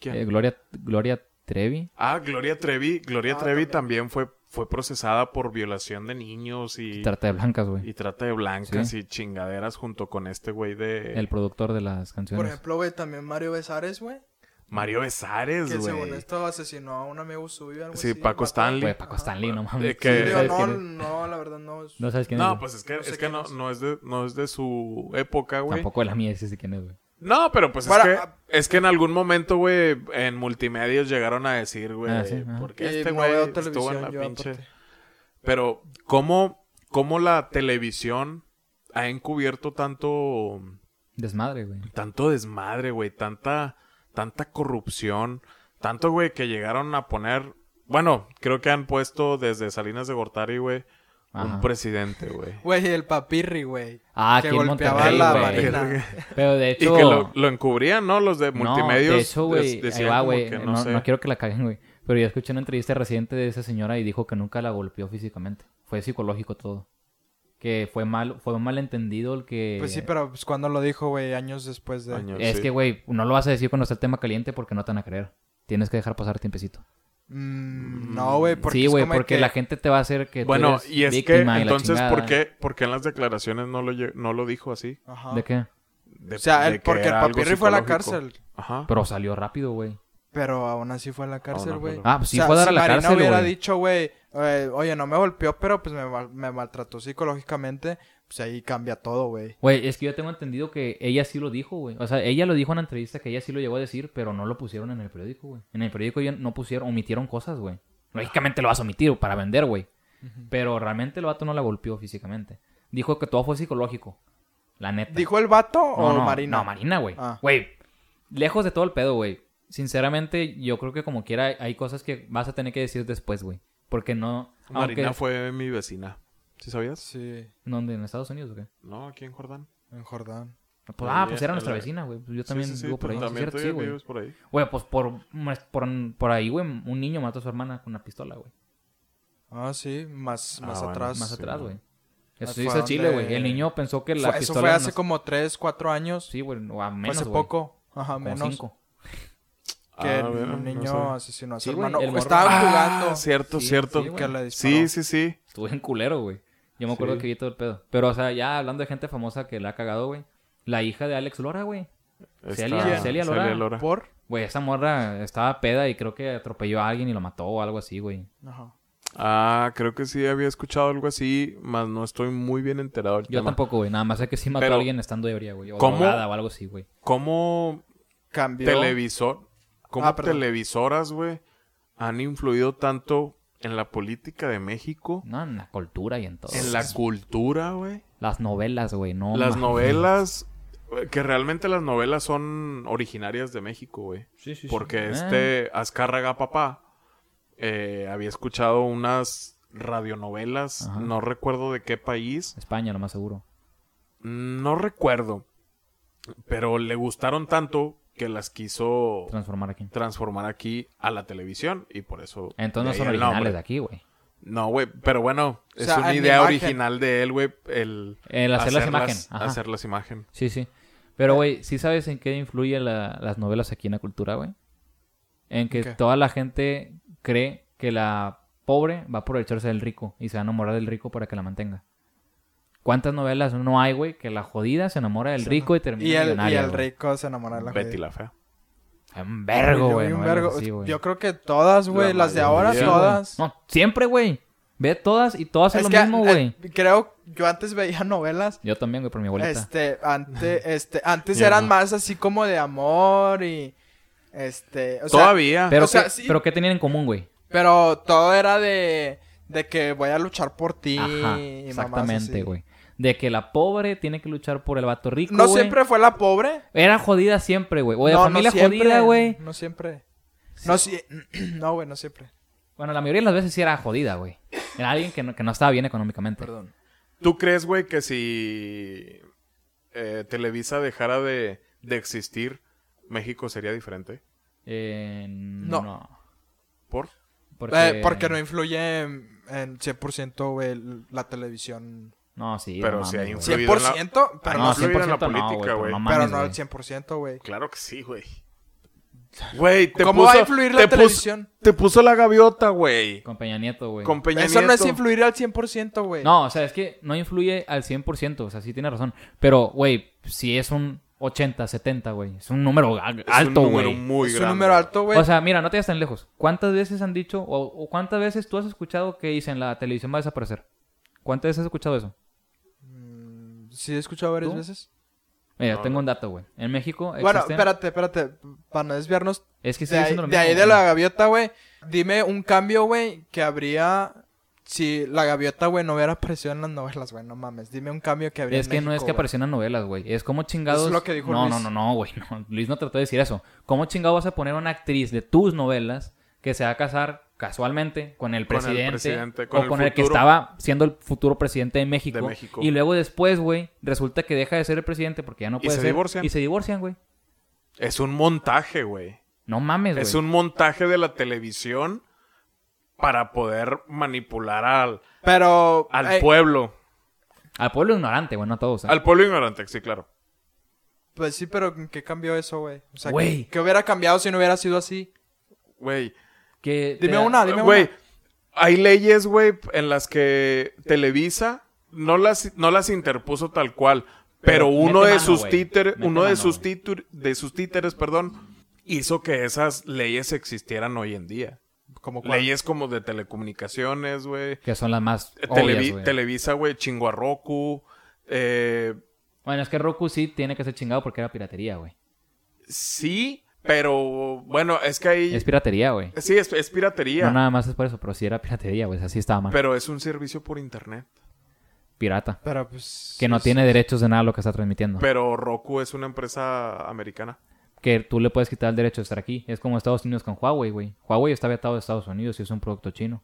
Speaker 2: ¿Quién?
Speaker 1: Eh, Gloria, Gloria Trevi.
Speaker 2: Ah, Gloria Trevi. Gloria
Speaker 3: Ah,
Speaker 2: Trevi también fue, fue procesada por violación de niños y,
Speaker 1: Trata de blancas, güey.
Speaker 2: y trata de blancas
Speaker 1: Sí.
Speaker 2: y chingaderas junto con este güey de
Speaker 1: El productor de las
Speaker 3: Por
Speaker 1: canciones.
Speaker 3: ejemplo, güey, también Mario Besares, güey.
Speaker 2: Mario Besares,
Speaker 3: Que según
Speaker 2: Pues, güey.
Speaker 3: esto asesinó a un amigo suyo. algo
Speaker 2: Sí,
Speaker 3: así,
Speaker 2: Paco
Speaker 3: mató.
Speaker 2: Stanley.
Speaker 1: Güey, Paco Stanley, no mames.
Speaker 2: De que-
Speaker 1: ¿No
Speaker 3: Digo,
Speaker 1: sabes
Speaker 3: no,
Speaker 1: quién es?
Speaker 3: no, la verdad no. es-
Speaker 1: No sabes quién es.
Speaker 2: No,
Speaker 1: güey.
Speaker 2: pues es que,
Speaker 3: No sé
Speaker 2: es que
Speaker 3: quién
Speaker 2: no,
Speaker 3: es.
Speaker 2: no, es de, no es de su época, güey.
Speaker 1: Tampoco de la mía, ese sí quién es, güey.
Speaker 2: No, pero pues
Speaker 3: Para-
Speaker 2: es, que, es que en algún momento, güey, en multimedios llegaron a decir, güey,
Speaker 1: Ah, sí, ajá.
Speaker 2: porque
Speaker 3: Y
Speaker 2: este
Speaker 3: no
Speaker 2: güey
Speaker 3: veo
Speaker 2: estuvo en
Speaker 3: televisión
Speaker 2: la
Speaker 3: yo,
Speaker 2: pinche...
Speaker 3: aparte.
Speaker 2: Pero, ¿cómo, ¿cómo la televisión ha encubierto tanto,
Speaker 1: Desmadre, güey.
Speaker 2: tanto desmadre, güey? Tanta, tanta corrupción, Tanto, güey, que llegaron a poner. Bueno, creo que han puesto desde Salinas de Gortari, güey,
Speaker 1: Ajá.
Speaker 2: un presidente, güey.
Speaker 3: Güey, el papirri, güey.
Speaker 1: Ah,
Speaker 3: que
Speaker 1: aquí en
Speaker 3: golpeaba
Speaker 1: Monterrey,
Speaker 3: la
Speaker 1: güey.
Speaker 2: <laughs>
Speaker 3: marina.
Speaker 1: Pero de
Speaker 2: Y
Speaker 1: hecho...
Speaker 2: que lo, lo encubrían, ¿no? Los de multimedios.
Speaker 1: No, de hecho, güey,
Speaker 2: des-
Speaker 1: ahí
Speaker 2: decían
Speaker 1: va,
Speaker 2: como
Speaker 1: güey.
Speaker 2: que
Speaker 1: No,
Speaker 2: sé.
Speaker 1: no quiero que la caguen, güey. Pero yo escuché una entrevista reciente de esa señora y dijo que nunca la golpeó físicamente. Fue psicológico todo. Que fue mal, fue un malentendido el que...
Speaker 3: Pues sí, pero pues, cuando lo dijo, güey, años después de.
Speaker 2: Años,
Speaker 1: Es
Speaker 2: sí.
Speaker 1: que, güey, no lo vas a decir cuando está el tema caliente porque no te van a creer. Tienes que dejar pasar tiempecito.
Speaker 3: Mm, no, güey, porque.
Speaker 1: Sí,
Speaker 3: es
Speaker 1: güey,
Speaker 3: como de
Speaker 1: porque
Speaker 3: que-
Speaker 1: la gente te va a hacer que tú
Speaker 2: Bueno,
Speaker 1: eres
Speaker 2: y es que
Speaker 1: víctima y la
Speaker 2: entonces, ¿por
Speaker 1: chingada.
Speaker 2: qué, por qué en las declaraciones no lo, lle- no lo dijo así?
Speaker 3: Ajá.
Speaker 1: ¿De qué?
Speaker 2: De-
Speaker 3: O sea,
Speaker 2: de
Speaker 3: el,
Speaker 2: que
Speaker 3: porque el
Speaker 2: era algo
Speaker 3: papirri fue a la
Speaker 2: psicológico.
Speaker 3: cárcel.
Speaker 2: Ajá.
Speaker 1: Pero salió rápido, güey.
Speaker 3: Pero aún así fue a la cárcel,
Speaker 2: no,
Speaker 3: güey.
Speaker 2: pero-
Speaker 1: Ah, pues sí
Speaker 3: O sea,
Speaker 1: fue a dar a
Speaker 3: si
Speaker 1: la
Speaker 3: Marina
Speaker 1: cárcel,
Speaker 3: hubiera
Speaker 1: güey.
Speaker 3: dicho, güey, eh, oye, no me golpeó, pero pues me, mal- me maltrató psicológicamente, pues ahí cambia todo, güey.
Speaker 1: Güey, es que yo tengo entendido que ella sí lo dijo, güey. O sea, ella lo dijo en la entrevista que ella sí lo llegó a decir, pero no lo pusieron en el periódico, güey. En el periódico ya no pusieron, omitieron cosas, güey. Lógicamente lo vas a omitir para vender, güey. Pero realmente el vato no la golpeó físicamente. Dijo que todo fue psicológico. La neta.
Speaker 3: ¿Dijo el vato
Speaker 1: No,
Speaker 3: o
Speaker 1: no,
Speaker 3: Marina?
Speaker 1: No, Marina, güey.
Speaker 3: Ah.
Speaker 1: Güey, lejos de todo el pedo, güey. Sinceramente, yo creo que como quiera hay cosas que vas a tener que decir después, güey. Porque no...
Speaker 2: Marina
Speaker 1: aunque-
Speaker 2: fue mi vecina. ¿Sí sabías?
Speaker 3: Sí,
Speaker 1: ¿Dónde? ¿En Estados Unidos o qué?
Speaker 2: No, aquí en Jordán.
Speaker 3: en Jordán.
Speaker 1: Pues,
Speaker 2: Ahí
Speaker 1: ah, pues
Speaker 2: en
Speaker 1: era nuestra
Speaker 2: la-
Speaker 1: vecina, güey. Pues Yo
Speaker 2: Sí,
Speaker 1: también
Speaker 2: sí, sí,
Speaker 1: vivo por ahí.
Speaker 2: pero
Speaker 1: sí,
Speaker 2: también
Speaker 1: cierto,
Speaker 2: tú
Speaker 1: sí, güey.
Speaker 2: vives por ahí.
Speaker 1: Güey, pues por, por, por ahí, güey, un niño mató a su hermana con una pistola, güey.
Speaker 3: Ah, sí, más,
Speaker 2: Ah,
Speaker 3: más
Speaker 2: bueno,
Speaker 3: atrás.
Speaker 1: Más
Speaker 2: sí,
Speaker 1: atrás,
Speaker 2: güey.
Speaker 1: güey. Eso sí
Speaker 3: Fue
Speaker 1: dice Chile,
Speaker 3: donde-
Speaker 1: güey. El niño pensó que la
Speaker 3: Fue- eso
Speaker 1: pistola...
Speaker 3: fue hace
Speaker 1: no-
Speaker 3: como 3, 4 años.
Speaker 1: Sí, güey, o a
Speaker 3: Fue
Speaker 1: menos,
Speaker 3: hace
Speaker 1: güey.
Speaker 3: poco. Ajá,
Speaker 1: Como
Speaker 3: menos.
Speaker 1: cinco.
Speaker 3: Que
Speaker 2: Ah,
Speaker 3: el-
Speaker 2: bueno,
Speaker 3: un
Speaker 2: no
Speaker 3: niño
Speaker 2: sé.
Speaker 3: asesinó a su
Speaker 1: Sí, güey,
Speaker 3: hermano.
Speaker 1: el morro-
Speaker 3: Estaban
Speaker 1: Ah,
Speaker 3: jugando.
Speaker 2: Cierto,
Speaker 1: Sí,
Speaker 2: cierto.
Speaker 1: sí,
Speaker 3: y
Speaker 1: güey.
Speaker 3: que le disparó.
Speaker 2: Sí, sí, sí.
Speaker 1: Estuve en culero, güey. Yo me acuerdo
Speaker 2: Sí.
Speaker 1: que vi todo el pedo. Pero, o sea, ya hablando de gente famosa que la ha cagado, güey. La hija de Alex Lora, güey. Celia- Celia Lora.
Speaker 3: ¿Por?
Speaker 1: Güey, esa morra estaba peda y creo que atropelló a alguien y lo mató o algo así, güey.
Speaker 3: Ajá.
Speaker 2: Ah, creo que sí había escuchado algo así, mas no estoy muy bien enterado del
Speaker 1: Yo
Speaker 2: tema.
Speaker 1: tampoco, güey. Nada más sé que sí mató
Speaker 2: Pero-
Speaker 1: a alguien estando ebria, güey. O
Speaker 2: ¿Cómo?
Speaker 1: drogada o algo así, güey.
Speaker 2: ¿Cómo
Speaker 3: Cambió.
Speaker 2: televisor, cómo
Speaker 3: Ah, perdón.
Speaker 2: televisoras, güey, han influido tanto en la política de México,
Speaker 1: No, en la cultura y en todo.
Speaker 2: en la cultura, güey?
Speaker 1: Las novelas, güey. No,
Speaker 2: las
Speaker 1: mames.
Speaker 2: novelas, eh, que realmente las novelas son originarias de México, güey.
Speaker 1: Sí, sí, sí.
Speaker 2: Porque
Speaker 1: Eh.
Speaker 2: este Azcárraga Papá eh, había escuchado unas radionovelas,
Speaker 1: Ajá.
Speaker 2: no recuerdo de qué país,
Speaker 1: España, lo más seguro.
Speaker 2: no recuerdo, pero le gustaron tanto que las quiso
Speaker 1: Transformar aquí.
Speaker 2: transformar aquí a la televisión y por eso...
Speaker 1: Entonces no
Speaker 2: de
Speaker 1: son
Speaker 2: ahí el
Speaker 1: originales de
Speaker 2: nombre.
Speaker 1: aquí, güey.
Speaker 2: No, güey, pero bueno,
Speaker 3: O sea,
Speaker 2: es una
Speaker 3: en
Speaker 2: idea
Speaker 3: imagen.
Speaker 2: original de él, güey, el...
Speaker 1: El hacer las imágenes. Ajá.
Speaker 2: Hacer las imágenes.
Speaker 1: Sí, sí. Pero, güey, ¿sí sabes en qué influyen las novelas aquí en la cultura, güey? En que
Speaker 3: ¿En qué?
Speaker 1: toda la gente cree que la pobre va a aprovecharse del rico y se va a enamorar del rico para que la mantenga. ¿Cuántas novelas no hay, güey, que la jodida se enamora del rico y termina
Speaker 3: Y el, y
Speaker 1: millonaria,
Speaker 3: el
Speaker 1: güey?
Speaker 3: rico se enamoró de la
Speaker 2: Betty
Speaker 3: jodida.
Speaker 2: la fea.
Speaker 1: Hay Un vergo,
Speaker 3: Yo
Speaker 1: güey.
Speaker 3: vi un
Speaker 1: novelas
Speaker 3: vergo.
Speaker 1: así, güey.
Speaker 3: Yo creo que todas, güey.
Speaker 2: La
Speaker 3: Las de ahora,
Speaker 2: mayoría,
Speaker 1: Sí, güey.
Speaker 3: todas.
Speaker 1: No, siempre, güey. Ve todas y todas es, lo
Speaker 3: que,
Speaker 1: mismo,
Speaker 3: eh,
Speaker 1: güey.
Speaker 3: creo, yo antes veía novelas.
Speaker 1: Yo también, güey, por mi abuelita.
Speaker 3: Este, antes,
Speaker 1: <laughs>
Speaker 3: este, antes
Speaker 2: Ya
Speaker 3: eran
Speaker 2: no.
Speaker 3: más así como de amor y. Este. O sea,
Speaker 2: Todavía.
Speaker 1: Pero,
Speaker 3: o sea,
Speaker 1: ¿qué,
Speaker 3: sí.
Speaker 1: pero ¿qué tenían en común, güey?
Speaker 3: Pero todo era de. De que voy a luchar por ti.
Speaker 1: Ajá,
Speaker 3: y mamás así.
Speaker 1: exactamente, güey. De que la pobre tiene que luchar por el vato rico,
Speaker 3: No
Speaker 1: güey.
Speaker 3: siempre fue la pobre.
Speaker 1: Era jodida siempre, güey. O de
Speaker 3: no, no
Speaker 1: familia
Speaker 3: siempre,
Speaker 1: jodida, güey.
Speaker 3: No siempre. No, si... <clears throat> no, güey, no siempre.
Speaker 1: Bueno, la mayoría de las veces sí era jodida, güey. Era alguien que no, que no estaba bien económicamente.
Speaker 3: Perdón.
Speaker 2: ¿Tú crees, güey, que si eh, Televisa dejara de, de existir, México sería diferente?
Speaker 1: Eh, no.
Speaker 3: No.
Speaker 2: ¿Por?
Speaker 1: Porque...
Speaker 3: Eh, porque no influye en, en 100% güey, l- la televisión.
Speaker 1: No, sí.
Speaker 2: Pero
Speaker 1: no
Speaker 2: sí hay
Speaker 1: mames, güey.
Speaker 2: influido en
Speaker 3: 100%,
Speaker 2: Ah,
Speaker 3: pero
Speaker 2: no,
Speaker 3: no,
Speaker 1: no,
Speaker 2: influye en la
Speaker 1: 100% no,
Speaker 2: política,
Speaker 1: güey.
Speaker 2: güey.
Speaker 1: pero no
Speaker 3: pero
Speaker 1: mames,
Speaker 3: no al
Speaker 1: güey.
Speaker 3: 100%, güey.
Speaker 2: Claro que sí, güey. Güey, te
Speaker 3: ¿Cómo
Speaker 2: puso,
Speaker 3: va a influir la
Speaker 2: te puso-
Speaker 3: televisión?
Speaker 2: te puso la gaviota, güey.
Speaker 1: Con Peña Nieto, güey.
Speaker 2: Con Peña
Speaker 3: Eso no es
Speaker 2: Nieto.
Speaker 3: influir al 100%, güey.
Speaker 1: No, o sea, es que no influye al 100%. O sea, sí tiene razón. Pero, güey, si es un 80, 70, güey. Es un número a-
Speaker 2: Es un
Speaker 1: alto,
Speaker 2: número
Speaker 1: güey.
Speaker 2: muy
Speaker 3: es un
Speaker 2: grande.
Speaker 3: número alto, güey.
Speaker 1: O sea, mira, no te vayas tan lejos. ¿Cuántas veces han dicho o, o cuántas veces tú has escuchado que dicen la televisión va a desaparecer? ¿Cuántas veces has escuchado eso?
Speaker 3: Mm, sí, he escuchado varias
Speaker 1: ¿Tú?
Speaker 3: veces.
Speaker 1: Mira,
Speaker 2: No,
Speaker 1: tengo un dato, güey. En México
Speaker 3: Bueno,
Speaker 1: existen-
Speaker 3: espérate, espérate. Para no desviarnos
Speaker 1: Es que
Speaker 3: de
Speaker 1: sigue
Speaker 3: ahí,
Speaker 1: siendo lo
Speaker 3: de ahí
Speaker 1: mismo,
Speaker 3: de
Speaker 1: güey.
Speaker 3: la gaviota, güey. Dime un cambio, güey, que habría si la gaviota, güey, no hubiera aparecido en las novelas, güey, no mames. Dime un cambio que habría
Speaker 1: Es
Speaker 3: en
Speaker 1: que no es
Speaker 3: México,
Speaker 1: que
Speaker 3: güey.
Speaker 1: aparecieron en novelas, güey. Es como chingados.
Speaker 3: Eso es lo que dijo
Speaker 1: no,
Speaker 3: Luis.
Speaker 1: no, no, no, güey. no. <laughs> Luis no trató de decir eso. ¿Cómo chingado vas a poner a una actriz de tus novelas que se va a casar casualmente con el
Speaker 2: Con el
Speaker 1: presidente,
Speaker 2: presidente,
Speaker 1: o
Speaker 2: con el
Speaker 1: con el que
Speaker 2: futuro.
Speaker 1: estaba siendo el futuro presidente de México?
Speaker 2: De México.
Speaker 1: Y luego después, güey, resulta que deja de ser el presidente porque ya no
Speaker 2: Y
Speaker 1: puede
Speaker 2: se
Speaker 1: ser.
Speaker 2: divorcian.
Speaker 1: Y se divorcian, güey.
Speaker 2: Es un montaje, güey.
Speaker 1: No mames, güey.
Speaker 2: Es un montaje de la televisión para poder manipular al,
Speaker 3: Pero.
Speaker 2: al
Speaker 3: eh,
Speaker 2: pueblo.
Speaker 1: Al pueblo ignorante, güey, no a todos. ¿eh?
Speaker 2: Al pueblo ignorante, sí, claro.
Speaker 3: Pues sí, pero ¿en ¿qué cambió eso, güey? O sea,
Speaker 1: Güey.
Speaker 3: ¿qué, qué hubiera cambiado si no hubiera sido así?
Speaker 2: Güey.
Speaker 1: Que te-
Speaker 3: Dime una, dime
Speaker 2: Güey,
Speaker 3: una.
Speaker 2: hay leyes, güey, en las que Televisa no las, no las interpuso tal cual, pero,
Speaker 1: Pero
Speaker 2: uno
Speaker 1: mete
Speaker 2: de
Speaker 1: mano,
Speaker 2: sus
Speaker 1: güey.
Speaker 2: títeres,
Speaker 1: Mete
Speaker 2: uno de
Speaker 1: mano,
Speaker 2: sus
Speaker 1: güey.
Speaker 2: títur- de sus títeres, perdón, hizo que esas leyes existieran hoy en día.
Speaker 3: Como cuál?
Speaker 2: Leyes como de telecomunicaciones, güey.
Speaker 1: Que son las más.
Speaker 2: Eh,
Speaker 1: obvias,
Speaker 2: Televi-
Speaker 1: güey.
Speaker 2: Televisa, güey, chingo a Roku. Eh,
Speaker 1: Bueno, es que Roku sí tiene que ser chingado porque era piratería, güey.
Speaker 2: sí, pero bueno, es que ahí...
Speaker 1: Es piratería, güey.
Speaker 2: Sí, es, es piratería,
Speaker 1: No nada más es por eso, pero sí era piratería, güey. Así estaba mal.
Speaker 2: pero es un servicio por internet.
Speaker 1: Pirata.
Speaker 3: Pero pues.
Speaker 1: Que no
Speaker 3: es-
Speaker 1: tiene derechos de nada lo que está transmitiendo.
Speaker 2: Pero Roku es una empresa americana.
Speaker 1: Que tú le puedes quitar el derecho de estar aquí. Es como Estados Unidos con Huawei, güey. Huawei está vetado de Estados Unidos y es un producto chino.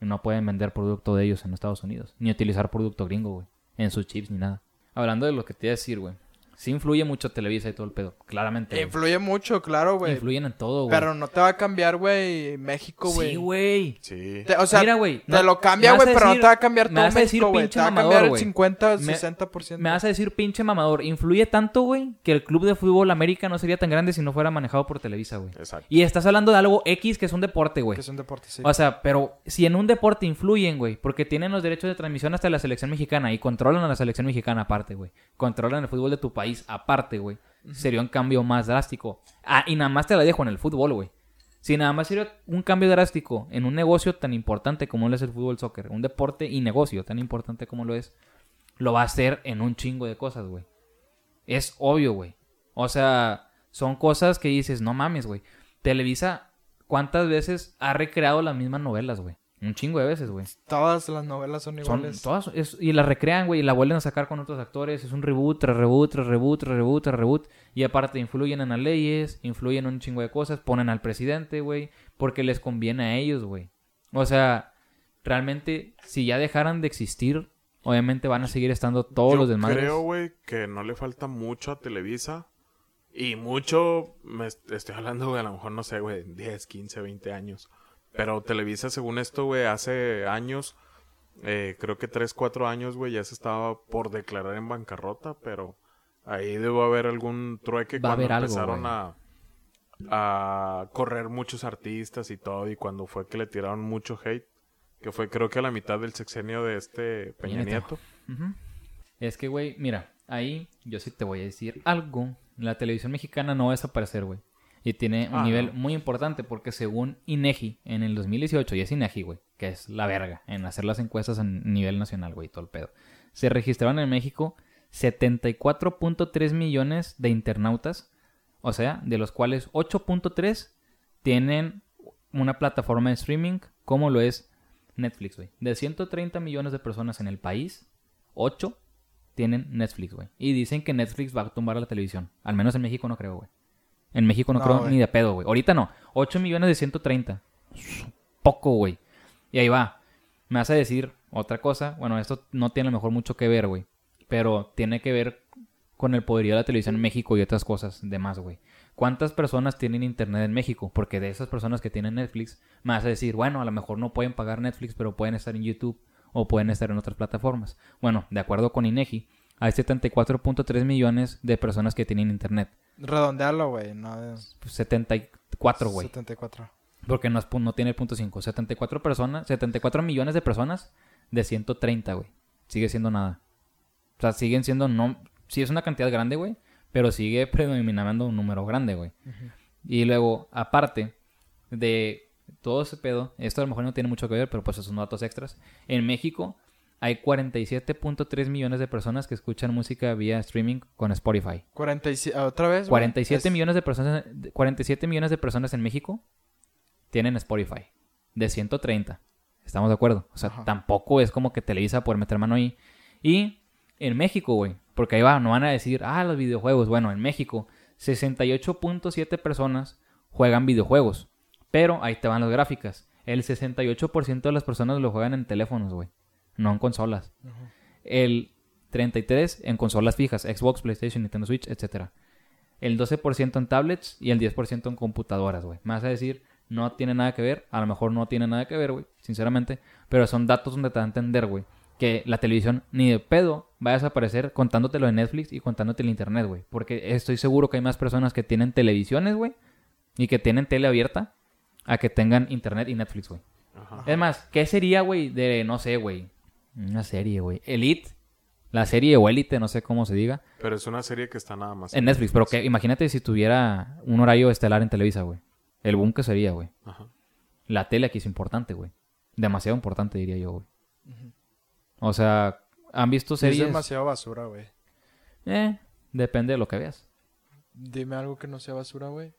Speaker 1: Y no pueden vender producto de ellos en Estados Unidos. Ni utilizar producto gringo, güey. En sus chips ni nada. Hablando de lo que te iba a decir, güey. Sí influye mucho Televisa y todo el pedo. Claramente. güey.
Speaker 3: Influye mucho, claro, güey.
Speaker 1: Influyen en todo, güey.
Speaker 3: Pero no te va a cambiar, güey, México, güey.
Speaker 1: Sí, güey.
Speaker 2: Sí.
Speaker 3: Te- o sea,
Speaker 1: Mira, güey,
Speaker 3: te
Speaker 1: no-
Speaker 3: lo cambia,
Speaker 1: me vas
Speaker 3: güey,
Speaker 1: a
Speaker 3: pero no
Speaker 1: decir-
Speaker 3: te va a cambiar
Speaker 1: me
Speaker 3: todo
Speaker 1: vas a decir
Speaker 3: México, güey. Te
Speaker 1: pinche
Speaker 3: va a
Speaker 1: mamador,
Speaker 3: cambiar el
Speaker 1: güey.
Speaker 3: 50,
Speaker 1: Me-
Speaker 3: 60%.
Speaker 1: Me vas a decir pinche mamador. Influye tanto, güey, que el club de fútbol América no sería tan grande si no fuera manejado por Televisa, güey.
Speaker 3: Eh.
Speaker 2: Exacto.
Speaker 1: Y estás hablando de algo X que es un deporte, güey.
Speaker 3: Que es un deporte, sí.
Speaker 1: O sea, pero si en un deporte influyen, güey, porque tienen los derechos de transmisión hasta la selección mexicana y controlan a la selección mexicana aparte, güey. Controlan el fútbol de tu país aparte, güey. Sería un cambio más drástico. Ah, y nada más te la dejo en el fútbol, güey. Si nada más sería un cambio drástico en un negocio tan importante como lo es el fútbol soccer, un deporte y negocio tan importante como lo es, lo va a hacer en un chingo de cosas, güey. Es obvio, güey. O sea, son cosas que dices, no mames, güey. Televisa, ¿cuántas veces ha recreado las mismas novelas, güey? Un chingo de veces, güey.
Speaker 3: Todas las novelas son
Speaker 1: Son
Speaker 3: iguales.
Speaker 1: todas, es- y las recrean, güey, y la vuelven a sacar con otros actores. Es un reboot, tras reboot, tras reboot, tras reboot, tras reboot. Y aparte influyen en las leyes, influyen en un chingo de cosas, ponen al presidente, güey, porque les conviene a ellos, güey. O sea, realmente, si ya dejaran de existir, obviamente van a seguir estando todos
Speaker 2: Yo
Speaker 1: los demás.
Speaker 2: Creo, güey, que no le falta mucho a Televisa. Y mucho, me est- estoy hablando de a lo mejor, no sé, güey, 10, 15, 20 años. Pero Televisa, según esto, güey, hace años, eh, creo que 3, 4 años, güey, ya se estaba por declarar en bancarrota, pero ahí debo haber algún trueque
Speaker 1: Va a
Speaker 2: cuando
Speaker 1: haber algo,
Speaker 2: empezaron
Speaker 1: güey.
Speaker 2: a, a correr muchos artistas y todo, y cuando fue que le tiraron mucho hate, que fue creo que a la mitad del sexenio de este Peña
Speaker 1: Peña Nieto.
Speaker 2: Nieto.
Speaker 1: Ujú. Es que, güey, mira, ahí yo sí te voy a decir algo. La televisión mexicana no va a desaparecer, güey. Y tiene un
Speaker 2: Ah,
Speaker 1: nivel
Speaker 2: no.
Speaker 1: muy importante porque según INEGI, en el 2018, y es INEGI, güey, que es la verga en hacer las encuestas a nivel nacional, güey, todo el pedo. Se registraron en México 74.3 millones de internautas, o sea, de los cuales 8.3 tienen una plataforma de streaming como lo es Netflix, güey. De 130 millones de personas en el país, 8 tienen Netflix, güey. Y dicen que Netflix va a tumbar a la televisión. Al menos en México no creo, güey. En México no,
Speaker 3: No,
Speaker 1: creo
Speaker 3: güey.
Speaker 1: ni de pedo, güey. Ahorita no. 8 millones de 130. Poco, güey. Y ahí va. Me hace decir otra cosa. Bueno, esto no tiene a lo mejor mucho que ver, güey. Pero tiene que ver con el poderío de la televisión en México y otras cosas demás, güey. ¿Cuántas personas tienen internet en México? Porque de esas personas que tienen Netflix, me vas a decir, bueno, a lo mejor no pueden pagar Netflix, pero pueden estar en YouTube o pueden estar en otras plataformas. Bueno, de acuerdo con INEGI, hay 74.3 millones de personas que tienen internet.
Speaker 3: Redondealo, güey. No, es-
Speaker 1: pues, 74, güey.
Speaker 3: 74.
Speaker 1: Porque no, es pu- no tiene el punto 5. 74 personas, 74 millones de personas de 130, güey. Sigue siendo nada. O sea, siguen siendo no... Sí es una cantidad grande, güey, pero sigue predominando un número grande, güey. Y luego, aparte de todo ese pedo, esto a lo mejor no tiene mucho que ver, pero pues son datos extras. En México hay 47.3 millones de personas que escuchan música vía streaming con Spotify.
Speaker 3: 47. ah, Otra vez. güey.
Speaker 1: 47
Speaker 3: Es-
Speaker 1: millones de personas 47 millones de personas en México tienen Spotify de 130. Estamos de acuerdo. O sea,
Speaker 3: Ajá.
Speaker 1: tampoco es como que Televisa por meter mano ahí. Y en México, güey, porque ahí va, no van a decir, ah, los videojuegos. Bueno, en México, 68.7 personas juegan videojuegos. Pero ahí te van las gráficas. El 68% de las personas lo juegan en teléfonos, güey. No en consolas. El 33 en consolas fijas, Xbox, PlayStation, Nintendo Switch, etcétera. El 12% en tablets y el 10% en computadoras, güey. Más a decir, no tiene nada que ver, a lo mejor no tiene nada que ver, güey, sinceramente, pero son datos donde te da a entender, güey, que la televisión ni de pedo va a desaparecer contándotelo en Netflix y contándote el internet, güey, porque estoy seguro que hay más personas que tienen televisiones, güey, y que tienen tele abierta a que tengan internet y Netflix, güey.
Speaker 2: Ajá.
Speaker 1: Es más, ¿qué sería, güey, de, no sé, güey, una serie, güey, Elite, la serie o Elite, no sé cómo se diga,
Speaker 2: Pero es una serie que está nada más.
Speaker 1: en Netflix, pero que imagínate si tuviera un horario estelar en Televisa, güey, el boom que sería, güey.
Speaker 2: Ajá.
Speaker 1: La tele aquí es importante, güey. Demasiado importante, diría yo, güey. O sea, ¿han visto
Speaker 3: Es
Speaker 1: series?
Speaker 3: demasiado basura, güey.
Speaker 1: Eh, depende de lo que veas.
Speaker 3: Dime algo que no sea basura, güey.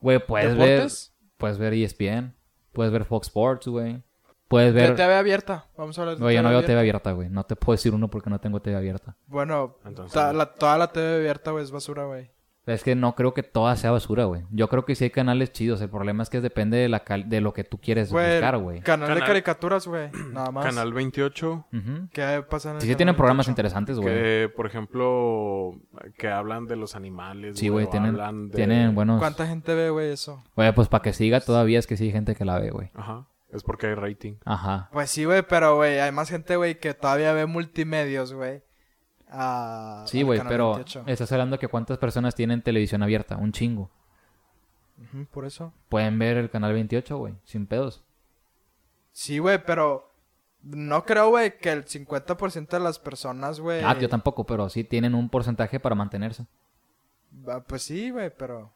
Speaker 1: Güey, puedes ver,
Speaker 3: ¿Deportes?
Speaker 1: puedes ver E ESPN, puedes ver Fox Sports, güey. Puedes
Speaker 3: Te-
Speaker 1: ver...
Speaker 3: TV abierta. Vamos a hablar de
Speaker 1: Güey, yo no veo
Speaker 3: abierta.
Speaker 1: TV abierta, güey. No te puedo decir uno porque no tengo TV abierta.
Speaker 3: Bueno,
Speaker 2: Entonces,
Speaker 3: ta-
Speaker 2: no.
Speaker 3: la- toda la TV abierta, güey, es basura, güey.
Speaker 1: Es que no creo que toda sea basura, güey. Yo creo que sí hay canales chidos. El problema es que depende de, la cal- de lo que tú quieres
Speaker 3: Güey,
Speaker 1: buscar, güey.
Speaker 3: Canal, de
Speaker 2: Canal-
Speaker 3: caricaturas,
Speaker 1: <clears throat>
Speaker 3: güey. Nada más.
Speaker 2: Canal 28,
Speaker 1: Ujú.
Speaker 3: ¿Qué pasa en el
Speaker 1: Sí, sí
Speaker 3: canal
Speaker 1: tienen programas
Speaker 3: 28?
Speaker 1: interesantes, güey.
Speaker 2: que por ejemplo, que hablan de los animales.
Speaker 1: Sí, güey,
Speaker 2: o
Speaker 1: tienen,
Speaker 2: hablan de-
Speaker 1: tienen buenos...
Speaker 3: ¿Cuánta gente ve, güey, eso?
Speaker 1: Güey, pues para que siga todavía es que sí hay gente que la ve, güey.
Speaker 2: Ajá. Es porque hay rating.
Speaker 1: Ajá.
Speaker 3: Pues sí, güey, pero, güey, hay más gente, güey, que todavía ve multimedios, güey. Ah,
Speaker 1: Sí,
Speaker 3: al
Speaker 1: güey,
Speaker 3: Canal
Speaker 1: pero
Speaker 3: 28.
Speaker 1: estás hablando que cuántas personas tienen televisión abierta, un chingo.
Speaker 3: Ujú, Por eso.
Speaker 1: Pueden ver el canal 28, güey, sin pedos.
Speaker 3: Sí, güey, pero no creo, güey, que el 50% de las personas, güey...
Speaker 1: Ah, yo tampoco, pero sí tienen un porcentaje para mantenerse.
Speaker 3: Ah, Pues sí, güey, pero...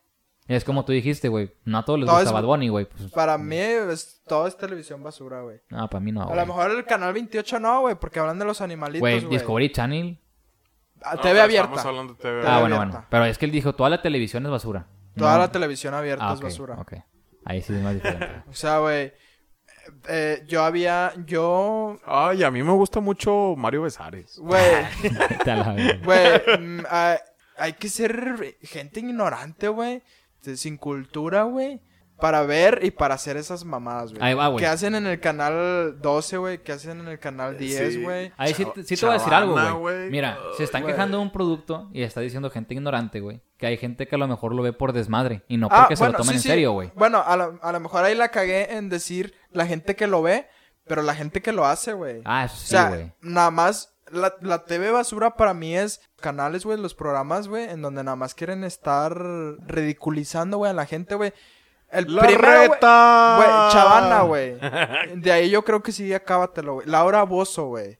Speaker 1: Es como tú dijiste, güey, no a todos les
Speaker 3: No,
Speaker 1: gusta
Speaker 3: es-
Speaker 1: Bad Bunny, güey. pues,
Speaker 3: Para mí es, todo es televisión basura, güey.
Speaker 1: ah, para mí no,
Speaker 3: A lo
Speaker 1: güey.
Speaker 3: mejor el canal 28 no, güey, porque hablan de los animalitos,
Speaker 1: Güey,
Speaker 3: güey.
Speaker 1: Discovery Channel.
Speaker 3: Ah,
Speaker 2: No,
Speaker 3: TV
Speaker 2: pero
Speaker 3: abierta.
Speaker 2: Estamos hablando de
Speaker 1: Ah,
Speaker 2: TV abierta.
Speaker 1: bueno,
Speaker 3: abierta.
Speaker 1: bueno. Pero es que él dijo, toda la televisión es basura.
Speaker 3: Toda
Speaker 1: No.
Speaker 3: la televisión abierta
Speaker 1: Ah,
Speaker 3: es
Speaker 1: ok,
Speaker 3: basura.
Speaker 1: ok. Ahí sí es más diferente. <laughs>
Speaker 3: O sea, güey, eh, yo había, yo,
Speaker 2: Ay, a mí me gusta mucho Mario Besares.
Speaker 3: güey,
Speaker 1: <laughs> Vete a la verga.
Speaker 3: güey, mm, ah, hay que ser gente ignorante, güey, de- sin cultura, güey, para ver y para hacer esas mamadas,
Speaker 1: Ahí
Speaker 3: güey.
Speaker 1: va, güey.
Speaker 3: ¿Qué hacen en el canal 12, güey? ¿Qué hacen en el canal 10,
Speaker 2: Eh, Sí.
Speaker 3: güey?
Speaker 1: Ahí sí,
Speaker 2: Chava-
Speaker 1: te- sí te voy a decir algo,
Speaker 2: chavana,
Speaker 1: güey.
Speaker 2: güey.
Speaker 1: Mira, se están
Speaker 3: güey.
Speaker 1: quejando de un producto y está diciendo gente ignorante, güey. Que hay gente que a lo mejor lo ve por desmadre y no porque se lo tomen
Speaker 3: Ah, sí,
Speaker 1: en
Speaker 3: sí.
Speaker 1: serio, güey.
Speaker 3: Bueno, a lo, a lo mejor ahí la cagué en decir la gente que lo ve, pero la gente que lo hace, güey.
Speaker 1: Ah, eso
Speaker 3: o
Speaker 1: sí,
Speaker 3: sea,
Speaker 1: güey.
Speaker 3: nada más, la, la TV basura para mí es canales, güey, los programas, güey, en donde nada más quieren estar ridiculizando, güey, a la gente, güey. El
Speaker 2: ¡La
Speaker 3: primero, güey,
Speaker 2: reta!
Speaker 3: güey, Chavana, güey. De ahí yo creo que sí, acábatelo, güey. Laura Bozo, güey.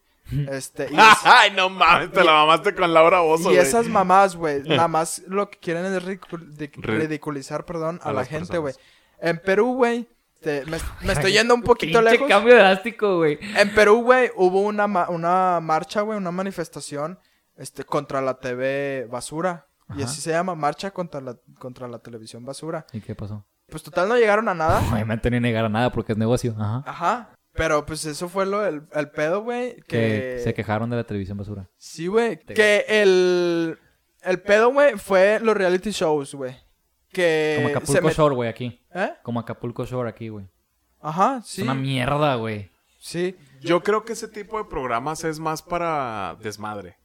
Speaker 3: Este,
Speaker 2: <laughs>
Speaker 3: y es-
Speaker 2: <laughs> Ay, no mames, te la mamaste con Laura Ah, Bozo,
Speaker 3: y
Speaker 2: güey.
Speaker 3: esas mamás, güey, nada más lo que quieren es ridicul- di-
Speaker 2: Re-
Speaker 3: ridiculizar, perdón, a,
Speaker 2: a
Speaker 3: la
Speaker 2: las
Speaker 3: gente, güey.
Speaker 2: personas.
Speaker 3: En Perú, güey, te- me, me estoy yendo un poquito
Speaker 1: Pinche
Speaker 3: lejos.
Speaker 1: cambio drástico, güey.
Speaker 3: En Perú, güey, hubo una, ma- una marcha, güey, una manifestación este, contra la TV basura. Y
Speaker 1: Ajá.
Speaker 3: así se llama, marcha contra la, contra la televisión basura.
Speaker 1: ¿Y qué pasó? <laughs>
Speaker 3: Pues total no llegaron a nada.
Speaker 1: Obviamente ni negar a nada porque es negocio. Ajá.
Speaker 3: Ajá. Pero pues eso fue lo, el, el pedo, güey.
Speaker 1: Que
Speaker 3: Que,
Speaker 1: se quejaron de la televisión basura.
Speaker 3: Sí, güey. Que el. El pedo, güey, fue los reality shows, güey. Que.
Speaker 1: Como
Speaker 3: se
Speaker 1: Acapulco
Speaker 3: met-
Speaker 1: Shore, güey, aquí.
Speaker 3: ¿Eh?
Speaker 1: Como Acapulco Shore aquí, güey.
Speaker 3: Ajá,
Speaker 1: Es
Speaker 3: sí.
Speaker 1: una mierda, güey.
Speaker 3: Sí.
Speaker 2: Yo creo que ese tipo de programas es más para desmadre.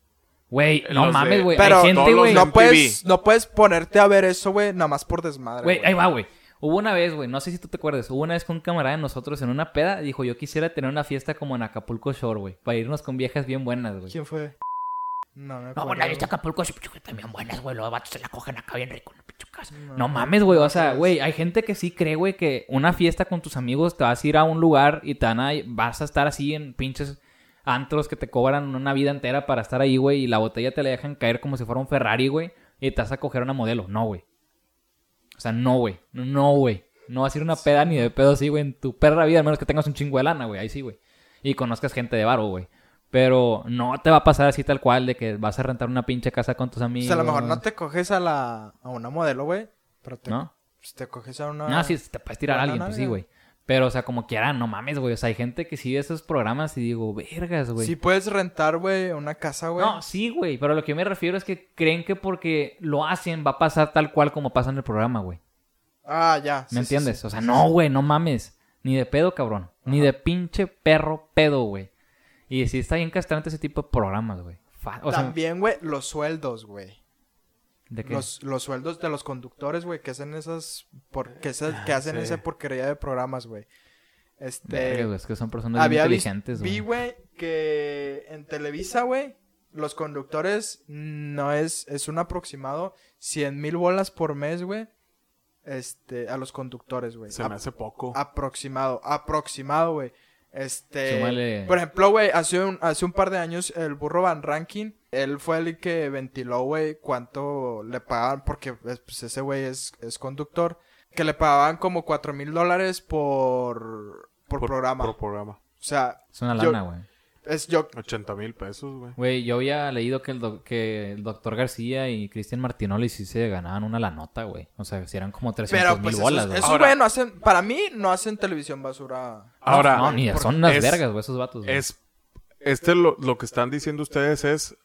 Speaker 1: Güey, no
Speaker 2: Los de-
Speaker 1: mames, güey.
Speaker 3: Eh, Pero
Speaker 1: Hay gente,
Speaker 2: todos los
Speaker 1: güey.
Speaker 2: de-
Speaker 3: No
Speaker 2: MTV.
Speaker 3: puedes, no puedes ponerte a ver eso, güey, nada más por desmadre.
Speaker 1: Güey, ahí va, güey. Hubo una vez, güey, no sé si tú te acuerdas, hubo una vez con un camarada de nosotros en una peda dijo, yo quisiera tener una fiesta como en Acapulco Shore, güey, para irnos con viejas bien buenas, güey.
Speaker 3: ¿Quién fue? No, me
Speaker 1: No,
Speaker 3: acuerdo.
Speaker 1: bueno, la vista
Speaker 3: güey.
Speaker 1: Acapulco sí, pichu, también buenas, güey. Los vatos se la cogen acá bien rico, no, pichu, casa.
Speaker 3: No,
Speaker 1: No mames, güey. O sea,
Speaker 3: mames.
Speaker 1: güey, hay gente que sí cree, güey, que una fiesta con tus amigos te vas a ir a un lugar y te van a, vas a estar así en pinches antros que te cobran una vida entera para estar ahí, güey, y la botella te la dejan caer como si fuera un Ferrari, güey, y te vas a coger una modelo. No, güey. O sea, no, güey. No, güey. No vas a ir a una peda ni de pedo así, güey, en tu perra vida, al menos que tengas un chingo de lana, güey. Ahí sí, güey. Y conozcas gente de varo, güey. Pero no te va a pasar así tal cual de que vas a rentar una pinche casa con tus
Speaker 3: O
Speaker 1: amigos.
Speaker 3: sea, Pues a lo mejor no te coges a la. a una modelo, güey. Pero te,
Speaker 1: ¿No?
Speaker 3: pues, te coges a una.
Speaker 1: No, sí, te puedes tirar a
Speaker 3: Buena
Speaker 1: alguien, pues sí,
Speaker 3: nalga.
Speaker 1: güey. Pero, o sea, como quiera, no mames, güey. O sea, hay gente que sigue esos programas y digo, vergas, güey.
Speaker 3: Si puedes rentar, güey, una casa, güey.
Speaker 1: No, sí, güey. Pero lo que yo me refiero es que creen que porque lo hacen va a pasar tal cual como pasa en el programa, güey.
Speaker 3: Ah, ya.
Speaker 1: ¿Me
Speaker 3: Sí, sí,
Speaker 1: entiendes?
Speaker 3: sí.
Speaker 1: O sea, no, güey, no mames. Ni de pedo, cabrón. Ni de pinche perro pedo, güey. Y sí está bien castrante ese tipo de programas, güey. Fa- O sea,
Speaker 3: También, güey, los sueldos, güey.
Speaker 1: ¿de qué?
Speaker 3: Los, los sueldos de los conductores, güey, que hacen esas. Por, que, esas-
Speaker 1: Ah,
Speaker 3: que hacen
Speaker 2: sí.
Speaker 3: esa porquería de programas, güey.
Speaker 1: Verga,
Speaker 3: Este.
Speaker 1: güey, es que son personas bien
Speaker 3: había vis-
Speaker 1: inteligentes,
Speaker 3: vi,
Speaker 1: güey.
Speaker 3: güey, que en Televisa, güey, los conductores no es. Es un aproximado 100 mil bolas por mes, güey. Este, a los conductores, güey.
Speaker 2: Se
Speaker 3: A-
Speaker 2: me hace poco.
Speaker 3: ah, Aproximado, aproximado, güey. Este.
Speaker 1: Súmale.
Speaker 3: Por ejemplo, güey, hace un, hace un par de años el burro Van Ranking, él fue el que ventiló, güey, cuánto le pagaban, porque eh, pues, ese güey es, es conductor, que le pagaban como cuatro mil dólares por, por, programa.
Speaker 2: Por programa.
Speaker 3: O sea,
Speaker 1: Es una
Speaker 3: yo-
Speaker 1: lana, güey.
Speaker 3: es yo.
Speaker 2: 80 mil pesos, güey.
Speaker 1: Güey, yo había leído que el, doc- que el doctor García y Cristian Martinoli sí se ganaban una lanota, güey. O sea, si eran como 300
Speaker 3: Pero
Speaker 1: mil
Speaker 3: pues
Speaker 1: bolas,
Speaker 3: esos,
Speaker 1: güey.
Speaker 3: esos
Speaker 2: Ahora-
Speaker 3: güey no hacen, para mí no hacen televisión basura.
Speaker 2: Ahora,
Speaker 1: no, ni
Speaker 3: por-
Speaker 1: son unas
Speaker 2: es-
Speaker 1: vergas, güey, esos vatos. güey.
Speaker 2: es. Este lo, lo que están diciendo ustedes es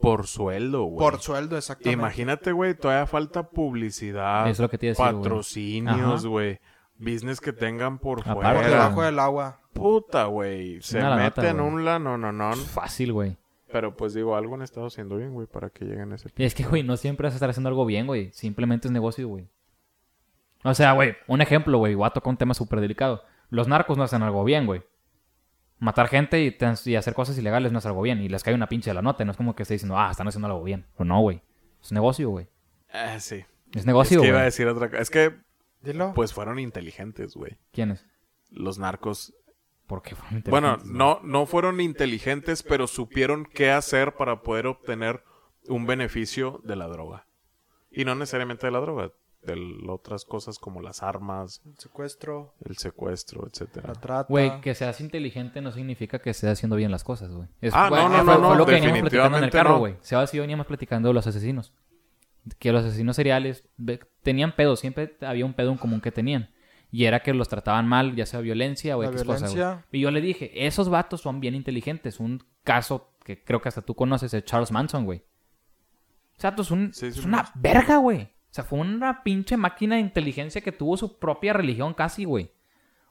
Speaker 2: por sueldo, güey.
Speaker 3: Por sueldo, exactamente.
Speaker 2: Imagínate, güey, todavía falta publicidad,
Speaker 1: Eso es lo que te iba a decir, güey.
Speaker 2: patrocinios,
Speaker 1: Ajá.
Speaker 2: güey, business que tengan por
Speaker 1: Aparte,
Speaker 2: fuera.
Speaker 3: Por
Speaker 1: güey.
Speaker 3: debajo del agua.
Speaker 2: Puta, güey. Se
Speaker 1: una lanota,
Speaker 2: meten
Speaker 1: güey.
Speaker 2: un lano, no, no.
Speaker 1: Fácil, güey.
Speaker 2: Pero pues digo, algo han estado haciendo bien, güey, para que lleguen a ese.
Speaker 1: Y es que, güey, no siempre vas a estar haciendo algo bien, güey. Simplemente es negocio, güey. O sea, güey, un ejemplo, güey. Voy a tocar un tema súper delicado. Los narcos no hacen algo bien, güey. Matar gente y, trans- y hacer cosas ilegales no es algo bien. Y les cae una pinche la nota. No es como que esté diciendo, ah, están haciendo algo bien. O no, güey. Es negocio, güey.
Speaker 2: Ah, sí.
Speaker 1: Es
Speaker 2: Es que
Speaker 1: negocio, güey.
Speaker 2: iba a decir otra cosa. Es que,
Speaker 3: Dilo.
Speaker 2: pues fueron inteligentes, güey.
Speaker 1: ¿Quién es?
Speaker 2: Los narcos
Speaker 1: Porque fueron
Speaker 2: Bueno,
Speaker 1: inteligentes,
Speaker 2: no, no fueron inteligentes, pero supieron qué hacer para poder obtener un beneficio de la droga. Y no necesariamente de la droga, de l- otras cosas como las armas,
Speaker 3: Secuestro,
Speaker 2: el secuestro, etcétera.
Speaker 3: la trata.
Speaker 1: Güey, que seas inteligente no significa que estés haciendo bien las cosas, güey. Es-
Speaker 2: Ah,
Speaker 1: güey,
Speaker 2: no, no,
Speaker 1: fue-
Speaker 2: no,
Speaker 1: fue
Speaker 2: no,
Speaker 1: lo que veníamos platicando en el
Speaker 2: definitivamente
Speaker 1: carro,
Speaker 2: no.
Speaker 1: güey. Sebas y yo veníamos platicando de los asesinos. Que los asesinos seriales ve- tenían pedos. Siempre había un pedo en común que tenían. Y era que los trataban mal, ya sea violencia o
Speaker 3: La
Speaker 1: X cosa, güey.
Speaker 3: violencia.
Speaker 1: Y yo le dije, esos vatos son bien inteligentes. Un caso que creo que hasta tú conoces, de Charles Manson, güey. O sea, tú es, un-
Speaker 2: Sí,
Speaker 1: es
Speaker 2: sí, lo
Speaker 1: una verga, güey. O sea, fue una pinche máquina de inteligencia que tuvo su propia religión casi, güey.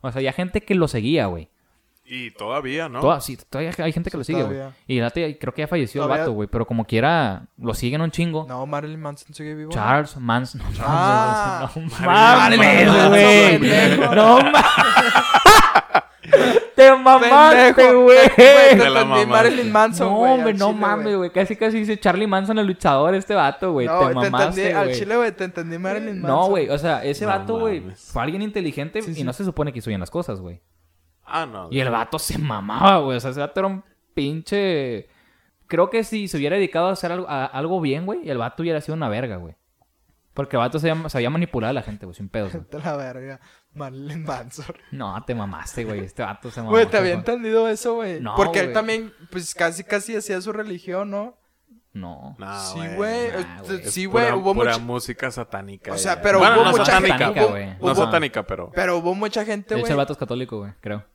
Speaker 1: O sea, había gente que lo seguía, güey.
Speaker 2: Y todavía, ¿no?
Speaker 1: Toda- sí, todavía hay gente que
Speaker 3: Sí,
Speaker 1: lo sigue, güey.
Speaker 3: todavía.
Speaker 1: Y la tía- creo que ya falleció el
Speaker 3: Todavía-
Speaker 1: vato, güey. Pero como quiera, lo siguen un chingo.
Speaker 3: No, Marilyn Manson sigue vivo.
Speaker 1: Charles Manson. No,
Speaker 3: Ah.
Speaker 1: no, no,
Speaker 2: Marilyn
Speaker 1: mames,
Speaker 2: Manson,
Speaker 1: güey.
Speaker 3: pendejo.
Speaker 1: No mames. Te mamaste, <laughs>
Speaker 3: Pendejo,
Speaker 1: güey.
Speaker 3: te-
Speaker 2: Te la
Speaker 3: entendí,
Speaker 2: mamaste.
Speaker 3: Marilyn Manson,
Speaker 1: No,
Speaker 3: güey, al
Speaker 1: hombre, no
Speaker 3: chile,
Speaker 1: mames, güey. Casi casi dice Charlie Manson el luchador este vato, güey.
Speaker 3: No,
Speaker 1: te
Speaker 3: entendí,
Speaker 1: mamaste,
Speaker 3: al
Speaker 1: güey.
Speaker 3: chile, güey, te entendí Marilyn Manson.
Speaker 1: No, güey, o sea, ese
Speaker 2: No
Speaker 1: vato, güey,
Speaker 2: mames.
Speaker 1: fue alguien inteligente y no se supone que hizo bien las cosas, güey.
Speaker 2: Ah, no.
Speaker 1: Y el vato se mamaba, güey. O sea, ese vato era un pinche. Creo que si se hubiera dedicado a hacer algo, a- algo bien, güey, el vato hubiera sido una verga, güey. Porque el vato se había- sabía manipular a la gente, güey, sin pedos, güey.
Speaker 3: Vete a la verga, Marilyn Manson.
Speaker 1: No, te mamaste, güey. Este vato se mamó.
Speaker 3: Güey, te había
Speaker 1: güey.
Speaker 3: entendido eso, güey.
Speaker 1: No,
Speaker 3: Porque él
Speaker 1: güey.
Speaker 3: también, pues casi, casi hacía su religión, ¿no?
Speaker 1: No.
Speaker 2: Ah, Nah,
Speaker 3: sí, güey.
Speaker 1: nah,
Speaker 3: eh,
Speaker 1: güey.
Speaker 2: Es
Speaker 3: sí, güey,
Speaker 2: pura-
Speaker 3: hubo
Speaker 2: pura
Speaker 3: mucha...
Speaker 2: música satánica.
Speaker 3: O
Speaker 2: de
Speaker 3: sea,
Speaker 2: ella.
Speaker 3: pero
Speaker 2: Bueno,
Speaker 3: hubo
Speaker 2: no
Speaker 3: mucha
Speaker 2: satánica,
Speaker 3: gente...
Speaker 1: güey.
Speaker 3: hubo-
Speaker 1: No
Speaker 2: No
Speaker 3: hubo-
Speaker 2: satánica, pero...
Speaker 1: Eh,
Speaker 3: Pero hubo mucha gente,
Speaker 1: De hecho, el
Speaker 3: güey.
Speaker 1: vato es católico, güey, creo.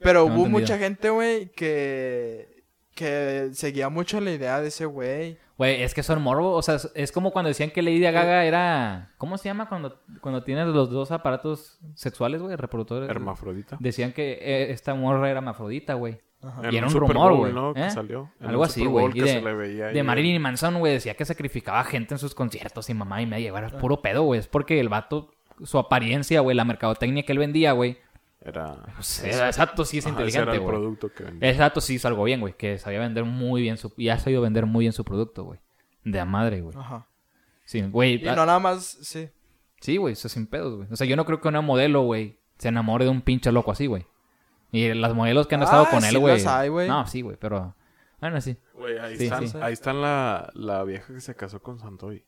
Speaker 3: Pero
Speaker 1: no
Speaker 3: hubo
Speaker 1: entendido.
Speaker 3: mucha gente, güey, que... Que seguía mucho la idea de ese güey.
Speaker 1: Güey, es que son morbo. O sea, es- es como cuando decían que Lady Gaga era. ¿Cómo se llama cuando, cuando tienes los dos aparatos sexuales, güey? Reproductores.
Speaker 2: Hermafrodita.
Speaker 1: Decían que eh, esta morra era mafrodita, güey.
Speaker 3: Ajá.
Speaker 1: Y
Speaker 2: En
Speaker 1: era
Speaker 2: un
Speaker 1: un
Speaker 2: Super
Speaker 1: rumor,
Speaker 2: Bowl,
Speaker 1: güey.
Speaker 2: ¿no? Que
Speaker 1: ¿eh?
Speaker 2: salió. En
Speaker 1: Algo
Speaker 2: un
Speaker 1: así,
Speaker 2: Super
Speaker 1: güey.
Speaker 2: Bowl
Speaker 1: Y
Speaker 2: que
Speaker 1: De,
Speaker 2: se le veía
Speaker 1: de
Speaker 2: ahí,
Speaker 1: Marilyn Manson, güey, decía que sacrificaba gente en sus conciertos y mamá y media. güey,
Speaker 2: Ah.
Speaker 1: Era puro pedo, güey. Es porque el vato, su apariencia, güey, la mercadotecnia que él vendía, güey.
Speaker 2: Era...
Speaker 1: pues, era- exacto, sí es
Speaker 2: Ajá, ese era
Speaker 1: inteligente,
Speaker 2: el
Speaker 1: güey.
Speaker 2: producto que vendía.
Speaker 1: Exacto, sí hizo algo bien, güey. Que sabía vender muy bien su... Y ha sabido vender muy bien su producto, güey. De a madre,
Speaker 2: Ah.
Speaker 1: güey.
Speaker 3: Ajá.
Speaker 1: Sí, güey.
Speaker 3: Y
Speaker 1: ah,
Speaker 3: no nada más, sí.
Speaker 1: Sí, güey, eso sin pedos, güey. O sea, yo no creo que una modelo, güey, se enamore de un pinche loco así, güey. Y las modelos que han
Speaker 3: Ah,
Speaker 1: estado con
Speaker 3: sí
Speaker 1: él, güey.
Speaker 3: las hay, güey.
Speaker 1: No, sí, güey, pero. Bueno, sí.
Speaker 2: Güey, ahí
Speaker 1: Sí,
Speaker 2: están,
Speaker 1: sí.
Speaker 2: ahí están la, la vieja que se casó con Santoy.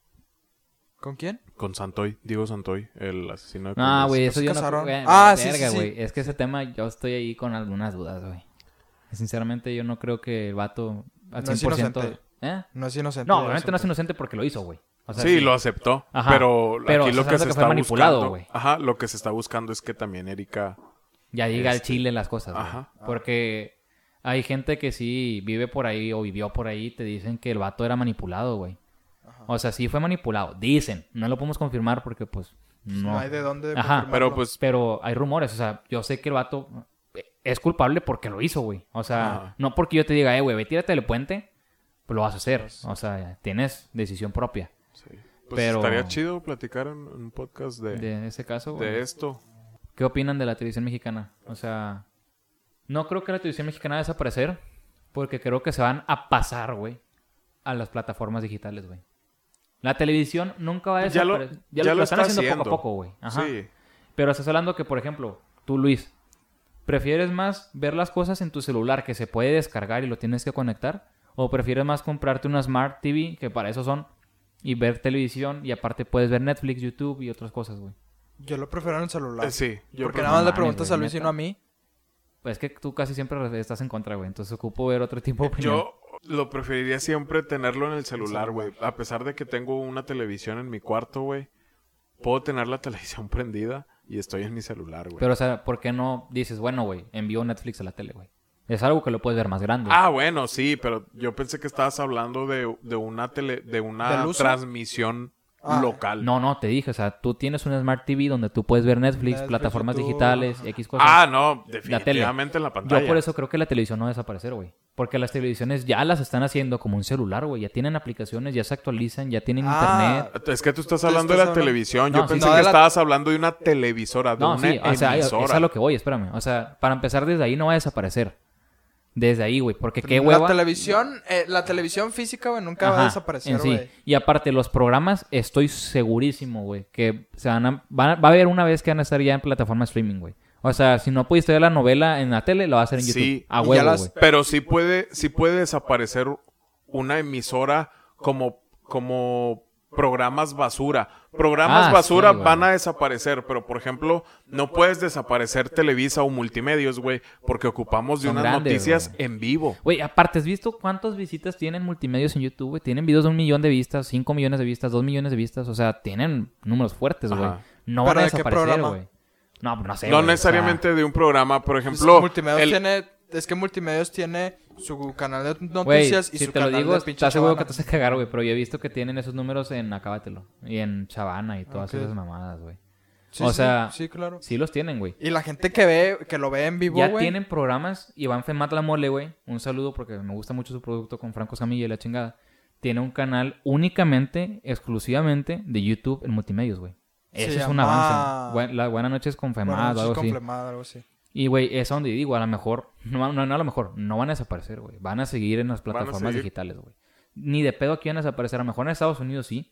Speaker 3: ¿Con quién?
Speaker 2: Con Santoy, Diego Santoy, el asesino de
Speaker 1: No,
Speaker 2: Cumbres.
Speaker 1: Ah, güey,
Speaker 3: los
Speaker 1: eso yo
Speaker 3: casaron.
Speaker 1: no. güey,
Speaker 3: Ah, sí,
Speaker 1: verga,
Speaker 3: sí, sí.
Speaker 1: güey. Es que ese tema yo estoy ahí con algunas dudas, güey. Sinceramente, yo no creo que el vato al
Speaker 3: No es
Speaker 1: 100%.
Speaker 3: inocente.
Speaker 1: ¿eh?
Speaker 3: No es inocente.
Speaker 1: No,
Speaker 3: ya
Speaker 1: obviamente no es
Speaker 3: inocente.
Speaker 1: inocente porque lo hizo, güey. O sea,
Speaker 2: sí, lo aceptó,
Speaker 1: Ajá,
Speaker 2: pero,
Speaker 1: pero
Speaker 2: aquí lo
Speaker 1: estás
Speaker 2: que
Speaker 1: hablando
Speaker 2: se
Speaker 1: que fue
Speaker 2: está
Speaker 1: manipulado,
Speaker 2: buscando,
Speaker 1: güey.
Speaker 2: ajá, lo que se está buscando es que también Erika
Speaker 1: Ya diga al
Speaker 2: Este.
Speaker 1: chile las cosas. güey.
Speaker 2: Ajá.
Speaker 1: Porque hay gente que sí vive por ahí o vivió por ahí y te dicen que el vato era manipulado, güey. O sea, sí fue manipulado. Dicen. No lo podemos confirmar porque, pues, no.
Speaker 3: No hay de dónde.
Speaker 1: Ajá.
Speaker 3: confirmarlo.
Speaker 2: Pero pues,
Speaker 1: Pero hay rumores. O sea, yo sé que el vato eh, es culpable porque lo hizo, güey. O sea,
Speaker 2: Ajá.
Speaker 1: no porque yo te diga, eh, güey, ve, tírate del puente. Pues lo vas a hacer. O sea, tienes decisión propia.
Speaker 2: sí. Pues
Speaker 1: pero-
Speaker 2: estaría chido platicar en en un podcast de, de,
Speaker 1: De ese caso, güey.
Speaker 2: esto.
Speaker 1: ¿Qué opinan de la televisión mexicana? O sea, no creo que la televisión mexicana va a desaparecer porque creo que se van a pasar, güey, a las plataformas digitales, güey. La televisión nunca va a
Speaker 2: Pues ya lo-
Speaker 1: desaparecer.
Speaker 2: ya lo
Speaker 1: están
Speaker 2: está
Speaker 1: haciendo, poco
Speaker 2: haciendo.
Speaker 1: a poco, güey. Ajá.
Speaker 2: Sí.
Speaker 1: Pero estás hablando que, por ejemplo, tú, Luis, ¿prefieres más ver las cosas en tu celular que se puede descargar y lo tienes que conectar? ¿O prefieres más comprarte una Smart TV, que para eso son, y ver televisión y aparte puedes ver Netflix, YouTube y otras cosas, güey?
Speaker 3: Yo lo prefiero en el celular.
Speaker 2: Eh, sí. Yo
Speaker 3: Porque
Speaker 2: creo-
Speaker 1: no
Speaker 3: nada más le
Speaker 1: mames,
Speaker 3: preguntas
Speaker 1: güey,
Speaker 3: a Luis y
Speaker 1: neta.
Speaker 3: no a mí.
Speaker 1: Pues es que tú casi siempre estás en contra, güey. Entonces ocupo ver otro tipo de opinión.
Speaker 2: Yo lo preferiría siempre tenerlo en el celular, güey. A pesar de que tengo una televisión en mi cuarto, güey. Puedo tener la <laughs> televisión prendida y estoy en mi celular, güey.
Speaker 1: Pero, o sea, ¿por qué no dices, bueno, güey, envío Netflix a la tele, güey? Es algo que lo puedes ver más grande.
Speaker 2: Ah, bueno, sí, pero yo pensé que estabas hablando de, de una tele, de una
Speaker 3: ¿Del uso?
Speaker 2: transmisión
Speaker 3: Ah.
Speaker 2: local.
Speaker 1: No, no, te dije, o sea, tú tienes una Smart TV donde tú puedes ver Netflix,
Speaker 3: Netflix,
Speaker 1: plataformas
Speaker 3: YouTube,
Speaker 1: digitales, X cosas.
Speaker 2: ah, no,
Speaker 1: pues, tele.
Speaker 2: definitivamente en la pantalla.
Speaker 1: Yo por eso creo que la televisión no va a desaparecer, güey. Porque las televisiones ya las están haciendo como un celular, güey. Ya tienen aplicaciones, ya se actualizan, ya tienen
Speaker 3: Ah,
Speaker 1: internet.
Speaker 2: Es que tú estás
Speaker 3: Tú
Speaker 2: hablando
Speaker 3: estás
Speaker 2: de la
Speaker 3: hablando-
Speaker 2: televisión.
Speaker 1: No,
Speaker 2: yo
Speaker 1: sí,
Speaker 2: pensé
Speaker 3: no,
Speaker 2: que
Speaker 3: de la-
Speaker 2: estabas hablando de una televisora, de
Speaker 1: No,
Speaker 2: una
Speaker 1: sí, o sea, es
Speaker 2: emisora.
Speaker 1: a lo que voy, espérame. O sea, para empezar desde ahí no va a desaparecer. Desde ahí, güey, porque qué hueva.
Speaker 3: La televisión, eh, la televisión física, güey, nunca va a
Speaker 1: Ajá,
Speaker 3: desaparecer,
Speaker 1: en sí.
Speaker 3: güey.
Speaker 1: Y aparte, los programas, estoy segurísimo, güey, que se van a, van a- va a haber una vez que van a estar ya en plataforma streaming, güey. O sea, si no pudiste ver la novela en la tele, lo vas a hacer en YouTube.
Speaker 2: Sí,
Speaker 1: a
Speaker 3: y ya
Speaker 1: huevo,
Speaker 3: las-
Speaker 1: güey.
Speaker 2: Pero sí puede, sí puede desaparecer una emisora como, como programas basura. Programas
Speaker 1: Ah,
Speaker 2: basura
Speaker 1: sí, güey.
Speaker 2: van a desaparecer, pero por ejemplo, no puedes desaparecer Televisa o Multimedios, güey, porque ocupamos de
Speaker 1: Son
Speaker 2: unas
Speaker 1: grandes,
Speaker 2: noticias
Speaker 1: güey.
Speaker 2: en vivo.
Speaker 1: Güey, aparte, ¿has visto cuántas visitas tienen multimedios en YouTube, güey? Tienen videos de un millón de vistas, cinco millones de vistas, dos millones de vistas. O sea, tienen números fuertes, güey.
Speaker 2: Ajá.
Speaker 1: No van a
Speaker 3: ¿Pero de qué
Speaker 1: desaparecer,
Speaker 3: programa?
Speaker 1: güey. No, pues no sé,
Speaker 2: no
Speaker 1: güey, o sea,
Speaker 2: necesariamente de un programa, por ejemplo.
Speaker 3: Pues, Multimedios
Speaker 2: el-
Speaker 3: tiene, es que Multimedios tiene su canal de
Speaker 1: Güey,
Speaker 3: noticias y
Speaker 1: si
Speaker 3: su
Speaker 1: te lo
Speaker 3: canal
Speaker 1: digo,
Speaker 3: de pinche
Speaker 1: estás seguro que
Speaker 3: chavana.
Speaker 1: te vas a cagar, güey. Pero yo he visto que tienen esos números en Acábatelo. Y en Chavana y todas
Speaker 3: Ok.
Speaker 1: esas mamadas, güey.
Speaker 3: Sí,
Speaker 1: o
Speaker 3: sí,
Speaker 1: sea-
Speaker 3: sí, claro.
Speaker 1: Sí los tienen, güey.
Speaker 3: Y la gente que ve, que lo ve en vivo,
Speaker 1: Ya
Speaker 3: güey.
Speaker 1: tienen programas. Iván Femat La Mole, güey. Un saludo porque me gusta mucho su producto con Franco Escamilla y la chingada. Tiene un canal únicamente, exclusivamente de YouTube en multimedios, güey.
Speaker 3: Se
Speaker 1: Eso es un
Speaker 3: llama-
Speaker 1: avance. Buen- la- buenas noches con Femat
Speaker 3: Bueno,
Speaker 1: o
Speaker 3: sí,
Speaker 1: algo
Speaker 3: con
Speaker 1: así.
Speaker 3: Flemado, algo así.
Speaker 1: Y, güey, es a donde digo, a lo mejor, no, no, no a lo mejor, no van a desaparecer, güey. Van a seguir en las
Speaker 2: Van a
Speaker 1: plataformas
Speaker 2: seguir.
Speaker 1: digitales, güey. Ni de pedo aquí van a desaparecer. A lo mejor en Estados Unidos sí.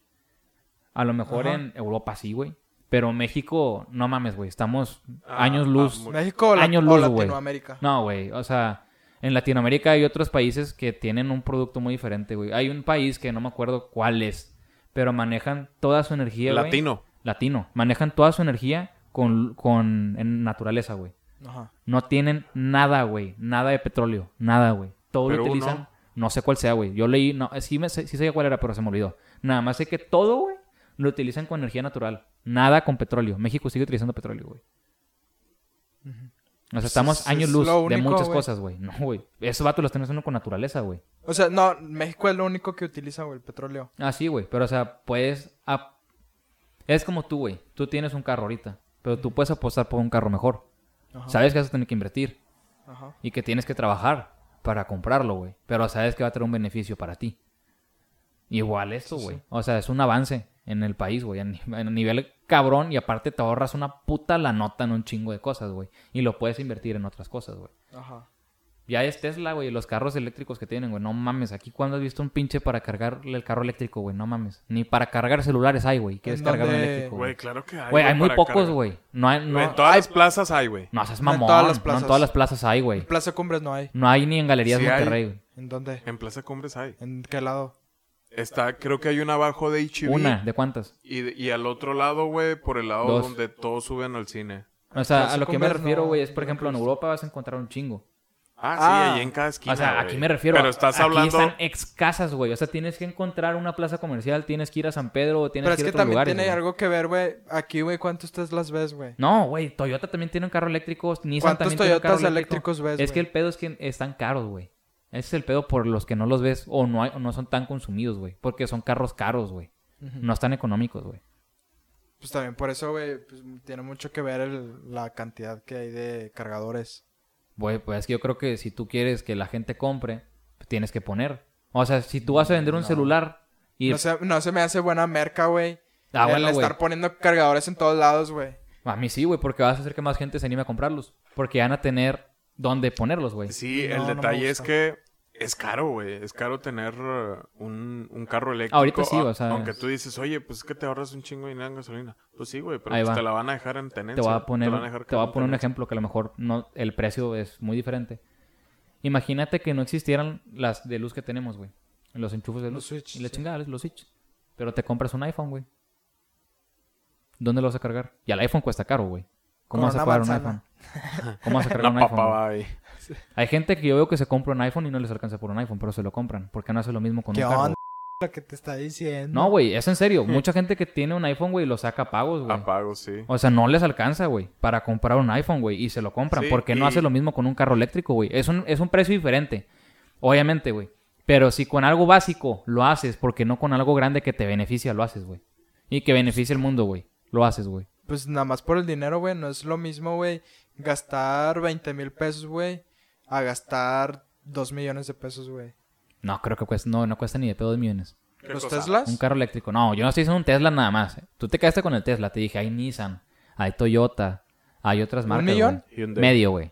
Speaker 1: A lo mejor
Speaker 3: Ajá.
Speaker 1: en Europa sí, güey. Pero México, no mames, güey. Estamos
Speaker 2: Ah,
Speaker 1: años
Speaker 2: ah,
Speaker 1: luz.
Speaker 2: muy-
Speaker 3: México o, la-
Speaker 1: Año
Speaker 3: o
Speaker 1: luz, güey.
Speaker 3: Latinoamérica.
Speaker 1: No, güey. O sea, en Latinoamérica hay otros países que tienen un producto muy diferente, güey. Hay un país que no me acuerdo cuál es, pero manejan toda su energía, güey.
Speaker 2: Latino.
Speaker 1: Latino. Manejan toda su energía con, con en naturaleza, güey.
Speaker 3: Ajá.
Speaker 1: No tienen nada, güey. Nada de petróleo. Nada, güey. Todo
Speaker 2: Perú,
Speaker 1: lo utilizan. No sé cuál sea, güey. Yo leí, no, eh, sí, me, sé- sí sabía cuál era, pero se me olvidó. Nada más sé que todo, güey, lo utilizan con energía natural. Nada con petróleo. México sigue utilizando petróleo, güey. O sea, estamos
Speaker 3: Es-
Speaker 1: años
Speaker 3: es
Speaker 1: luz
Speaker 3: lo
Speaker 1: de
Speaker 3: único,
Speaker 1: muchas
Speaker 3: güey.
Speaker 1: cosas, güey. No, güey. Esos vatos los tenés uno con naturaleza, güey.
Speaker 3: O sea, no, México es lo único que utiliza, güey, el petróleo.
Speaker 1: Ah, sí, güey. Pero, o sea, puedes... ap- Es como tú, güey. Tú tienes un carro ahorita, pero tú puedes apostar por un carro mejor.
Speaker 3: Ajá.
Speaker 1: Sabes que vas a tener que invertir.
Speaker 3: Ajá.
Speaker 1: y que tienes que trabajar para comprarlo, güey. Pero sabes que va a tener un beneficio para ti. Igual esto, güey. O sea, es un avance en el país, güey. A, ni- a nivel cabrón y aparte te ahorras una puta la nota en un chingo de cosas, güey. Y lo puedes invertir en otras cosas, güey.
Speaker 3: Ajá.
Speaker 1: Ya es Tesla, güey, los carros eléctricos que tienen, güey. No mames, aquí cuando has visto un pinche para cargarle el carro eléctrico, güey. No mames. Ni para cargar celulares hay, güey. ¿Quieres
Speaker 3: ¿En
Speaker 1: cargar un
Speaker 3: dónde?
Speaker 1: eléctrico?
Speaker 2: Güey,
Speaker 1: Güey,
Speaker 2: claro que hay.
Speaker 1: Güey, hay muy
Speaker 2: para
Speaker 1: pocos,
Speaker 2: cargar.
Speaker 1: güey. No hay, no,
Speaker 2: en todas las plazas hay, güey.
Speaker 1: no seas
Speaker 3: No en
Speaker 1: mamón.
Speaker 3: todas las
Speaker 1: No en
Speaker 3: plazas.
Speaker 1: todas las plazas hay, güey.
Speaker 3: Plaza Cumbres no hay.
Speaker 1: No hay ni en Galerías
Speaker 2: Sí hay.
Speaker 1: Monterrey, güey.
Speaker 3: ¿En dónde?
Speaker 2: En Plaza Cumbres hay.
Speaker 3: ¿En qué lado?
Speaker 2: Está, creo que hay una abajo de HIV.
Speaker 1: Una, ¿de cuántas?
Speaker 2: Y, y al otro lado, güey, por el lado
Speaker 1: Dos.
Speaker 2: donde todos suben al cine.
Speaker 1: O sea,
Speaker 3: Plaza
Speaker 1: a lo que me
Speaker 3: Cumbres,
Speaker 1: refiero,
Speaker 3: no,
Speaker 1: güey, es, por
Speaker 3: yo no
Speaker 1: ejemplo, en
Speaker 3: creo.
Speaker 1: Europa vas a encontrar un chingo.
Speaker 2: Ah,
Speaker 3: Ah.
Speaker 2: sí, ahí en cada esquina.
Speaker 1: O sea,
Speaker 2: güey.
Speaker 1: aquí me refiero.
Speaker 2: Pero
Speaker 1: a-
Speaker 2: estás
Speaker 1: aquí
Speaker 2: hablando.
Speaker 1: están ex casas, güey. O sea, tienes que encontrar una plaza comercial, tienes que ir a San Pedro, tienes
Speaker 3: Pero
Speaker 1: que
Speaker 3: es
Speaker 1: ir a otros
Speaker 3: que también
Speaker 1: lugares.
Speaker 3: tiene
Speaker 1: güey.
Speaker 3: algo que ver, güey. Aquí, güey, ¿cuántos Teslas las ves, güey?
Speaker 1: No, güey, Toyota también tiene un carro eléctrico, Nissan
Speaker 3: ¿Cuántos
Speaker 1: también tiene un carro
Speaker 3: Toyotas
Speaker 1: eléctrico.
Speaker 3: eléctricos ves,
Speaker 1: Es que
Speaker 3: güey?
Speaker 1: el pedo es que están caros, güey. Ese es el pedo por los que no los ves o no, hay- o no son tan consumidos, güey. Porque son carros caros, güey.
Speaker 3: Ujú.
Speaker 1: No están económicos, güey.
Speaker 3: Pues también por eso, güey, pues, tiene mucho que ver el- la cantidad que hay de cargadores.
Speaker 1: Güey, pues es que yo creo que si tú quieres que la gente compre, pues tienes que poner. O sea, si tú vas a vender un celular y...
Speaker 3: No se, no se me hace buena merca, güey.
Speaker 1: Ah,
Speaker 3: el
Speaker 1: bueno, güey.
Speaker 3: estar poniendo cargadores en todos lados, güey.
Speaker 1: A mí sí, güey, porque vas a hacer que más gente se anime a comprarlos. Porque van a tener dónde ponerlos, güey.
Speaker 2: Sí,
Speaker 3: No,
Speaker 2: el
Speaker 3: no me
Speaker 2: detalle es
Speaker 3: gusta.
Speaker 2: que es caro, güey. Es caro tener eh, un, un carro eléctrico.
Speaker 1: Ahorita sí,
Speaker 2: a-
Speaker 1: o sea,
Speaker 2: Aunque tú dices, oye, pues es que te ahorras un chingo de dinero en gasolina. Pues sí, güey, pero
Speaker 1: Ahí
Speaker 2: pues
Speaker 1: va.
Speaker 2: te la van a dejar en tenencia.
Speaker 1: te voy a poner,
Speaker 2: la van a dejar
Speaker 1: te voy
Speaker 2: en
Speaker 1: a poner un
Speaker 2: tenencia.
Speaker 1: ejemplo que a lo mejor no, el precio es muy diferente. Imagínate que no existieran las de luz que tenemos, güey. Los enchufes de luz.
Speaker 3: Los switch,
Speaker 1: Y la
Speaker 3: sí.
Speaker 1: chingada, los switch. Pero te compras un iPhone, güey. ¿Dónde lo vas a cargar? Y el iPhone cuesta caro, güey. ¿Cómo
Speaker 3: Con
Speaker 1: vas a
Speaker 3: una
Speaker 1: pagar un iPhone?
Speaker 3: manzana.
Speaker 1: ¿Cómo
Speaker 2: <laughs>
Speaker 1: vas a cargar
Speaker 2: La
Speaker 1: un
Speaker 2: papa
Speaker 1: iPhone? güey?
Speaker 2: va ahí.
Speaker 1: Hay gente que yo veo que se compra un iPhone y no les alcanza por un iPhone, pero se lo compran. Porque no hace lo mismo con
Speaker 3: ¿Qué
Speaker 1: un carro.
Speaker 3: onda?
Speaker 1: güey.
Speaker 3: Lo que te está diciendo.
Speaker 1: No, güey, es en
Speaker 2: <laughs>
Speaker 1: serio. Mucha gente que tiene un iPhone, güey, lo saca a pagos, güey.
Speaker 2: Apago, sí.
Speaker 1: O sea, no les alcanza, güey, para comprar un iPhone, güey, y se lo compran.
Speaker 2: Sí,
Speaker 1: porque no
Speaker 2: y-
Speaker 1: hace lo mismo con un carro eléctrico, güey. Es un, es un precio diferente, obviamente, güey. Pero si con algo básico lo haces, porque no con algo grande que te beneficia, lo haces, güey. Y que beneficie el mundo, güey. Lo haces, güey.
Speaker 3: Pues nada más por el dinero, güey. No es lo mismo, güey, gastar 20 mil pesos, güey, a gastar 2 millones de pesos, güey.
Speaker 1: No, creo que cuesta, no, no cuesta ni de pedo de millones.
Speaker 2: ¿Qué
Speaker 3: ¿Los
Speaker 2: cosa?
Speaker 3: Teslas?
Speaker 1: Un carro eléctrico. No, yo no estoy diciendo un Tesla nada más. ¿eh? Tú te quedaste con el Tesla, te dije, hay Nissan, hay Toyota, hay otras
Speaker 3: ¿Un
Speaker 1: marcas.
Speaker 3: millón?
Speaker 1: güey.
Speaker 2: Hyundai.
Speaker 1: Medio, güey.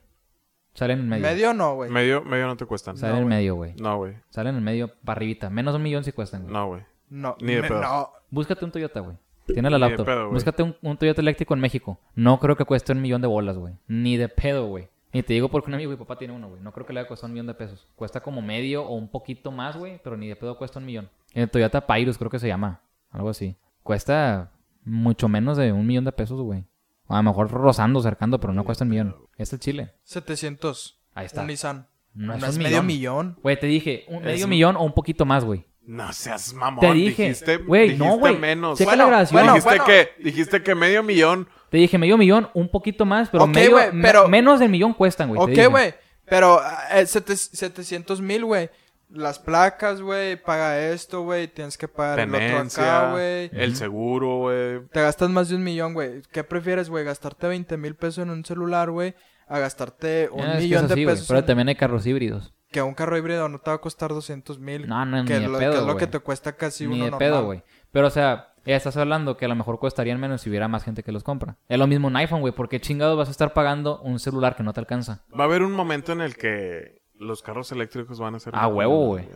Speaker 1: Sale en el medio.
Speaker 3: ¿Medio o no, güey?
Speaker 2: Medio, medio no te cuestan.
Speaker 1: Sale en el
Speaker 3: güey.
Speaker 1: medio, güey.
Speaker 2: No, güey.
Speaker 1: Sale en el medio, para arribita. Menos de un millón si cuestan, güey.
Speaker 2: No, güey.
Speaker 3: No.
Speaker 2: Ni de
Speaker 3: me-
Speaker 2: pedo.
Speaker 3: No.
Speaker 1: Búscate un Toyota, güey. Tiene la
Speaker 2: Ni de
Speaker 1: laptop.
Speaker 2: pedo, güey.
Speaker 1: Búscate un, un Toyota eléctrico en México. No creo que cueste un millón de bolas, güey. Ni de pedo, güey. Y te digo porque un amigo y papá tiene uno, güey. No creo que le haya costado un millón de pesos. Cuesta como medio o un poquito más, güey. Pero ni de pedo cuesta un millón. El Toyota Pyrus creo que se llama. Algo así. Cuesta mucho menos de un millón de pesos, güey. A lo mejor rozando, cercando, pero no cuesta un millón. Es el Chile.
Speaker 3: 700.
Speaker 1: Ahí está.
Speaker 3: Un Nissan.
Speaker 1: No es
Speaker 3: No
Speaker 1: un
Speaker 3: es
Speaker 1: millón.
Speaker 3: medio millón.
Speaker 1: Güey, te dije, un medio
Speaker 2: Es-
Speaker 1: millón o un poquito más, güey.
Speaker 2: No seas mamón.
Speaker 1: Te dije,
Speaker 2: Dijiste,
Speaker 1: güey, no,
Speaker 2: dijiste
Speaker 1: güey.
Speaker 2: menos.
Speaker 1: Checa la
Speaker 3: Bueno,
Speaker 1: grabación.
Speaker 3: bueno,
Speaker 2: dijiste que dijiste que medio millón.
Speaker 1: Te dije medio millón, un poquito más, pero,
Speaker 3: Ok,
Speaker 1: medio-
Speaker 3: güey,
Speaker 1: me-
Speaker 3: pero-
Speaker 1: menos del millón cuestan, güey. te dije.
Speaker 3: ok, güey. Pero eh, sete- 700 mil, güey. Las placas, güey. Paga esto, güey. Tienes que pagar el otro acá,
Speaker 2: Tenencia.
Speaker 3: güey.
Speaker 2: el
Speaker 1: Ujú.
Speaker 2: seguro, güey.
Speaker 3: Te gastas más de un millón, güey. ¿Qué prefieres, güey? ¿Gastarte 20 mil pesos en un celular, güey? A gastarte un
Speaker 1: Ah, es que
Speaker 3: millón
Speaker 1: es así,
Speaker 3: de
Speaker 1: güey,
Speaker 3: pesos.
Speaker 1: Pero
Speaker 3: en-
Speaker 1: también hay carros híbridos.
Speaker 3: Que un carro híbrido no te va a costar 200 mil.
Speaker 1: No, no, ni
Speaker 3: que
Speaker 1: de
Speaker 3: lo,
Speaker 1: pedo,
Speaker 3: que es lo
Speaker 1: güey.
Speaker 3: que te cuesta casi
Speaker 1: Ni
Speaker 3: uno
Speaker 1: de
Speaker 3: normal.
Speaker 1: pedo, güey. Pero, o sea, ya estás hablando que a lo mejor costarían menos si hubiera más gente que los compra. Es lo mismo un iPhone, güey. porque chingado vas a estar pagando un celular que no te alcanza?
Speaker 2: Va a haber un momento en el que los carros eléctricos van a ser.
Speaker 1: A huevo, güey.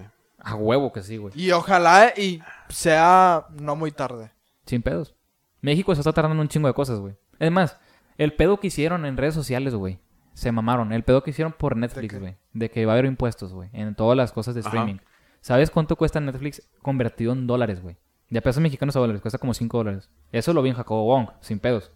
Speaker 1: A huevo que sí, güey.
Speaker 3: Y ojalá y sea no muy tarde.
Speaker 1: Sin pedos. México se está tardando un chingo de cosas, güey. Es más, el pedo que hicieron en redes sociales, güey. Se mamaron. El pedo que hicieron por Netflix,
Speaker 3: qué?
Speaker 1: güey. De que va a haber impuestos, güey. En todas las cosas de
Speaker 2: Ajá.
Speaker 1: streaming. ¿Sabes cuánto cuesta Netflix convertido en dólares, güey? De pesos mexicanos a dólares. Cuesta como 5 dólares. Eso lo vi en Jacobo Wong, sin pedos.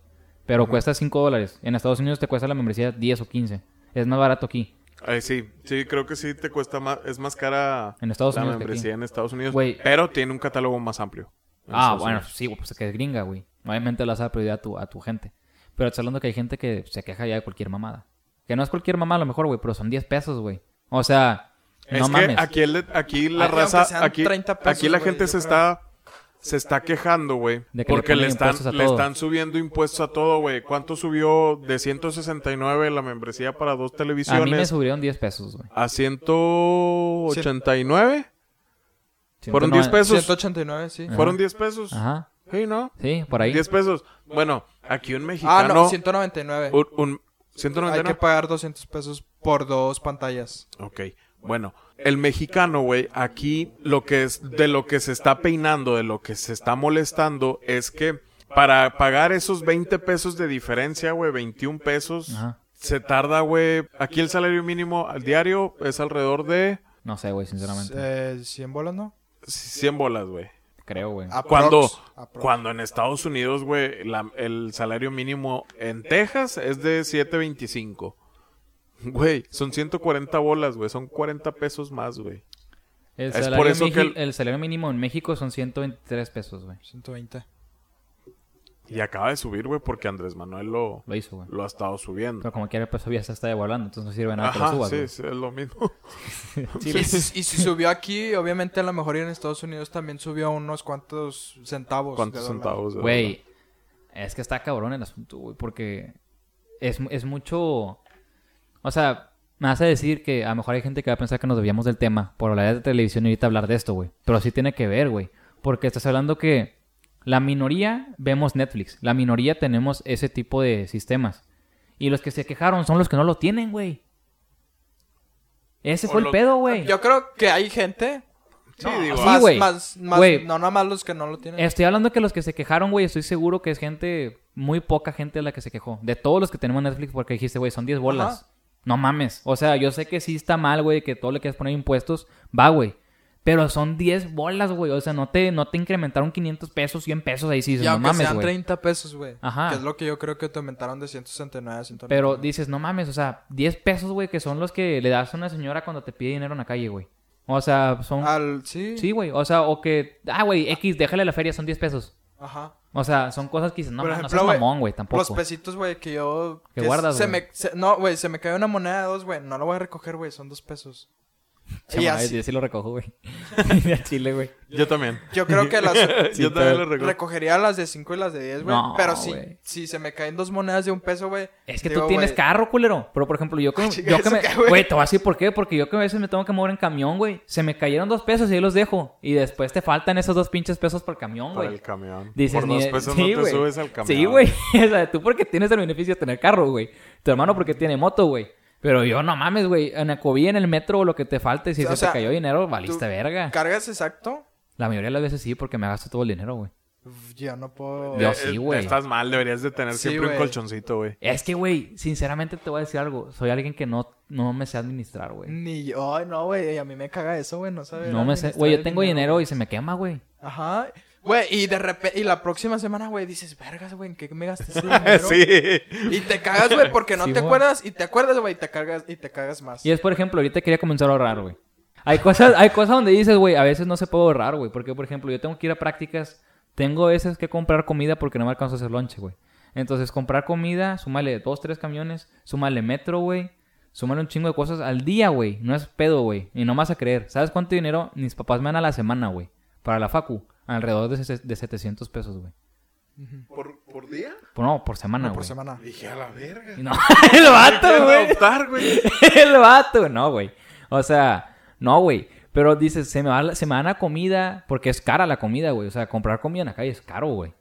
Speaker 1: Pero cuesta 5 dólares. En Estados Unidos te cuesta la membresía 10 o 15. Es más barato aquí.
Speaker 2: Eh, sí, sí, creo que sí te cuesta más. Es más cara
Speaker 1: En Estados
Speaker 2: la
Speaker 1: Unidos que
Speaker 2: membresía
Speaker 1: aquí.
Speaker 2: en Estados Unidos.
Speaker 1: Güey.
Speaker 2: Pero tiene un catálogo más amplio. en
Speaker 1: Ah,
Speaker 2: Estados
Speaker 1: bueno,
Speaker 2: Unidos.
Speaker 1: sí, güey, pues que es gringa, güey. Obviamente le vas a dar prioridad a tu, a tu gente. Pero estás hablando que hay gente que se queja ya de cualquier mamada. Que no es cualquier mamada a lo mejor, güey, pero son 10 pesos, güey. O sea,
Speaker 2: Es
Speaker 1: no
Speaker 2: que
Speaker 1: mames.
Speaker 2: aquí, el de- aquí la
Speaker 3: Aunque sean
Speaker 2: raza. Aquí,
Speaker 3: 30 pesos,
Speaker 2: aquí la
Speaker 3: güey,
Speaker 2: gente
Speaker 3: yo
Speaker 2: se
Speaker 3: creo.
Speaker 2: está. Se está quejando, güey.
Speaker 1: De que le
Speaker 2: Porque
Speaker 1: ponen
Speaker 2: le están,
Speaker 1: impuestos a
Speaker 2: le
Speaker 1: todo.
Speaker 2: están subiendo impuestos a todo, güey. ¿Cuánto subió de 169 la membresía para dos
Speaker 1: a mí me
Speaker 2: televisiones?
Speaker 1: subieron 10 pesos, güey.
Speaker 2: a 189? ¿Fueron 10
Speaker 1: 190.
Speaker 2: pesos?
Speaker 3: 189,
Speaker 1: Ah,
Speaker 3: sí. Ah,
Speaker 2: ¿Fueron 10 pesos?
Speaker 1: Ajá.
Speaker 2: Sí, ¿no?
Speaker 1: Sí, por ahí.
Speaker 2: 10 pesos. Bueno, aquí un
Speaker 3: Ah,
Speaker 2: mexicano.
Speaker 3: no, 199.
Speaker 2: un, un-
Speaker 3: Hay que
Speaker 2: 199.
Speaker 3: pagar 200 pesos por dos pantallas.
Speaker 2: Ok. Bueno, el mexicano, güey, aquí lo que es de lo que se está peinando, de lo que se está molestando es que para pagar esos 20 pesos de diferencia, güey, 21 pesos,
Speaker 1: Ajá.
Speaker 2: se tarda, güey. Aquí el salario mínimo al diario es alrededor de
Speaker 1: No sé, güey, sinceramente.
Speaker 3: Eh, 100 bolas, ¿no?
Speaker 2: 100 bolas, güey.
Speaker 1: Creo, güey.
Speaker 3: Aprox,
Speaker 2: Cuando,
Speaker 3: aprox.
Speaker 2: cuando en Estados Unidos, güey, la- el salario mínimo en Texas es de 7.25. Güey, son 140 bolas, güey. Son 40 pesos más, güey.
Speaker 1: El
Speaker 2: Es por
Speaker 1: salario,
Speaker 2: eso que
Speaker 1: miji-
Speaker 2: el-
Speaker 1: el salario mínimo en México son 123 pesos, güey.
Speaker 3: 120.
Speaker 2: Y acaba de subir, güey, porque Andrés Manuel lo,
Speaker 1: Lo hizo, güey.
Speaker 2: lo ha estado subiendo.
Speaker 1: Pero como quiera, pues todavía se está devaluando, entonces no sirve nada que lo
Speaker 2: Ajá,
Speaker 1: subas,
Speaker 2: sí,
Speaker 1: güey.
Speaker 2: sí, es lo mismo.
Speaker 3: Pues, Y, si- y si subió aquí, obviamente a lo mejor en Estados Unidos también subió unos cuantos centavos.
Speaker 2: <laughs> ¿Cuántos
Speaker 3: de dólar.
Speaker 2: centavos? de dólar?
Speaker 1: Güey, es que está cabrón el asunto, güey, porque es, es mucho... O sea, me hace decir que a lo mejor hay gente que va a pensar que nos debíamos del tema por hablar de televisión y ahorita hablar de esto, güey. Pero sí tiene que ver, güey. Porque estás hablando que la minoría vemos Netflix, la minoría tenemos ese tipo de sistemas. Y los que se quejaron son los que no lo tienen, güey. Ese
Speaker 2: O
Speaker 1: fue el
Speaker 2: lo-
Speaker 1: pedo, güey.
Speaker 3: Yo creo que hay gente.
Speaker 2: Sí, digo,
Speaker 1: así-
Speaker 2: ah,
Speaker 3: más,
Speaker 1: güey.
Speaker 3: más, más-
Speaker 1: Güey.
Speaker 3: No, nada más los que no lo tienen.
Speaker 1: Estoy hablando que los que se quejaron, güey, estoy seguro que es gente, muy poca gente la que se quejó. De todos los que tenemos Netflix, porque dijiste, güey, son 10 bolas.
Speaker 3: Ajá.
Speaker 1: No mames. O sea, yo sé que sí está mal, güey, que todo le quieres poner impuestos. Va, güey. Pero son 10 bolas, güey. O sea, no te, no te incrementaron 500 pesos, 100 pesos. Ahí sí dices,
Speaker 3: y
Speaker 1: no
Speaker 3: aunque
Speaker 1: mames,
Speaker 3: sean
Speaker 1: güey.
Speaker 3: 30 pesos, güey.
Speaker 1: Ajá.
Speaker 3: Que es lo que yo creo que te aumentaron de 169 a 190.
Speaker 1: Pero dices, no mames, o sea, 10 pesos, güey, que son los que le das a una señora cuando te pide dinero en la calle, güey. O sea, son...
Speaker 3: Al, sí.
Speaker 1: Sí, güey. O sea, o que... Ah, güey, X, déjale la feria, son 10 pesos.
Speaker 3: Ajá.
Speaker 1: O sea, son cosas que dices, no,
Speaker 3: Por
Speaker 1: mames, no
Speaker 3: ejemplo,
Speaker 1: seas
Speaker 3: güey,
Speaker 1: mamón, güey, tampoco.
Speaker 3: Los pesitos, güey, que yo.
Speaker 1: Que guardas,
Speaker 3: se
Speaker 1: güey.
Speaker 3: me- se- No, güey, se me cayó una moneda de dos, güey. No la voy a recoger, güey. Son dos pesos. Y
Speaker 1: Chama,
Speaker 3: así-
Speaker 1: Yo sí lo recojo, <laughs> güey. De Chile, güey.
Speaker 2: Yo también.
Speaker 3: Yo creo
Speaker 1: <laughs>
Speaker 3: que
Speaker 2: <laughs>
Speaker 3: las. <laughs>
Speaker 2: Yo también lo recuerdo.
Speaker 3: Recogería las de 5 y las de 10, güey.
Speaker 1: No,
Speaker 3: pero si,
Speaker 1: güey.
Speaker 3: si se me caen dos monedas de un peso, güey.
Speaker 1: Es que
Speaker 3: digo,
Speaker 1: tú tienes
Speaker 3: güey,
Speaker 1: carro, culero. Pero, por ejemplo, yo que,
Speaker 3: Chinga,
Speaker 1: yo que
Speaker 3: ¿eso
Speaker 1: me...
Speaker 3: qué, güey?
Speaker 1: Güey, te voy a decir por qué. Porque yo que a veces me tengo que mover en camión, güey. Se me cayeron dos pesos y ahí los dejo. Y después te faltan esos dos pinches pesos por camión,
Speaker 2: Para
Speaker 1: güey.
Speaker 2: el camión.
Speaker 1: Dices,
Speaker 2: Por
Speaker 1: ni
Speaker 2: dos
Speaker 1: de-
Speaker 2: pesos
Speaker 1: sí,
Speaker 2: no te
Speaker 1: güey.
Speaker 2: subes al camión.
Speaker 1: Sí, güey. <laughs> o sea, tú porque tienes el beneficio de tener carro, güey. Tu hermano porque tiene moto, güey. Pero yo, no mames, güey. En el COVID, en el metro, o lo que te falte, si
Speaker 3: O
Speaker 1: se
Speaker 3: sea,
Speaker 1: te cayó dinero, valiste
Speaker 3: tú-
Speaker 1: verga.
Speaker 3: ¿Cargas exacto?
Speaker 1: La mayoría de las veces sí, porque me gasto todo el dinero, güey.
Speaker 3: Uf, Yo no puedo.
Speaker 1: Yo
Speaker 2: Eh,
Speaker 1: sí,
Speaker 2: eh,
Speaker 1: güey.
Speaker 2: Estás mal, deberías de tener
Speaker 3: Sí,
Speaker 2: siempre un
Speaker 3: güey.
Speaker 2: colchoncito, güey.
Speaker 1: Es que, güey, sinceramente te voy a decir algo. Soy alguien que no, no me sé administrar, güey.
Speaker 3: Ni yo. Ay, no, güey. A mí me caga eso, güey. No sabes.
Speaker 1: No me sé. Güey, yo tengo dinero y se me quema, güey.
Speaker 3: Ajá. Güey, y de repente. Y la próxima semana, güey, dices, vergas, güey, ¿en qué me
Speaker 1: <laughs>
Speaker 3: gasté ese dinero?
Speaker 2: <laughs> sí.
Speaker 3: Y te cagas, güey, porque no
Speaker 1: Sí,
Speaker 3: te
Speaker 1: güey.
Speaker 3: acuerdas. Y te acuerdas, güey, y te cargas y te cagas más.
Speaker 1: Y es, por ejemplo, ahorita quería comenzar a ahorrar, güey. Hay cosas, hay cosas donde dices, güey, a veces no se puede ahorrar, güey. Porque, por ejemplo, yo tengo que ir a prácticas. Tengo a veces que comprar comida porque no me alcanzo a hacer lonche, güey. Entonces, comprar comida, súmale dos, tres camiones, súmale metro, güey. Súmale un chingo de cosas al día, güey. No es pedo, güey. Y no me vas a creer. ¿Sabes cuánto dinero mis papás me dan a la semana, güey? Para la facu. Alrededor de, ses- de 700 pesos, güey.
Speaker 2: ¿Por, ¿Por día?
Speaker 1: Por- No, por semana,
Speaker 3: No,
Speaker 1: güey.
Speaker 3: por semana.
Speaker 2: Dije, a la verga.
Speaker 1: <laughs> No, <laughs> el vato, güey.
Speaker 2: adoptar, güey.
Speaker 1: <laughs> el vato, no, güey. O sea, no, güey. Pero dices, se me, va la, se me dan la comida, porque es cara la comida, güey. O sea, comprar comida en la calle es caro, güey.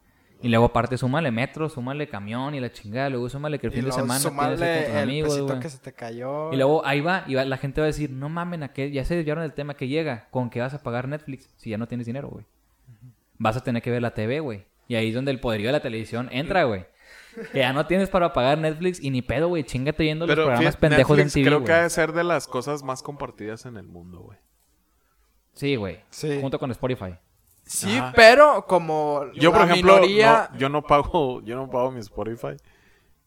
Speaker 1: Y luego aparte, súmale metro, súmale camión y la chingada. Luego súmale que el
Speaker 3: Y
Speaker 1: fin de
Speaker 3: luego
Speaker 1: semana
Speaker 3: sumarle
Speaker 1: quieres ir con tus
Speaker 3: el
Speaker 1: amigos,
Speaker 3: pesito
Speaker 1: güey.
Speaker 3: que se te cayó.
Speaker 1: Y luego ahí va, y va- la gente va a decir, no mamen, ¿a qué? ya se desviaron del tema que llega. ¿Con qué vas a pagar Netflix si ya no tienes dinero, güey? Vas a tener que ver la TV, güey. Y ahí es donde el poderío de la televisión entra, güey. Que ya no tienes para pagar Netflix y ni pedo, güey. Chingate viendo los
Speaker 2: Pero
Speaker 1: programas
Speaker 2: fíjate,
Speaker 1: pendejos
Speaker 2: Netflix
Speaker 1: de MTV,
Speaker 2: creo
Speaker 1: güey.
Speaker 2: que ha de ser de las cosas más compartidas en el mundo, güey.
Speaker 1: Sí, güey.
Speaker 3: Sí.
Speaker 1: Junto con
Speaker 2: <laughs>
Speaker 1: Spotify.
Speaker 3: Sí,
Speaker 2: Ajá.
Speaker 3: pero como
Speaker 2: Yo,
Speaker 3: la
Speaker 2: por ejemplo,
Speaker 3: minoría...
Speaker 2: no- yo no pago, yo no pago mi Spotify.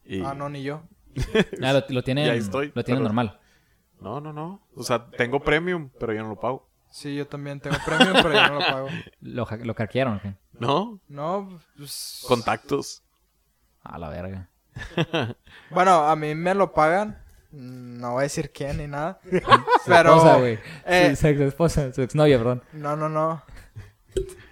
Speaker 2: Y,
Speaker 3: Ah, no, ni yo.
Speaker 1: Ah, lo, lo tienen,
Speaker 2: Y ahí estoy,
Speaker 1: lo tienen
Speaker 2: pero-
Speaker 1: normal.
Speaker 2: no, no, no. O sea, tengo premium, pero yo no lo pago.
Speaker 3: Sí, yo también tengo
Speaker 2: <laughs>
Speaker 3: premium, pero yo no lo pago.
Speaker 1: Lo, ha- lo hackearon, ¿qué?
Speaker 2: ¿No?
Speaker 3: No, pues...
Speaker 2: Contactos.
Speaker 1: A la verga.
Speaker 3: Bueno, a mí me lo pagan. Mm, No voy a decir quién
Speaker 1: <laughs>
Speaker 3: ni nada.
Speaker 1: Su
Speaker 3: pero...
Speaker 1: esposa, güey.
Speaker 3: eh,
Speaker 1: Su, su ex esposa, su exnovia, perdón.
Speaker 3: No, no, no.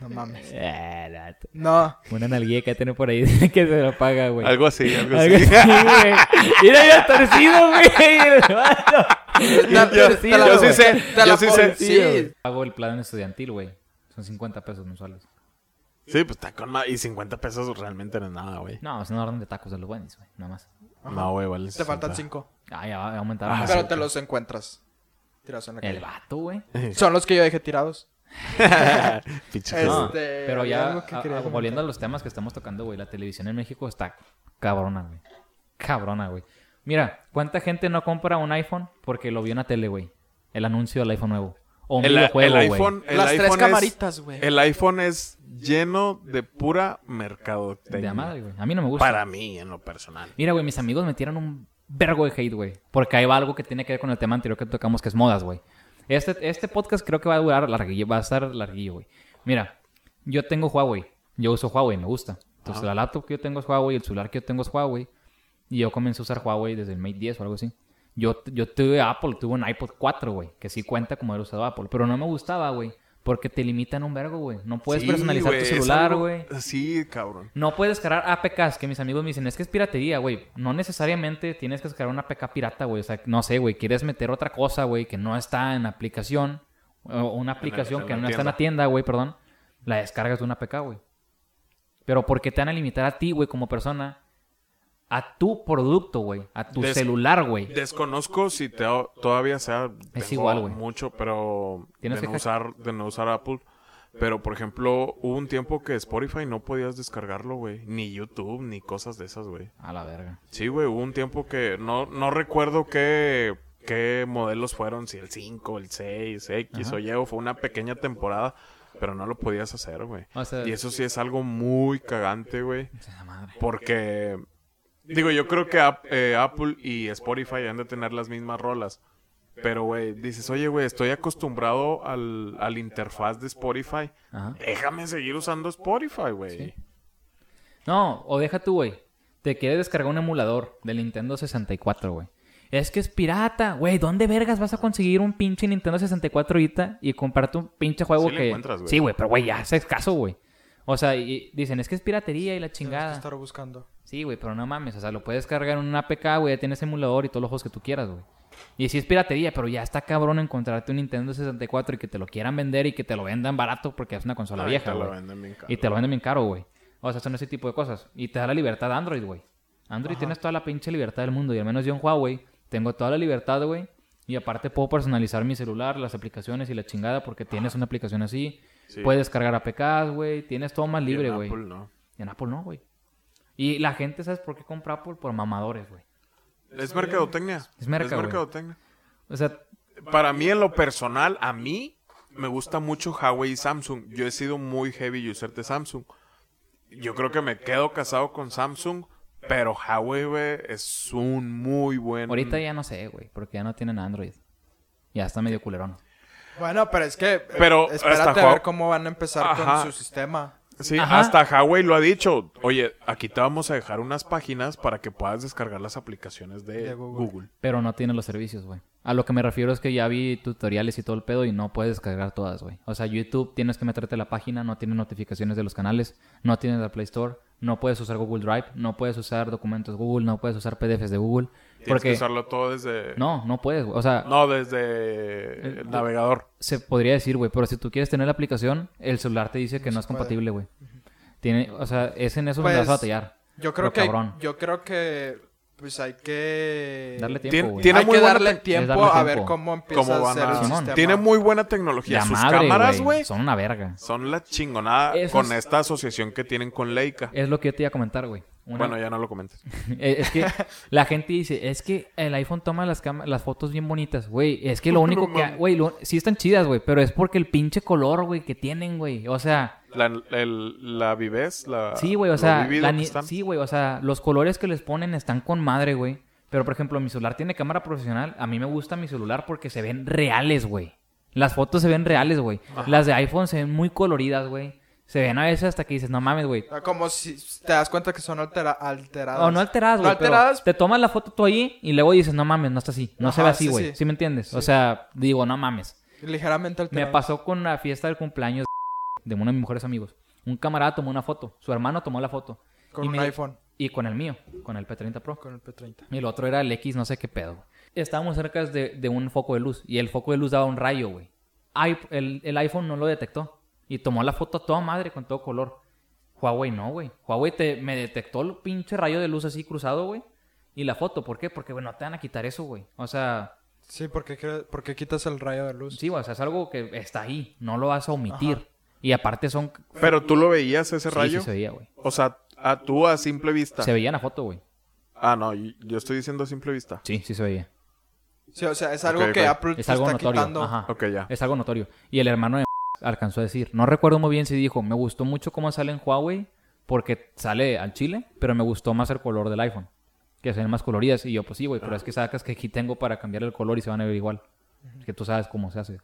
Speaker 3: No mames.
Speaker 1: Eh, la-
Speaker 2: <laughs>
Speaker 3: No.
Speaker 1: Una nalguilla que tiene por ahí <laughs> dice que se lo paga, güey.
Speaker 2: Algo así,
Speaker 1: <laughs>
Speaker 2: algo
Speaker 1: Algo
Speaker 2: así.
Speaker 1: así, güey. Mira, ya torcido, güey. el vato.
Speaker 3: Yo,
Speaker 1: yo sí
Speaker 2: sé, yo sí sé.
Speaker 3: Sí.
Speaker 1: Pago el plan estudiantil, güey. Son 50 pesos mensuales.
Speaker 2: <laughs> Sí, pues está con ma- Y 50 pesos realmente no es nada, güey.
Speaker 1: No, es una orden de tacos de los buenos, güey. Nada más.
Speaker 2: No, güey, vale.
Speaker 3: Te faltan
Speaker 2: 60.
Speaker 3: cinco.
Speaker 1: Ah, ya va a aumentar. más.
Speaker 3: pero te los encuentras. Tirados en la
Speaker 1: El
Speaker 3: calle.
Speaker 1: vato, güey.
Speaker 3: Son los que yo dejé tirados.
Speaker 2: <laughs> Pinche
Speaker 3: Este,
Speaker 1: No,
Speaker 2: gente.
Speaker 1: pero
Speaker 3: había
Speaker 1: ya,
Speaker 3: algo que
Speaker 1: a-
Speaker 3: quería
Speaker 1: a- volviendo
Speaker 3: comentar.
Speaker 1: a los temas que estamos tocando, güey, la televisión en México está cabrona, güey. Cabrona, güey. Mira, ¿cuánta gente no compra un iPhone porque lo vio en la tele, güey? El anuncio del iPhone nuevo. O un
Speaker 2: El,
Speaker 1: videojuego,
Speaker 2: el
Speaker 1: güey.
Speaker 2: iPhone, el
Speaker 3: Las tres
Speaker 2: iPhone es-
Speaker 3: camaritas, güey.
Speaker 2: El iPhone es lleno de pura mercadotecnia.
Speaker 1: De madre, güey. A mí no me gusta.
Speaker 2: Para mí, en lo personal.
Speaker 1: Mira, güey, mis amigos metieron un vergo de hate, güey. Porque ahí va algo que tiene que ver con el tema anterior que tocamos, que es modas, güey. Este, este podcast creo que va a durar larguillo, va a estar larguillo, güey. Mira, yo tengo Huawei. Yo uso Huawei, me gusta. Entonces, la laptop que yo tengo es Huawei, el celular que yo tengo es Huawei. Y yo comencé a usar Huawei desde el Mate 10 o algo así. Yo, yo tuve Apple, tuve un iPod 4, güey, que sí cuenta como haber usado Apple. Pero no me gustaba, güey, porque te limitan un vergo, güey. No puedes
Speaker 2: Sí,
Speaker 1: personalizar
Speaker 2: güey,
Speaker 1: tu
Speaker 2: es
Speaker 1: celular,
Speaker 2: algo-
Speaker 1: güey.
Speaker 2: Sí, cabrón.
Speaker 1: No puedes descargar APKs, que mis amigos me dicen, es que es piratería, güey. No necesariamente tienes que descargar una APK pirata, güey. O sea, no sé, güey, quieres meter otra cosa, güey, que no está en la aplicación, o una aplicación
Speaker 2: en
Speaker 1: que
Speaker 2: la
Speaker 1: no está en la tienda, güey, perdón, la descargas de una APK, güey. Pero porque te van a limitar a ti, güey, como persona, a tu producto, güey, a tu
Speaker 2: Des-
Speaker 1: celular, güey.
Speaker 2: Desconozco si te, todavía sea
Speaker 1: Es
Speaker 2: tengo
Speaker 1: igual, güey.
Speaker 2: mucho, pero de
Speaker 1: Tienes que
Speaker 2: no,
Speaker 1: hack-
Speaker 2: usar, de no usar Apple. Pero, por ejemplo, hubo un tiempo que Spotify no podías descargarlo, güey. Ni YouTube, ni cosas de esas, güey.
Speaker 1: A la verga.
Speaker 2: Sí, güey, hubo un tiempo que no, no recuerdo qué, qué modelos fueron, si el 5, el 6, X o Y, o fue una pequeña temporada, pero no lo podías hacer, güey.
Speaker 1: O sea-
Speaker 2: y eso sí es algo muy cagante, güey.
Speaker 1: Esa madre.
Speaker 2: Porque, digo, yo creo que Ap- eh, Apple y Spotify han de tener las mismas rolas. Pero, güey, dices, oye, güey, estoy acostumbrado al, al interfaz de Spotify.
Speaker 1: Ajá.
Speaker 2: Déjame seguir usando Spotify, güey.
Speaker 1: No, o deja tú, güey. Te quieres descargar un emulador del Nintendo 64, güey. Es que es pirata, güey. ¿Dónde vergas vas a conseguir un pinche Nintendo 64 ahorita y comprarte un pinche juego
Speaker 2: Sí le
Speaker 1: que.
Speaker 2: encuentras, güey.
Speaker 1: Sí, güey, pero güey, ya es escaso, güey. O sea, y dicen, es que es piratería y la
Speaker 3: Tienes que
Speaker 1: chingada.
Speaker 3: estar buscando.
Speaker 1: Sí, güey, pero no mames. O sea, lo puedes cargar en un APK, güey. Ya tienes emulador y todos los juegos que tú quieras, güey. Y sí es piratería, pero ya está cabrón encontrarte un Nintendo 64 y que te lo quieran vender y que te lo vendan barato porque es una consola
Speaker 2: Ahí
Speaker 1: vieja,
Speaker 2: Ah, te lo
Speaker 1: güey.
Speaker 2: venden bien caro.
Speaker 1: Y te lo venden bien caro, güey. O sea, son ese tipo de cosas. Y te da la libertad de Android, güey. Android tienes toda la pinche libertad del mundo. Y al menos yo en Huawei tengo toda la libertad, güey. Y aparte puedo personalizar mi celular, las aplicaciones y la chingada porque tienes una aplicación así.
Speaker 2: Sí.
Speaker 1: Puedes cargar APKs, güey. Tienes todo más
Speaker 2: Y en
Speaker 1: libre, güey.
Speaker 2: Apple no.
Speaker 1: Y en Apple no, güey. Y la gente, ¿sabes por qué compra Apple? Por mamadores, güey.
Speaker 2: Es mercadotecnia.
Speaker 1: Es merca, güey.
Speaker 2: mercadotecnia.
Speaker 1: O sea,
Speaker 2: Para mí, en lo personal, a mí me gusta mucho Huawei y Samsung. Yo he sido muy heavy user de Samsung. Yo creo que me quedo casado con Samsung, pero Huawei, güey, es un muy buen...
Speaker 1: ahorita ya no sé, güey. Porque ya no tienen Android. Ya está medio culerón.
Speaker 3: Bueno, pero es que. eh,
Speaker 2: Pero
Speaker 3: Espérate
Speaker 2: hasta
Speaker 3: a ver
Speaker 2: Hua-
Speaker 3: cómo van a empezar
Speaker 2: Ajá.
Speaker 3: con su sistema.
Speaker 2: Sí,
Speaker 1: Ajá.
Speaker 2: hasta Huawei lo ha dicho. Oye, aquí te vamos a dejar unas páginas para que puedas descargar las aplicaciones de,
Speaker 3: De
Speaker 2: Google.
Speaker 3: Google.
Speaker 1: Pero no tiene los servicios, güey. A lo que me refiero es que ya vi tutoriales y todo el pedo y no puedes descargar todas, güey. O sea, YouTube tienes que meterte a la página, no tiene notificaciones de los canales, no tiene la Play Store, no puedes usar Google Drive, no puedes usar documentos Google, no puedes usar PDFs de Google.
Speaker 2: Tienes
Speaker 1: Porque...
Speaker 2: que usarlo todo desde... No,
Speaker 1: No, no puedes, güey. O sea,
Speaker 2: desde
Speaker 1: Eh,
Speaker 2: el navegador.
Speaker 1: se podría decir, güey, pero si tú quieres tener la aplicación, el celular te dice que no, es
Speaker 3: se puede.
Speaker 1: compatible, güey. Tiene, o sea, es en eso donde vas
Speaker 3: Pues,
Speaker 1: a batallar.
Speaker 3: Yo
Speaker 1: Pero
Speaker 3: creo que.
Speaker 1: cabrón.
Speaker 3: Yo creo que. Pues hay que.
Speaker 1: Darle tiempo,
Speaker 2: Tien-
Speaker 1: güey.
Speaker 2: tiene
Speaker 3: hay
Speaker 2: muy
Speaker 3: que
Speaker 2: buena
Speaker 3: darle
Speaker 2: te-
Speaker 1: Es
Speaker 3: tiempo
Speaker 1: darle
Speaker 3: a
Speaker 1: tiempo.
Speaker 3: ver cómo empieza
Speaker 2: ¿Cómo
Speaker 3: a
Speaker 2: van
Speaker 3: hacer
Speaker 2: a-
Speaker 3: el
Speaker 1: Simón.
Speaker 3: sistema.
Speaker 2: Tiene muy buena tecnología.
Speaker 1: La
Speaker 2: Sus
Speaker 1: madre,
Speaker 2: cámaras,
Speaker 1: güey,
Speaker 2: güey,
Speaker 1: Son una verga.
Speaker 2: son la chingonada
Speaker 1: Eso
Speaker 2: con
Speaker 1: es-
Speaker 2: esta asociación que tienen con Leica.
Speaker 1: Es lo que yo te iba a comentar, güey. Una-
Speaker 2: Bueno, ya no lo comentes.
Speaker 1: <laughs> Eh, Es que la gente dice, es que el iPhone toma las, cam- las fotos bien bonitas, güey. Es que lo único que... ha- Güey, lo- sí están chidas, güey, pero es porque el pinche color, güey, que tienen, güey. O sea,
Speaker 2: La, el- la vivez, la.
Speaker 1: sí, güey, o
Speaker 2: lo
Speaker 1: sea...
Speaker 2: vívido
Speaker 1: la
Speaker 2: que
Speaker 1: ni-
Speaker 2: están.
Speaker 1: sí, güey, o sea, los colores que les ponen están con madre, güey. Pero, por ejemplo, mi celular tiene cámara profesional. A mí me gusta mi celular porque se ven reales, güey. Las fotos se ven reales, güey. Las de iPhone se ven muy coloridas, güey. Se ven a veces hasta que dices, no mames, güey.
Speaker 3: O sea, Como si te das cuenta que son altera- alteradas.
Speaker 1: O Oh, no alteradas, güey.
Speaker 3: No alteradas,
Speaker 1: pero Te tomas la foto tú ahí y luego dices, no mames, no está así. No se ve
Speaker 3: Ajá,
Speaker 1: así,
Speaker 3: sí,
Speaker 1: güey. Sí,
Speaker 3: sí.
Speaker 1: me entiendes? O sea, digo, no mames.
Speaker 3: ligeramente alteradas.
Speaker 1: Me pasó con la fiesta del cumpleaños de uno de mis mejores amigos. Un camarada tomó una foto. Su hermano tomó la foto.
Speaker 3: Con
Speaker 1: y
Speaker 3: un
Speaker 1: me-
Speaker 3: iPhone,
Speaker 1: Y con el mío, con el P30 Pro.
Speaker 3: con el P30.
Speaker 1: Y el otro era el X, no sé qué pedo. güey. Estábamos cerca de, de un foco de luz y el foco de luz daba un rayo, güey. Ay, el, el iPhone no lo detectó y tomó la foto a toda madre con todo color. Huawei no, güey. Huawei te, me detectó el pinche rayo de luz así cruzado, güey. Y la foto, ¿por qué? Porque, bueno, te van a quitar eso, güey. O sea,
Speaker 3: Sí, porque, cre- porque quitas el rayo de luz.
Speaker 1: sí, güey, o sea, es algo que está ahí, no lo vas a omitir. Y aparte son...
Speaker 2: Pero tú lo veías ese
Speaker 1: Sí,
Speaker 2: rayo.
Speaker 1: sí se veía, güey.
Speaker 2: O sea, a tú a simple vista.
Speaker 1: Se veía en la foto, güey.
Speaker 2: Ah, no, y- yo estoy diciendo a simple vista.
Speaker 1: Sí, sí se veía.
Speaker 3: Sí, o sea, es algo
Speaker 2: Ok, ok.
Speaker 3: que Apple
Speaker 1: Es
Speaker 3: te
Speaker 1: algo
Speaker 3: está
Speaker 1: notorio.
Speaker 3: quitando.
Speaker 1: Ajá.
Speaker 2: Ok, ya.
Speaker 1: Es algo notorio. Y el hermano de <laughs> alcanzó a decir, no recuerdo muy bien si dijo, me gustó mucho cómo sale en Huawei porque sale al Chile, pero me gustó más el color del iPhone. que sean más coloridas. Y yo, pues sí, güey,
Speaker 2: Ah.
Speaker 1: pero es que sacas que aquí tengo para cambiar el color y se van a ver igual. Es que tú sabes cómo se hace.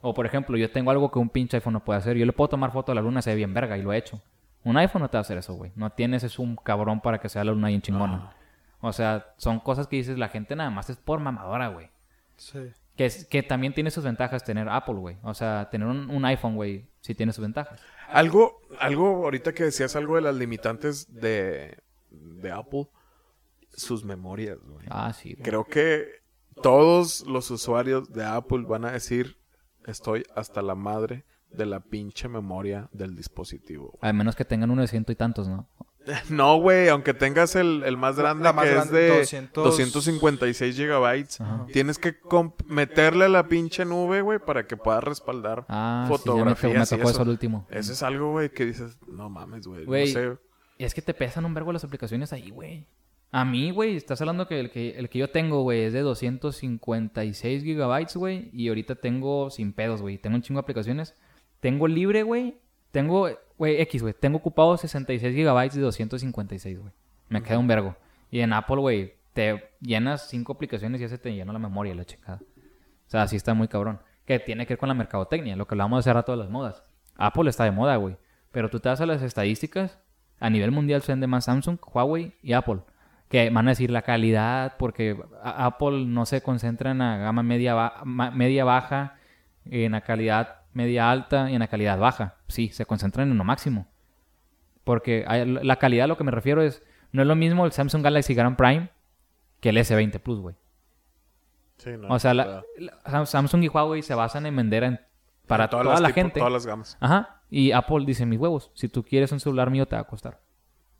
Speaker 1: O por ejemplo, yo tengo algo que un pinche iPhone no puede hacer. Yo le puedo tomar foto a la luna, se ve bien verga y lo he hecho. Un iPhone no te va a hacer eso, güey. No tienes es un cabrón para que sea la luna bien chingona.
Speaker 2: Ah.
Speaker 1: O sea, son cosas que dices, la gente nada más es por mamadora, güey.
Speaker 3: Sí.
Speaker 1: Que, es- que también tiene sus ventajas tener Apple, güey. O sea, tener un, un iPhone, güey, sí tiene sus ventajas.
Speaker 2: Algo, algo ahorita que decías algo de las limitantes de, de Apple, sus memorias, güey.
Speaker 1: Ah, sí. güey.
Speaker 2: Creo que todos los usuarios de Apple van a decir, estoy hasta la madre de la pinche memoria del dispositivo. güey".
Speaker 1: Al menos que tengan uno de ciento y tantos, ¿no?
Speaker 2: No, güey, aunque tengas el, el más grande
Speaker 3: La más
Speaker 2: que
Speaker 3: grande,
Speaker 2: es de
Speaker 3: 200.
Speaker 2: 256 gigabytes, tienes que comp- meterle a la pinche nube, güey, para que pueda respaldar
Speaker 1: Ah, sí, ya me to-
Speaker 2: fotografías.
Speaker 1: me
Speaker 2: y
Speaker 1: tocó
Speaker 2: eso.
Speaker 1: eso el último.
Speaker 2: Ese es algo, güey, que dices, no mames, güey. No
Speaker 1: Güey.
Speaker 2: sé.
Speaker 1: Y es que te pesan un vergo las aplicaciones ahí, güey. A mí, güey, estás hablando que el que, el que yo tengo, güey, es de 256 gigabytes, güey. Y ahorita tengo sin pedos, güey. Tengo un chingo de aplicaciones. Tengo libre, güey. Tengo, güey, X, güey. Tengo ocupado 66 gigabytes de 256, güey. Me queda un vergo. Y en Apple, güey, te llenas cinco aplicaciones y ya se te llena la memoria, la chingada. O sea, sí está muy cabrón. Que tiene que ver con la mercadotecnia, lo que hablábamos hace rato de las modas. Apple está de moda, güey. Pero tú te vas a las estadísticas, a nivel mundial se vende más Samsung, Huawei y Apple. Que van a decir la calidad, porque a- Apple no se concentra en la gama media, ba- ma- media baja, en la calidad media alta y en la calidad baja. Sí, se concentran en lo máximo. Porque a la calidad a lo que me refiero es, no es lo mismo el Samsung Galaxy Grand Prime que el S20 Plus, güey.
Speaker 2: Sí, no,
Speaker 1: O sea, la-
Speaker 2: para-
Speaker 1: la- Sam- Samsung y Huawei se basan en vender en- para
Speaker 2: en todas
Speaker 1: toda
Speaker 2: las
Speaker 1: la
Speaker 2: tipo-
Speaker 1: gente.
Speaker 2: Todas las gamas.
Speaker 1: Ajá. Y Apple dice, mis huevos, si tú quieres un celular mío te va a costar.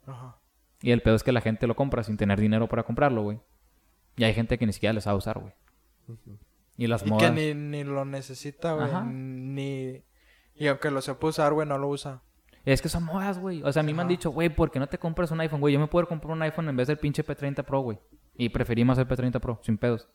Speaker 3: Ajá.
Speaker 1: Y el pedo es que la gente lo compra sin tener dinero para comprarlo, güey. Y hay gente que ni siquiera les va a usar, güey. Y las
Speaker 3: Y
Speaker 1: modas...
Speaker 3: que ni, ni lo necesita, güey.
Speaker 1: Ajá.
Speaker 3: Ni... Y aunque lo sepa usar, güey, no lo usa.
Speaker 1: Es que son modas, güey. O sea, a mí me han
Speaker 3: Ajá.
Speaker 1: dicho, güey, ¿por qué no te compras un iPhone, güey? Yo me puedo comprar un iPhone en vez del pinche P30 Pro, güey. Y preferí más el P30 Pro, sin pedos.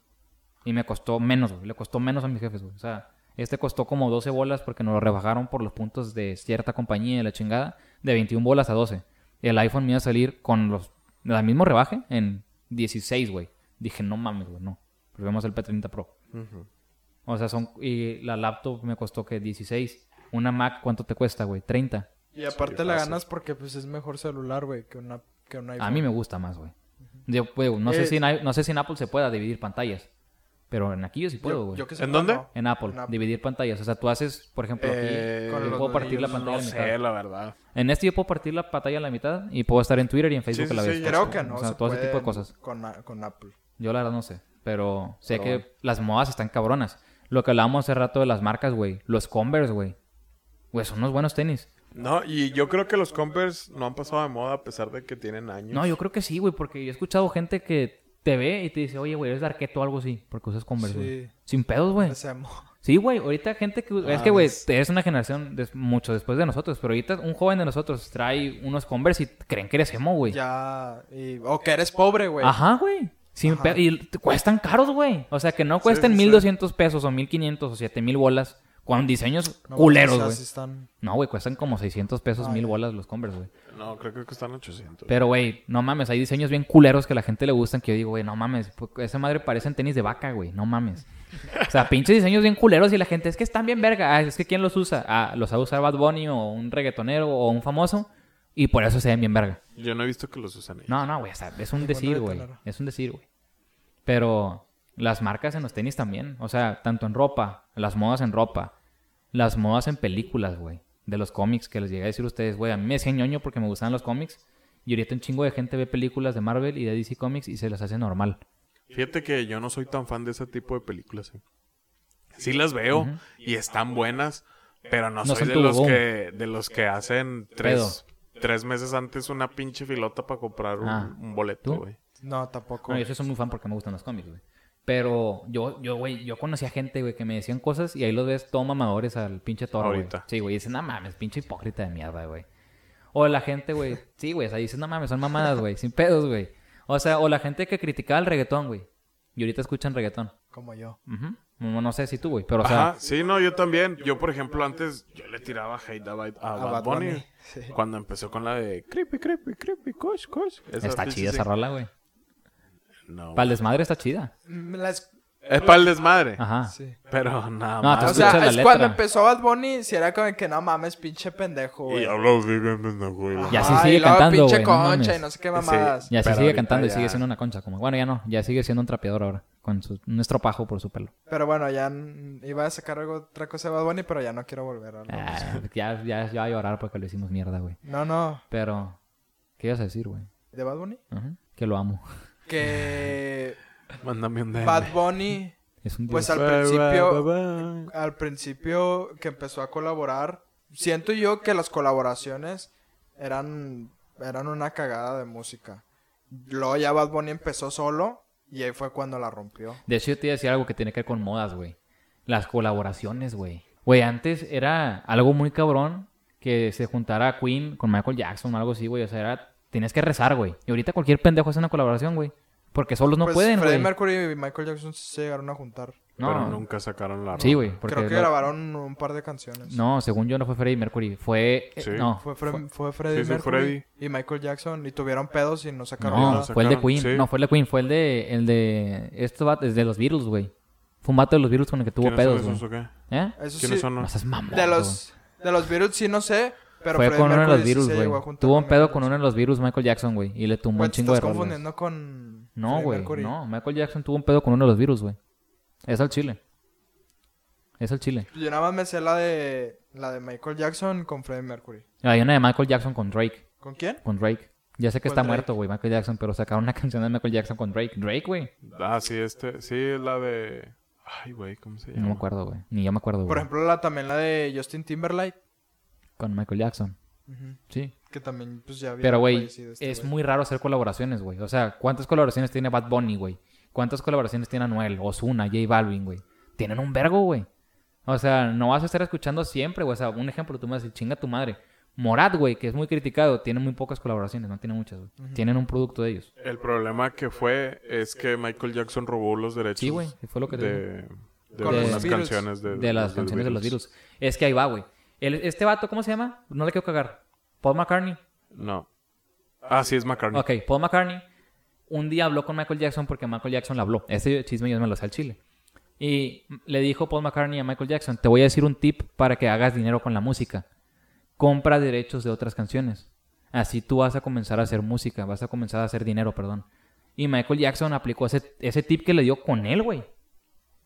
Speaker 1: Y me costó menos, güey. Le costó menos a mis jefes, güey. O sea, este costó como 12 bolas porque nos lo rebajaron por los puntos de cierta compañía y la chingada. De 21 bolas a 12. El iPhone me iba a salir con los... El mismo rebaje en 16, güey. Dije, no mames, güey, no. Probemos el P30 Pro. O sea, son... Y la laptop me costó que 16. Una Mac, ¿cuánto te cuesta, güey? 30.
Speaker 3: Y aparte
Speaker 2: Sí,
Speaker 3: la
Speaker 2: fácil.
Speaker 3: ganas porque pues es mejor celular, güey, que una que un iPhone.
Speaker 1: A mí me gusta más, güey. Yo, güey, no,
Speaker 3: Eh,
Speaker 1: sé si en, i- no sé si en Apple se pueda dividir pantallas. Pero en aquí yo sí puedo,
Speaker 3: Yo,
Speaker 1: güey.
Speaker 3: yo que sepa,
Speaker 2: ¿En dónde?
Speaker 3: no.
Speaker 1: En Apple,
Speaker 3: En Apple.
Speaker 1: dividir pantallas. O sea, tú haces, por ejemplo, aquí.
Speaker 2: Eh,
Speaker 3: con
Speaker 1: yo
Speaker 3: los
Speaker 1: puedo partir la
Speaker 3: dedillos,
Speaker 1: pantalla
Speaker 2: No
Speaker 1: a la mitad.
Speaker 2: sé, la verdad.
Speaker 1: En este yo puedo partir la pantalla a la mitad y puedo estar en Twitter y en Facebook
Speaker 2: Sí, sí,
Speaker 1: a la
Speaker 2: sí,
Speaker 1: vez.
Speaker 2: yo
Speaker 3: Creo que no.
Speaker 1: O sea,
Speaker 3: se
Speaker 1: todo ese tipo de
Speaker 3: pueden
Speaker 1: cosas.
Speaker 3: Con, a- con Apple.
Speaker 1: Yo la verdad no sé. Pero sé
Speaker 2: Pero
Speaker 1: que
Speaker 2: bueno.
Speaker 1: las modas están cabronas. Lo que hablábamos hace rato de las marcas, güey. Los Converse, güey. Güey, son unos buenos tenis.
Speaker 2: No, y yo creo que los Converse no han pasado de moda a pesar de que tienen años.
Speaker 1: No, yo creo que sí, güey, porque yo he escuchado gente que te ve y te dice, oye, güey, eres de arqueto o algo así, porque usas Converse,
Speaker 3: Sí. Ah,
Speaker 1: güey. Sin pedos, güey.
Speaker 3: Hacemos.
Speaker 1: Sí, güey, ahorita gente que... es que, güey, es una generación des- mucho después de nosotros, pero ahorita un joven de nosotros trae unos Converse y creen que eres emo, güey.
Speaker 3: Ya. y- o que eres pobre, güey.
Speaker 1: Ajá, güey. Sin
Speaker 3: Ajá.
Speaker 1: pe- Y te cuestan caros, güey. O sea, que no cuesten
Speaker 2: sí, sí.
Speaker 1: 1.200 pesos o 1.500 o 7.000 bolas con diseños
Speaker 3: No,
Speaker 1: culeros,
Speaker 3: quizás Ah,
Speaker 1: güey.
Speaker 3: están-
Speaker 1: No, güey, cuestan como 600 pesos, 1.000 bolas los Converse, güey.
Speaker 2: No, creo que están 800.
Speaker 1: Pero, güey, no mames, hay diseños bien culeros que a la gente le gustan que yo digo, güey, no mames, pu- esa madre parecen tenis de vaca, güey, no mames. O sea, pinches diseños bien culeros y la gente, es que están bien verga, ah, es que ¿quién los usa? Ah, los va a usar Bad Bunny o un reggaetonero o un famoso y por eso se ven bien verga.
Speaker 2: Yo no he visto que los usan ellos.
Speaker 1: No, no, güey, o sea, es un decir, güey,
Speaker 3: reggaetonero.
Speaker 1: es un decir, güey. Pero las marcas en los tenis también, o sea, tanto en ropa, las modas en ropa, las modas en películas, güey, de los cómics que les llegué a decir a ustedes, güey, a mí me decían ñoño porque me gustaban los cómics y ahorita un chingo de gente ve películas de Marvel y de DC Comics y se las hace normal.
Speaker 2: Fíjate que yo no soy tan fan de ese tipo de películas. eh. Sí las veo y están buenas, pero no,
Speaker 1: No
Speaker 2: soy
Speaker 1: son
Speaker 2: de
Speaker 1: tu
Speaker 2: los
Speaker 1: boom.
Speaker 2: que de los que hacen tres, tres meses antes una pinche filota para comprar un,
Speaker 1: Ah.
Speaker 2: un boleto,
Speaker 1: ¿Tú?
Speaker 2: güey.
Speaker 3: No, tampoco.
Speaker 1: Bueno, yo sí soy muy fan porque me gustan los cómics, güey. Pero yo, yo, güey, yo conocía gente, güey, que me decían cosas y ahí los ves todo mamadores al pinche toro, güey.
Speaker 2: Ahorita.
Speaker 1: Sí, güey, dicen, no mames, pinche hipócrita de mierda, güey. O la gente, güey, <laughs> sí, güey, o sea, dicen, no mames, son mamadas, güey, sin pedos, güey. O sea, o la gente que criticaba el reggaetón, güey. Y ahorita escuchan reggaetón.
Speaker 3: Como yo.
Speaker 1: Ujú. No, no sé si tú, güey, pero o sea,
Speaker 2: Ajá, sí, no, yo también. Yo, por ejemplo, antes yo le tiraba hate a, Bad- a
Speaker 3: A
Speaker 2: Bad
Speaker 3: Bad
Speaker 2: Bunny.
Speaker 3: Bunny, sí.
Speaker 2: Cuando empezó con la de creepy, creepy, creepy, coach, coach.
Speaker 1: está chida esa rola, güey.
Speaker 2: No.
Speaker 1: Para el desmadre está chida.
Speaker 3: Mm, la es-
Speaker 2: Es para el desmadre.
Speaker 1: Ajá.
Speaker 3: sí.
Speaker 2: Pero nada
Speaker 1: No,
Speaker 2: más.
Speaker 1: tú
Speaker 3: O sea,
Speaker 1: escuchas Ah. la
Speaker 3: es cuando
Speaker 1: letra.
Speaker 3: empezó Bad Bunny, si era como que no mames, pinche pendejo, güey.
Speaker 2: Y habló así, bien pendejo, güey.
Speaker 1: Y así
Speaker 3: Ay,
Speaker 1: sigue
Speaker 3: luego
Speaker 1: cantando,
Speaker 3: pinche
Speaker 1: güey, no
Speaker 3: concha
Speaker 1: mames.
Speaker 3: y no sé qué mamadas.
Speaker 1: Y así
Speaker 2: Pero
Speaker 1: sigue
Speaker 2: ahorita
Speaker 1: cantando y
Speaker 2: ya.
Speaker 1: sigue siendo una concha. Como, bueno, ya no, ya sigue siendo un trapeador ahora. Con su, un estropajo por su pelo.
Speaker 3: Pero bueno, ya mm, iba a sacar algo, otra cosa de Bad Bunny, pero ya no quiero volver a hablar.
Speaker 1: Ah, <laughs> ya, ya, ya va a llorar porque lo hicimos mierda, güey.
Speaker 3: No, no.
Speaker 1: Pero, ¿qué ibas a decir, güey?
Speaker 3: ¿De Bad Bunny?
Speaker 1: Ajá. Que lo amo. <laughs>
Speaker 3: Que
Speaker 2: Mándame un DM.
Speaker 3: Bad Bunny,
Speaker 1: Es un
Speaker 3: Pues
Speaker 1: dios.
Speaker 3: al
Speaker 2: Bye, bye,
Speaker 3: principio-
Speaker 2: bye, bye.
Speaker 3: al principio que empezó a colaborar, siento yo que las colaboraciones eran, eran una cagada de música. Luego ya Bad Bunny empezó solo y ahí fue cuando la rompió.
Speaker 1: De hecho, yo te iba a decir algo que tiene que ver con modas, güey. Las colaboraciones, güey. Güey, antes era algo muy cabrón que se juntara Queen con Michael Jackson o algo así, güey. O sea, era... Tienes que rezar, güey. Y ahorita cualquier pendejo hace una colaboración, güey. Porque solos no
Speaker 3: Pues,
Speaker 1: pueden,
Speaker 3: Freddie
Speaker 1: güey.
Speaker 3: Mercury y Michael Jackson se llegaron a juntar.
Speaker 1: No.
Speaker 2: Pero nunca sacaron la
Speaker 1: Sí,
Speaker 2: rola.
Speaker 1: güey. porque
Speaker 3: Creo que
Speaker 1: lo-
Speaker 3: grabaron un par de canciones.
Speaker 1: No, según yo no fue Freddie Mercury. Fue... eh,
Speaker 2: Sí.
Speaker 1: No.
Speaker 3: Fue, Fre- fue Freddie
Speaker 2: Sí, sí,
Speaker 3: Mercury
Speaker 2: Freddie.
Speaker 3: y Michael Jackson y tuvieron pedos y no sacaron
Speaker 1: No,
Speaker 3: nada.
Speaker 2: sacaron,
Speaker 1: fue el de Queen.
Speaker 2: sí.
Speaker 1: No, fue el de Queen. Fue el de... El de... Esto va desde los Beatles, güey. Fue un vato de los Beatles con el que tuvo
Speaker 2: ¿Quiénes son
Speaker 1: pedos, güey.
Speaker 2: esos o qué?
Speaker 1: ¿Eh?
Speaker 3: Eso
Speaker 2: ¿Quiénes
Speaker 3: sí,
Speaker 2: son?
Speaker 1: No seas mamón,
Speaker 3: de
Speaker 1: güey.
Speaker 3: los de los Beatles sí no sé, pero
Speaker 1: fue
Speaker 3: Freddie
Speaker 1: con uno de
Speaker 3: Mercury
Speaker 1: los
Speaker 3: sí
Speaker 1: virus,
Speaker 3: se
Speaker 1: güey.
Speaker 3: llegó a juntar
Speaker 1: Tuvo un pedo
Speaker 3: Michael
Speaker 1: con uno de los virus Michael Jackson, güey. Y le
Speaker 3: Jackson.
Speaker 1: tumbó
Speaker 3: Güey,
Speaker 1: un
Speaker 3: te
Speaker 1: chingo de
Speaker 3: Pues, estás
Speaker 1: rolas.
Speaker 3: confundiendo con
Speaker 1: No,
Speaker 3: Freddie
Speaker 1: güey.
Speaker 3: Mercury.
Speaker 1: No, Michael Jackson tuvo un pedo con uno de los virus, güey. Es al chile. Es al chile.
Speaker 3: Yo nada más me sé la de la de Michael Jackson con Freddie Mercury.
Speaker 1: Hay una de Michael Jackson con Drake.
Speaker 3: ¿Con quién?
Speaker 1: Con Drake. Ya sé que
Speaker 3: Con
Speaker 1: está
Speaker 3: Drake.
Speaker 1: muerto, güey, Michael Jackson, pero sacaron una <laughs> canción de Michael Jackson con Drake. Drake, güey.
Speaker 2: Ah, sí, este. Sí, es la de. Ay, güey, ¿cómo se
Speaker 1: No me
Speaker 2: llama?
Speaker 1: acuerdo, güey. Ni yo me acuerdo,
Speaker 3: Por
Speaker 1: güey.
Speaker 3: ejemplo, la también la de Justin Timberlake,
Speaker 1: Con Michael Jackson.
Speaker 3: Ujú.
Speaker 1: Sí.
Speaker 3: que también pues ya había
Speaker 1: Pero, güey,
Speaker 3: fallecido este
Speaker 1: es
Speaker 3: güey.
Speaker 1: muy raro hacer colaboraciones, güey. O sea, ¿cuántas colaboraciones tiene Bad Bunny, güey? ¿Cuántas colaboraciones tiene Anuel, Ozuna, J Balvin, güey? Tienen un vergo, güey. O sea, no vas a estar escuchando siempre, güey. O sea, un ejemplo, tú me vas a decir, chinga tu madre. Morat, güey, que es muy criticado, tiene muy pocas colaboraciones, no tiene muchas, güey. Tienen un producto de ellos.
Speaker 2: El problema que fue es que Michael Jackson robó los derechos.
Speaker 1: Sí, güey, fue lo que te digo.
Speaker 2: De, de
Speaker 3: Con
Speaker 2: algunas
Speaker 3: los Beatles.
Speaker 2: canciones de,
Speaker 1: De las canciones de los virus. Es que ahí va, güey. El- Este vato, ¿cómo se llama? No le quiero cagar. Paul McCartney.
Speaker 2: No. Ah, sí, es McCartney.
Speaker 1: Ok, Paul McCartney un día habló con Michael Jackson porque Michael Jackson le habló. Ese chisme yo me lo sé al chile. Y le dijo Paul McCartney a Michael Jackson, te voy a decir un tip para que hagas dinero con la música. Compra derechos de otras canciones. Así tú vas a comenzar a hacer música, vas a comenzar a hacer dinero, perdón. Y Michael Jackson aplicó ese, ese tip que le dio con él, güey.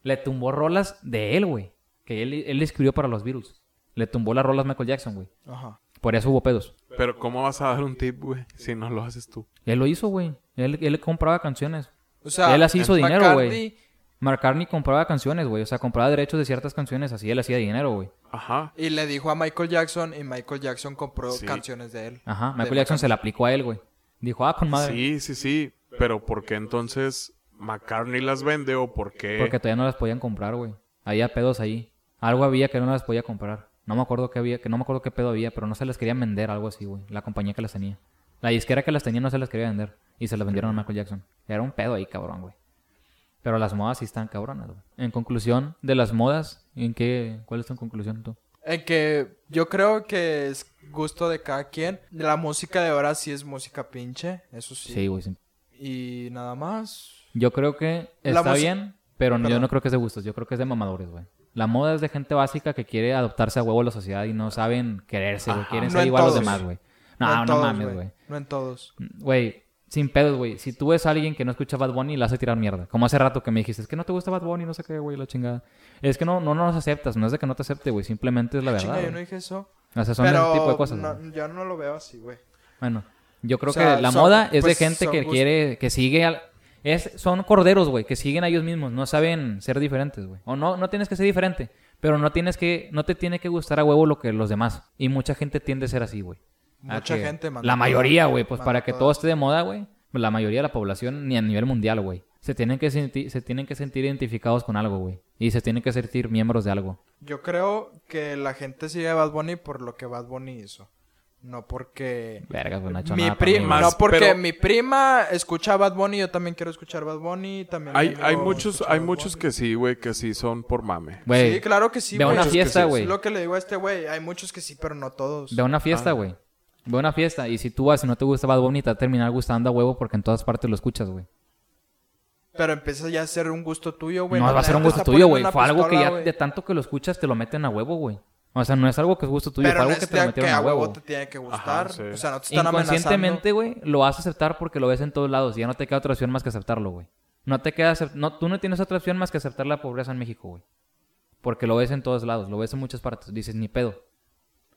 Speaker 1: Le tumbó rolas de él, güey. Que él, él escribió para los Beatles. Le tumbó las rolas Michael Jackson, güey.
Speaker 3: Ajá.
Speaker 1: Por eso hubo pedos.
Speaker 2: Pero ¿cómo vas a dar un tip, güey? Si no lo haces tú.
Speaker 1: Él lo hizo, güey. Él, él compraba canciones.
Speaker 3: O sea,
Speaker 1: Él así hizo dinero,
Speaker 3: McCartney-
Speaker 1: güey. McCartney compraba canciones, güey. O sea, compraba derechos de ciertas canciones. Así él hacía dinero, güey.
Speaker 2: Ajá.
Speaker 3: Y le dijo a Michael Jackson y Michael Jackson compró
Speaker 2: Sí.
Speaker 3: canciones de él.
Speaker 1: Ajá.
Speaker 3: De
Speaker 1: Michael Jackson se la aplicó a él, güey. Dijo, ah, con madre.
Speaker 2: Sí, sí, sí. Pero ¿por qué entonces McCartney las vende o por qué?
Speaker 1: Porque todavía no las podían comprar, güey. Había pedos ahí. Algo había que no las podía comprar. No me acuerdo qué había, que no me acuerdo qué pedo había, pero no se las querían vender, algo así, güey. La compañía que las tenía. La disquera que las tenía no se las quería vender. Y se las vendieron a Michael Jackson. Era un pedo ahí, cabrón, güey. Pero las modas sí están cabronas, güey. En conclusión, de las modas, ¿en qué? ¿Cuál es tu conclusión tú?
Speaker 3: En que yo creo que es gusto de cada quien. La música de ahora sí es música pinche, eso sí.
Speaker 1: Sí, güey. sí.
Speaker 3: Y nada más.
Speaker 1: Yo creo que
Speaker 3: La
Speaker 1: está
Speaker 3: música-
Speaker 1: bien, pero yo
Speaker 3: Perdón.
Speaker 1: no creo que es de gustos. Yo creo que es de mamadores, güey. La moda es de gente básica que quiere adoptarse a huevo a la sociedad y no saben quererse, güey. Quieren
Speaker 3: No
Speaker 1: ser
Speaker 3: en
Speaker 1: igual a
Speaker 3: todos.
Speaker 1: los demás, güey.
Speaker 3: en
Speaker 1: No, no,
Speaker 3: todos,
Speaker 1: mames, güey.
Speaker 3: No en todos.
Speaker 1: Güey, sin pedos, güey. Si tú ves a alguien que no escucha Bad Bunny, le hace tirar mierda. Como hace rato que me dijiste, es que no te gusta Bad Bunny, no sé qué, güey, la chingada. Es que no, no nos aceptas, no es de que no te acepte, güey. Simplemente es la verdad.
Speaker 3: Ah, Chinga, yo no
Speaker 1: güey.
Speaker 3: dije eso.
Speaker 1: O sea, son
Speaker 3: pero
Speaker 1: ese tipo de cosas.
Speaker 3: no-
Speaker 1: güey.
Speaker 3: yo no lo veo así, güey.
Speaker 1: Bueno, yo creo
Speaker 3: O sea,
Speaker 1: que la
Speaker 3: son-
Speaker 1: moda es
Speaker 3: pues,
Speaker 1: de gente
Speaker 3: son
Speaker 1: que
Speaker 3: gust-
Speaker 1: quiere, que sigue al... Es, son corderos, güey, que siguen a ellos mismos, no saben ser diferentes, güey. O no, no tienes que ser diferente, pero no tienes que, no te tiene que gustar a huevo lo que los demás. Y mucha gente tiende a ser así, güey. A
Speaker 3: Mucha
Speaker 1: Ah, que-
Speaker 3: gente, manda
Speaker 1: La
Speaker 3: toda-
Speaker 1: mayoría, güey, pues
Speaker 3: manda
Speaker 1: para que
Speaker 3: toda.
Speaker 1: todo esté de moda, güey. La mayoría de la población, ni a nivel mundial, güey. Se tienen que sentir, se tienen que sentir identificados con algo, güey. Y se tienen que sentir miembros de algo.
Speaker 3: Yo creo que la gente sigue a Bad Bunny por lo que Bad Bunny hizo. No porque.
Speaker 1: Vergas, güey, no ha hecho
Speaker 3: mi
Speaker 1: nada para mí,
Speaker 3: prima.
Speaker 1: güey.
Speaker 2: Más,
Speaker 3: No porque
Speaker 2: pero-
Speaker 3: mi prima escucha a Bad Bunny, yo también quiero escuchar Bad Bunny. También mi
Speaker 2: Hay,
Speaker 3: amigo
Speaker 2: hay muchos,
Speaker 3: escucha
Speaker 2: hay
Speaker 3: Bad
Speaker 2: muchos
Speaker 3: Bunny.
Speaker 2: que sí, güey, que sí son por mame.
Speaker 1: Güey,
Speaker 3: Sí, claro que sí,
Speaker 1: ve a
Speaker 3: güey.
Speaker 1: una
Speaker 3: Es
Speaker 1: fiesta,
Speaker 3: que sí,
Speaker 1: güey.
Speaker 3: Es lo que le digo a este güey. Hay muchos que sí, pero no todos.
Speaker 1: Ve a una fiesta, güey. Ve a una fiesta. Y si tú vas y no te gusta Bad Bunny, te va a terminar gustando a huevo porque en todas partes lo escuchas, güey.
Speaker 3: Pero empieza ya a ser un gusto tuyo, güey.
Speaker 1: No va a
Speaker 3: La
Speaker 1: ser un
Speaker 3: neta
Speaker 1: gusto
Speaker 3: está
Speaker 1: tuyo,
Speaker 3: poniendo
Speaker 1: güey.
Speaker 3: una
Speaker 1: Fue algo que ya
Speaker 3: pistola, güey.
Speaker 1: de tanto que lo escuchas te lo meten a huevo, güey. O sea, no es algo que es gusto tuyo,
Speaker 3: Pero
Speaker 1: fue
Speaker 3: no
Speaker 1: algo
Speaker 3: es
Speaker 1: que te lo
Speaker 3: de
Speaker 1: metieron
Speaker 3: que
Speaker 1: a
Speaker 3: a
Speaker 1: huevo.
Speaker 3: huevo te tiene que gustar.
Speaker 2: sí.
Speaker 3: O sea, no te están amenazando.
Speaker 1: Inconscientemente, güey, lo vas a aceptar porque lo ves en todos lados y ya no te queda otra opción más que aceptarlo, güey. No te queda acep- no, tú no tienes otra opción más que aceptar la pobreza en México, güey. Porque lo ves en todos lados, lo ves en muchas partes. Dices, ni pedo.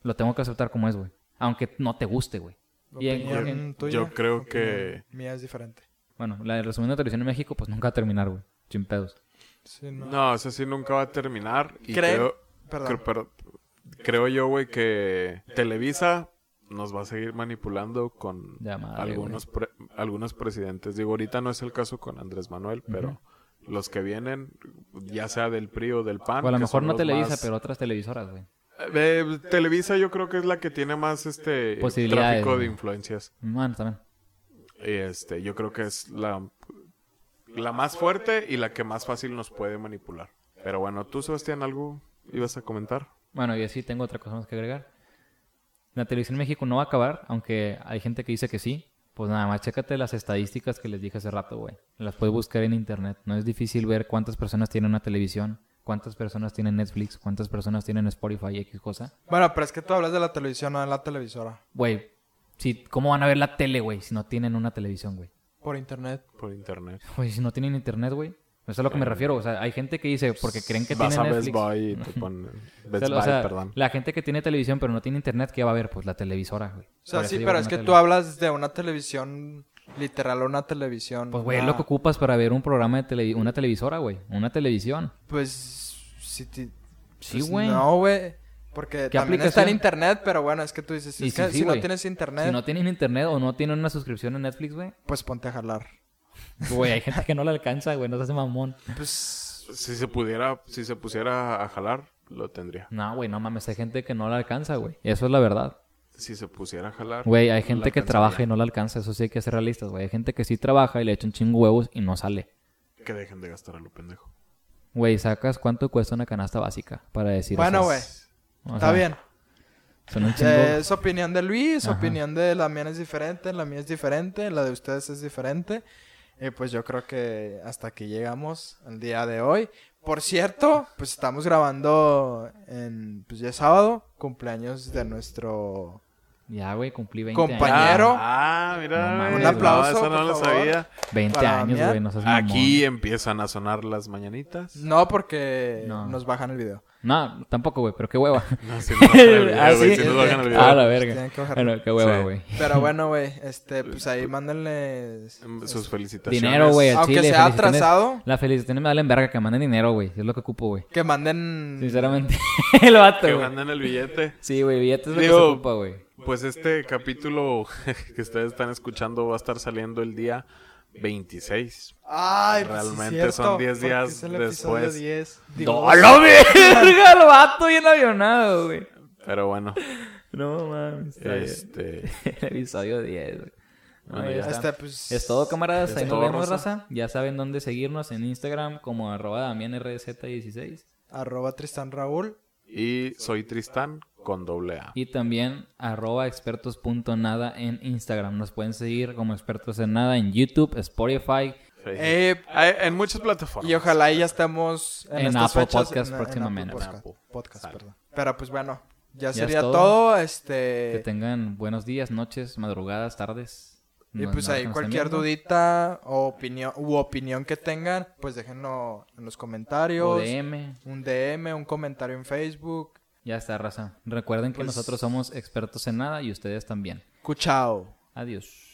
Speaker 1: Lo tengo que aceptar como es, güey. Aunque no te guste, güey. Y en-
Speaker 3: Opinión
Speaker 1: en-
Speaker 3: tuya,
Speaker 2: yo creo
Speaker 3: opinión
Speaker 2: que-
Speaker 3: Mía es diferente.
Speaker 1: bueno, la de resumiendo televisión en México, pues nunca va a terminar, güey. Sin pedos.
Speaker 3: Sí, no.
Speaker 2: No, eso sí nunca va a terminar. Y
Speaker 3: ¿Creen?
Speaker 2: creo,
Speaker 3: Perdón.
Speaker 2: creo, pero- creo yo, güey, que Televisa nos va a seguir manipulando con
Speaker 1: Ya madre,
Speaker 2: algunos, pre- algunos presidentes. Digo, ahorita no es el caso con Andrés Manuel, pero los que vienen, ya sea del PRI o del PAN.
Speaker 1: O a lo
Speaker 2: que
Speaker 1: mejor
Speaker 2: Ah, son
Speaker 1: no
Speaker 2: los
Speaker 1: Televisa,
Speaker 2: más-
Speaker 1: pero otras televisoras, güey.
Speaker 2: Eh, Televisa yo creo que es la que tiene más este
Speaker 1: Posibilidades,
Speaker 2: tráfico de
Speaker 1: ¿no?
Speaker 2: influencias.
Speaker 1: Bueno, también.
Speaker 2: Y este, yo creo que es la, la más fuerte y la que más fácil nos puede manipular. Pero bueno, tú, Sebastián, ¿algo ibas a comentar?
Speaker 1: Bueno, yo sí tengo otra cosa más que agregar. La televisión en México no va a acabar, aunque hay gente que dice que sí. Pues nada más, chécate las estadísticas que les dije hace rato, güey. Las puedes buscar en internet. No es difícil ver cuántas personas tienen una televisión, cuántas personas tienen Netflix, cuántas personas tienen Spotify y X cosa.
Speaker 3: Bueno, pero es que tú hablas de la televisión, no de la televisora.
Speaker 1: Güey, si, ¿cómo van a ver la tele, güey, si no tienen una televisión, güey?
Speaker 3: Por internet.
Speaker 2: Por internet.
Speaker 1: Güey, si no tienen internet, güey. Eso es a lo que me refiero. O sea, hay gente que dice, porque creen que
Speaker 2: Eh, Vas
Speaker 1: tienen
Speaker 2: a
Speaker 1: Netflix.
Speaker 2: Best Buy y te ponen... Best
Speaker 1: O sea,
Speaker 2: Buy,
Speaker 1: o sea,
Speaker 2: perdón.
Speaker 1: La gente que tiene televisión pero no tiene internet, ¿qué va a ver? Pues la televisora, güey.
Speaker 3: O sea,
Speaker 1: Por eso
Speaker 3: sí,
Speaker 1: digo
Speaker 3: pero es
Speaker 1: una
Speaker 3: que
Speaker 1: tele.
Speaker 3: tú hablas de una televisión literal, una televisión. Ah,
Speaker 1: Pues, güey, es
Speaker 3: una-
Speaker 1: lo que ocupas para ver un programa de tele... una televisora, güey. Una televisión.
Speaker 3: Pues, si ti-
Speaker 1: Sí,
Speaker 3: pues,
Speaker 1: güey.
Speaker 3: No, güey. Porque
Speaker 1: ¿Qué
Speaker 3: también está
Speaker 1: aplicación?
Speaker 3: el internet, pero bueno, es que tú dices,
Speaker 1: Y
Speaker 3: es
Speaker 1: sí,
Speaker 3: que
Speaker 1: sí,
Speaker 3: si no
Speaker 1: güey.
Speaker 3: tienes internet,
Speaker 1: Si no tienen internet o no tienen una suscripción en Netflix, güey.
Speaker 3: pues ponte a jalar.
Speaker 1: Güey, hay gente que no la alcanza, güey. No se hace mamón.
Speaker 3: Pues,
Speaker 2: Si se pudiera, si se pusiera a jalar, lo tendría.
Speaker 1: No, güey, no mames. Hay gente que no la alcanza, güey. Eso es la verdad.
Speaker 2: Si se pusiera a jalar...
Speaker 1: Güey, hay
Speaker 2: la
Speaker 1: gente que
Speaker 2: alcanzaría.
Speaker 1: trabaja y no la alcanza. Eso sí hay que ser realistas, güey. Hay gente que sí trabaja y le echa un chingo huevos y no sale.
Speaker 2: Que dejen de gastar a lo pendejo.
Speaker 1: Güey, sacas cuánto cuesta una canasta básica para decir
Speaker 3: bueno,
Speaker 1: esas-
Speaker 3: güey,
Speaker 1: o
Speaker 3: está
Speaker 1: sea,
Speaker 3: bien.
Speaker 1: Son un chingo.
Speaker 3: Eh, Es opinión de Luis,
Speaker 1: Ajá.
Speaker 3: opinión de la mía es diferente, la mía es diferente, la de ustedes es diferente. Y pues yo creo que hasta aquí llegamos al día de hoy. Por cierto, pues estamos grabando en, pues ya es sábado, cumpleaños de nuestro...
Speaker 1: Ya, güey, cumplí 20
Speaker 3: Compañero.
Speaker 1: años.
Speaker 2: Ah,
Speaker 1: No
Speaker 2: mira.
Speaker 1: mames,
Speaker 2: güey.
Speaker 1: Un
Speaker 3: aplauso,
Speaker 2: No, eso
Speaker 3: por
Speaker 2: no lo
Speaker 3: favor.
Speaker 2: sabía.
Speaker 1: 20
Speaker 3: Para
Speaker 1: años,
Speaker 3: Damián.
Speaker 1: güey, no seas mamón.
Speaker 2: Aquí empiezan a sonar las mañanitas.
Speaker 3: No, porque
Speaker 1: No.
Speaker 3: nos bajan el video.
Speaker 1: No, tampoco, güey, pero qué
Speaker 3: <laughs>
Speaker 1: hueva.
Speaker 2: No, si no bajan el video,
Speaker 1: Ah,
Speaker 2: güey,
Speaker 1: sí.
Speaker 2: si no bajan el video.
Speaker 1: Ah, la
Speaker 3: Tienen
Speaker 1: verga.
Speaker 3: que bajar.
Speaker 1: Bueno, qué hueva,
Speaker 2: Sí.
Speaker 1: güey. <laughs>
Speaker 3: Pero bueno, güey, este, pues ahí mándenle...
Speaker 2: Em, Sus felicitaciones.
Speaker 1: Dinero, güey, al
Speaker 3: Aunque
Speaker 1: chile.
Speaker 3: sea
Speaker 1: felicitaciones.
Speaker 3: atrasado.
Speaker 1: La felicitaciones me valen verga que manden dinero, güey. Es lo que ocupo, güey.
Speaker 3: Que manden...
Speaker 1: Sinceramente, <laughs> el vato,
Speaker 2: Que
Speaker 1: güey.
Speaker 2: mandan el billete.
Speaker 1: Sí, güey, billetes es lo que
Speaker 2: Digo-
Speaker 1: se ocupa, güey. <laughs>
Speaker 2: Pues este capítulo <laughs> que ustedes están escuchando va a estar saliendo el día 26.
Speaker 3: Ay, pues sí,
Speaker 2: Realmente
Speaker 3: cierto,
Speaker 2: son 10
Speaker 3: porque
Speaker 2: días
Speaker 3: es el episodio
Speaker 2: después.
Speaker 3: 10.
Speaker 1: ¡No, la verga! El vato bien avionado, güey. <laughs>
Speaker 2: Pero bueno,
Speaker 1: No, mames. está bien.
Speaker 2: este.
Speaker 1: El <laughs> episodio 10, güey. No,
Speaker 2: Bueno,
Speaker 1: ya
Speaker 2: ya
Speaker 1: está.
Speaker 3: Este, pues,
Speaker 1: Es todo, camaradas.
Speaker 2: Es
Speaker 1: Ahí nos
Speaker 2: todo,
Speaker 1: vemos,
Speaker 2: raza.
Speaker 1: raza. Ya saben dónde seguirnos en Instagram como arroba damianrz16.
Speaker 3: Arroba Tristan Raúl.
Speaker 2: Y soy Tristán con doble A.
Speaker 1: Y también arroba expertos.nada en Instagram. Nos pueden seguir como expertos en nada en YouTube, Spotify,
Speaker 2: Facebook.
Speaker 3: Eh,
Speaker 2: Ah, en muchas plataformas.
Speaker 3: y ojalá y ya estemos en,
Speaker 1: En
Speaker 3: estas
Speaker 1: Apple
Speaker 3: fechas,
Speaker 1: Podcast próximamente.
Speaker 3: Apple Podcast,
Speaker 2: En Apple.
Speaker 3: Podcast,
Speaker 2: Sale.
Speaker 3: perdón. Pero pues bueno, ya,
Speaker 1: es
Speaker 3: sería todo.
Speaker 1: todo. que
Speaker 3: este
Speaker 1: tengan buenos días, noches, madrugadas, tardes.
Speaker 3: Y
Speaker 1: No-
Speaker 3: pues
Speaker 1: no-
Speaker 3: ahí
Speaker 1: no estén
Speaker 3: cualquier
Speaker 1: viendo.
Speaker 3: dudita o opinión, u opinión que tengan, pues déjenlo en los
Speaker 1: O
Speaker 3: comentarios.
Speaker 1: DM.
Speaker 3: Un DM, un comentario en Facebook.
Speaker 1: Ya está, raza. Recuerden que
Speaker 3: Pues-
Speaker 1: nosotros somos expertos en nada y ustedes también.
Speaker 3: Cuchao.
Speaker 1: Adiós.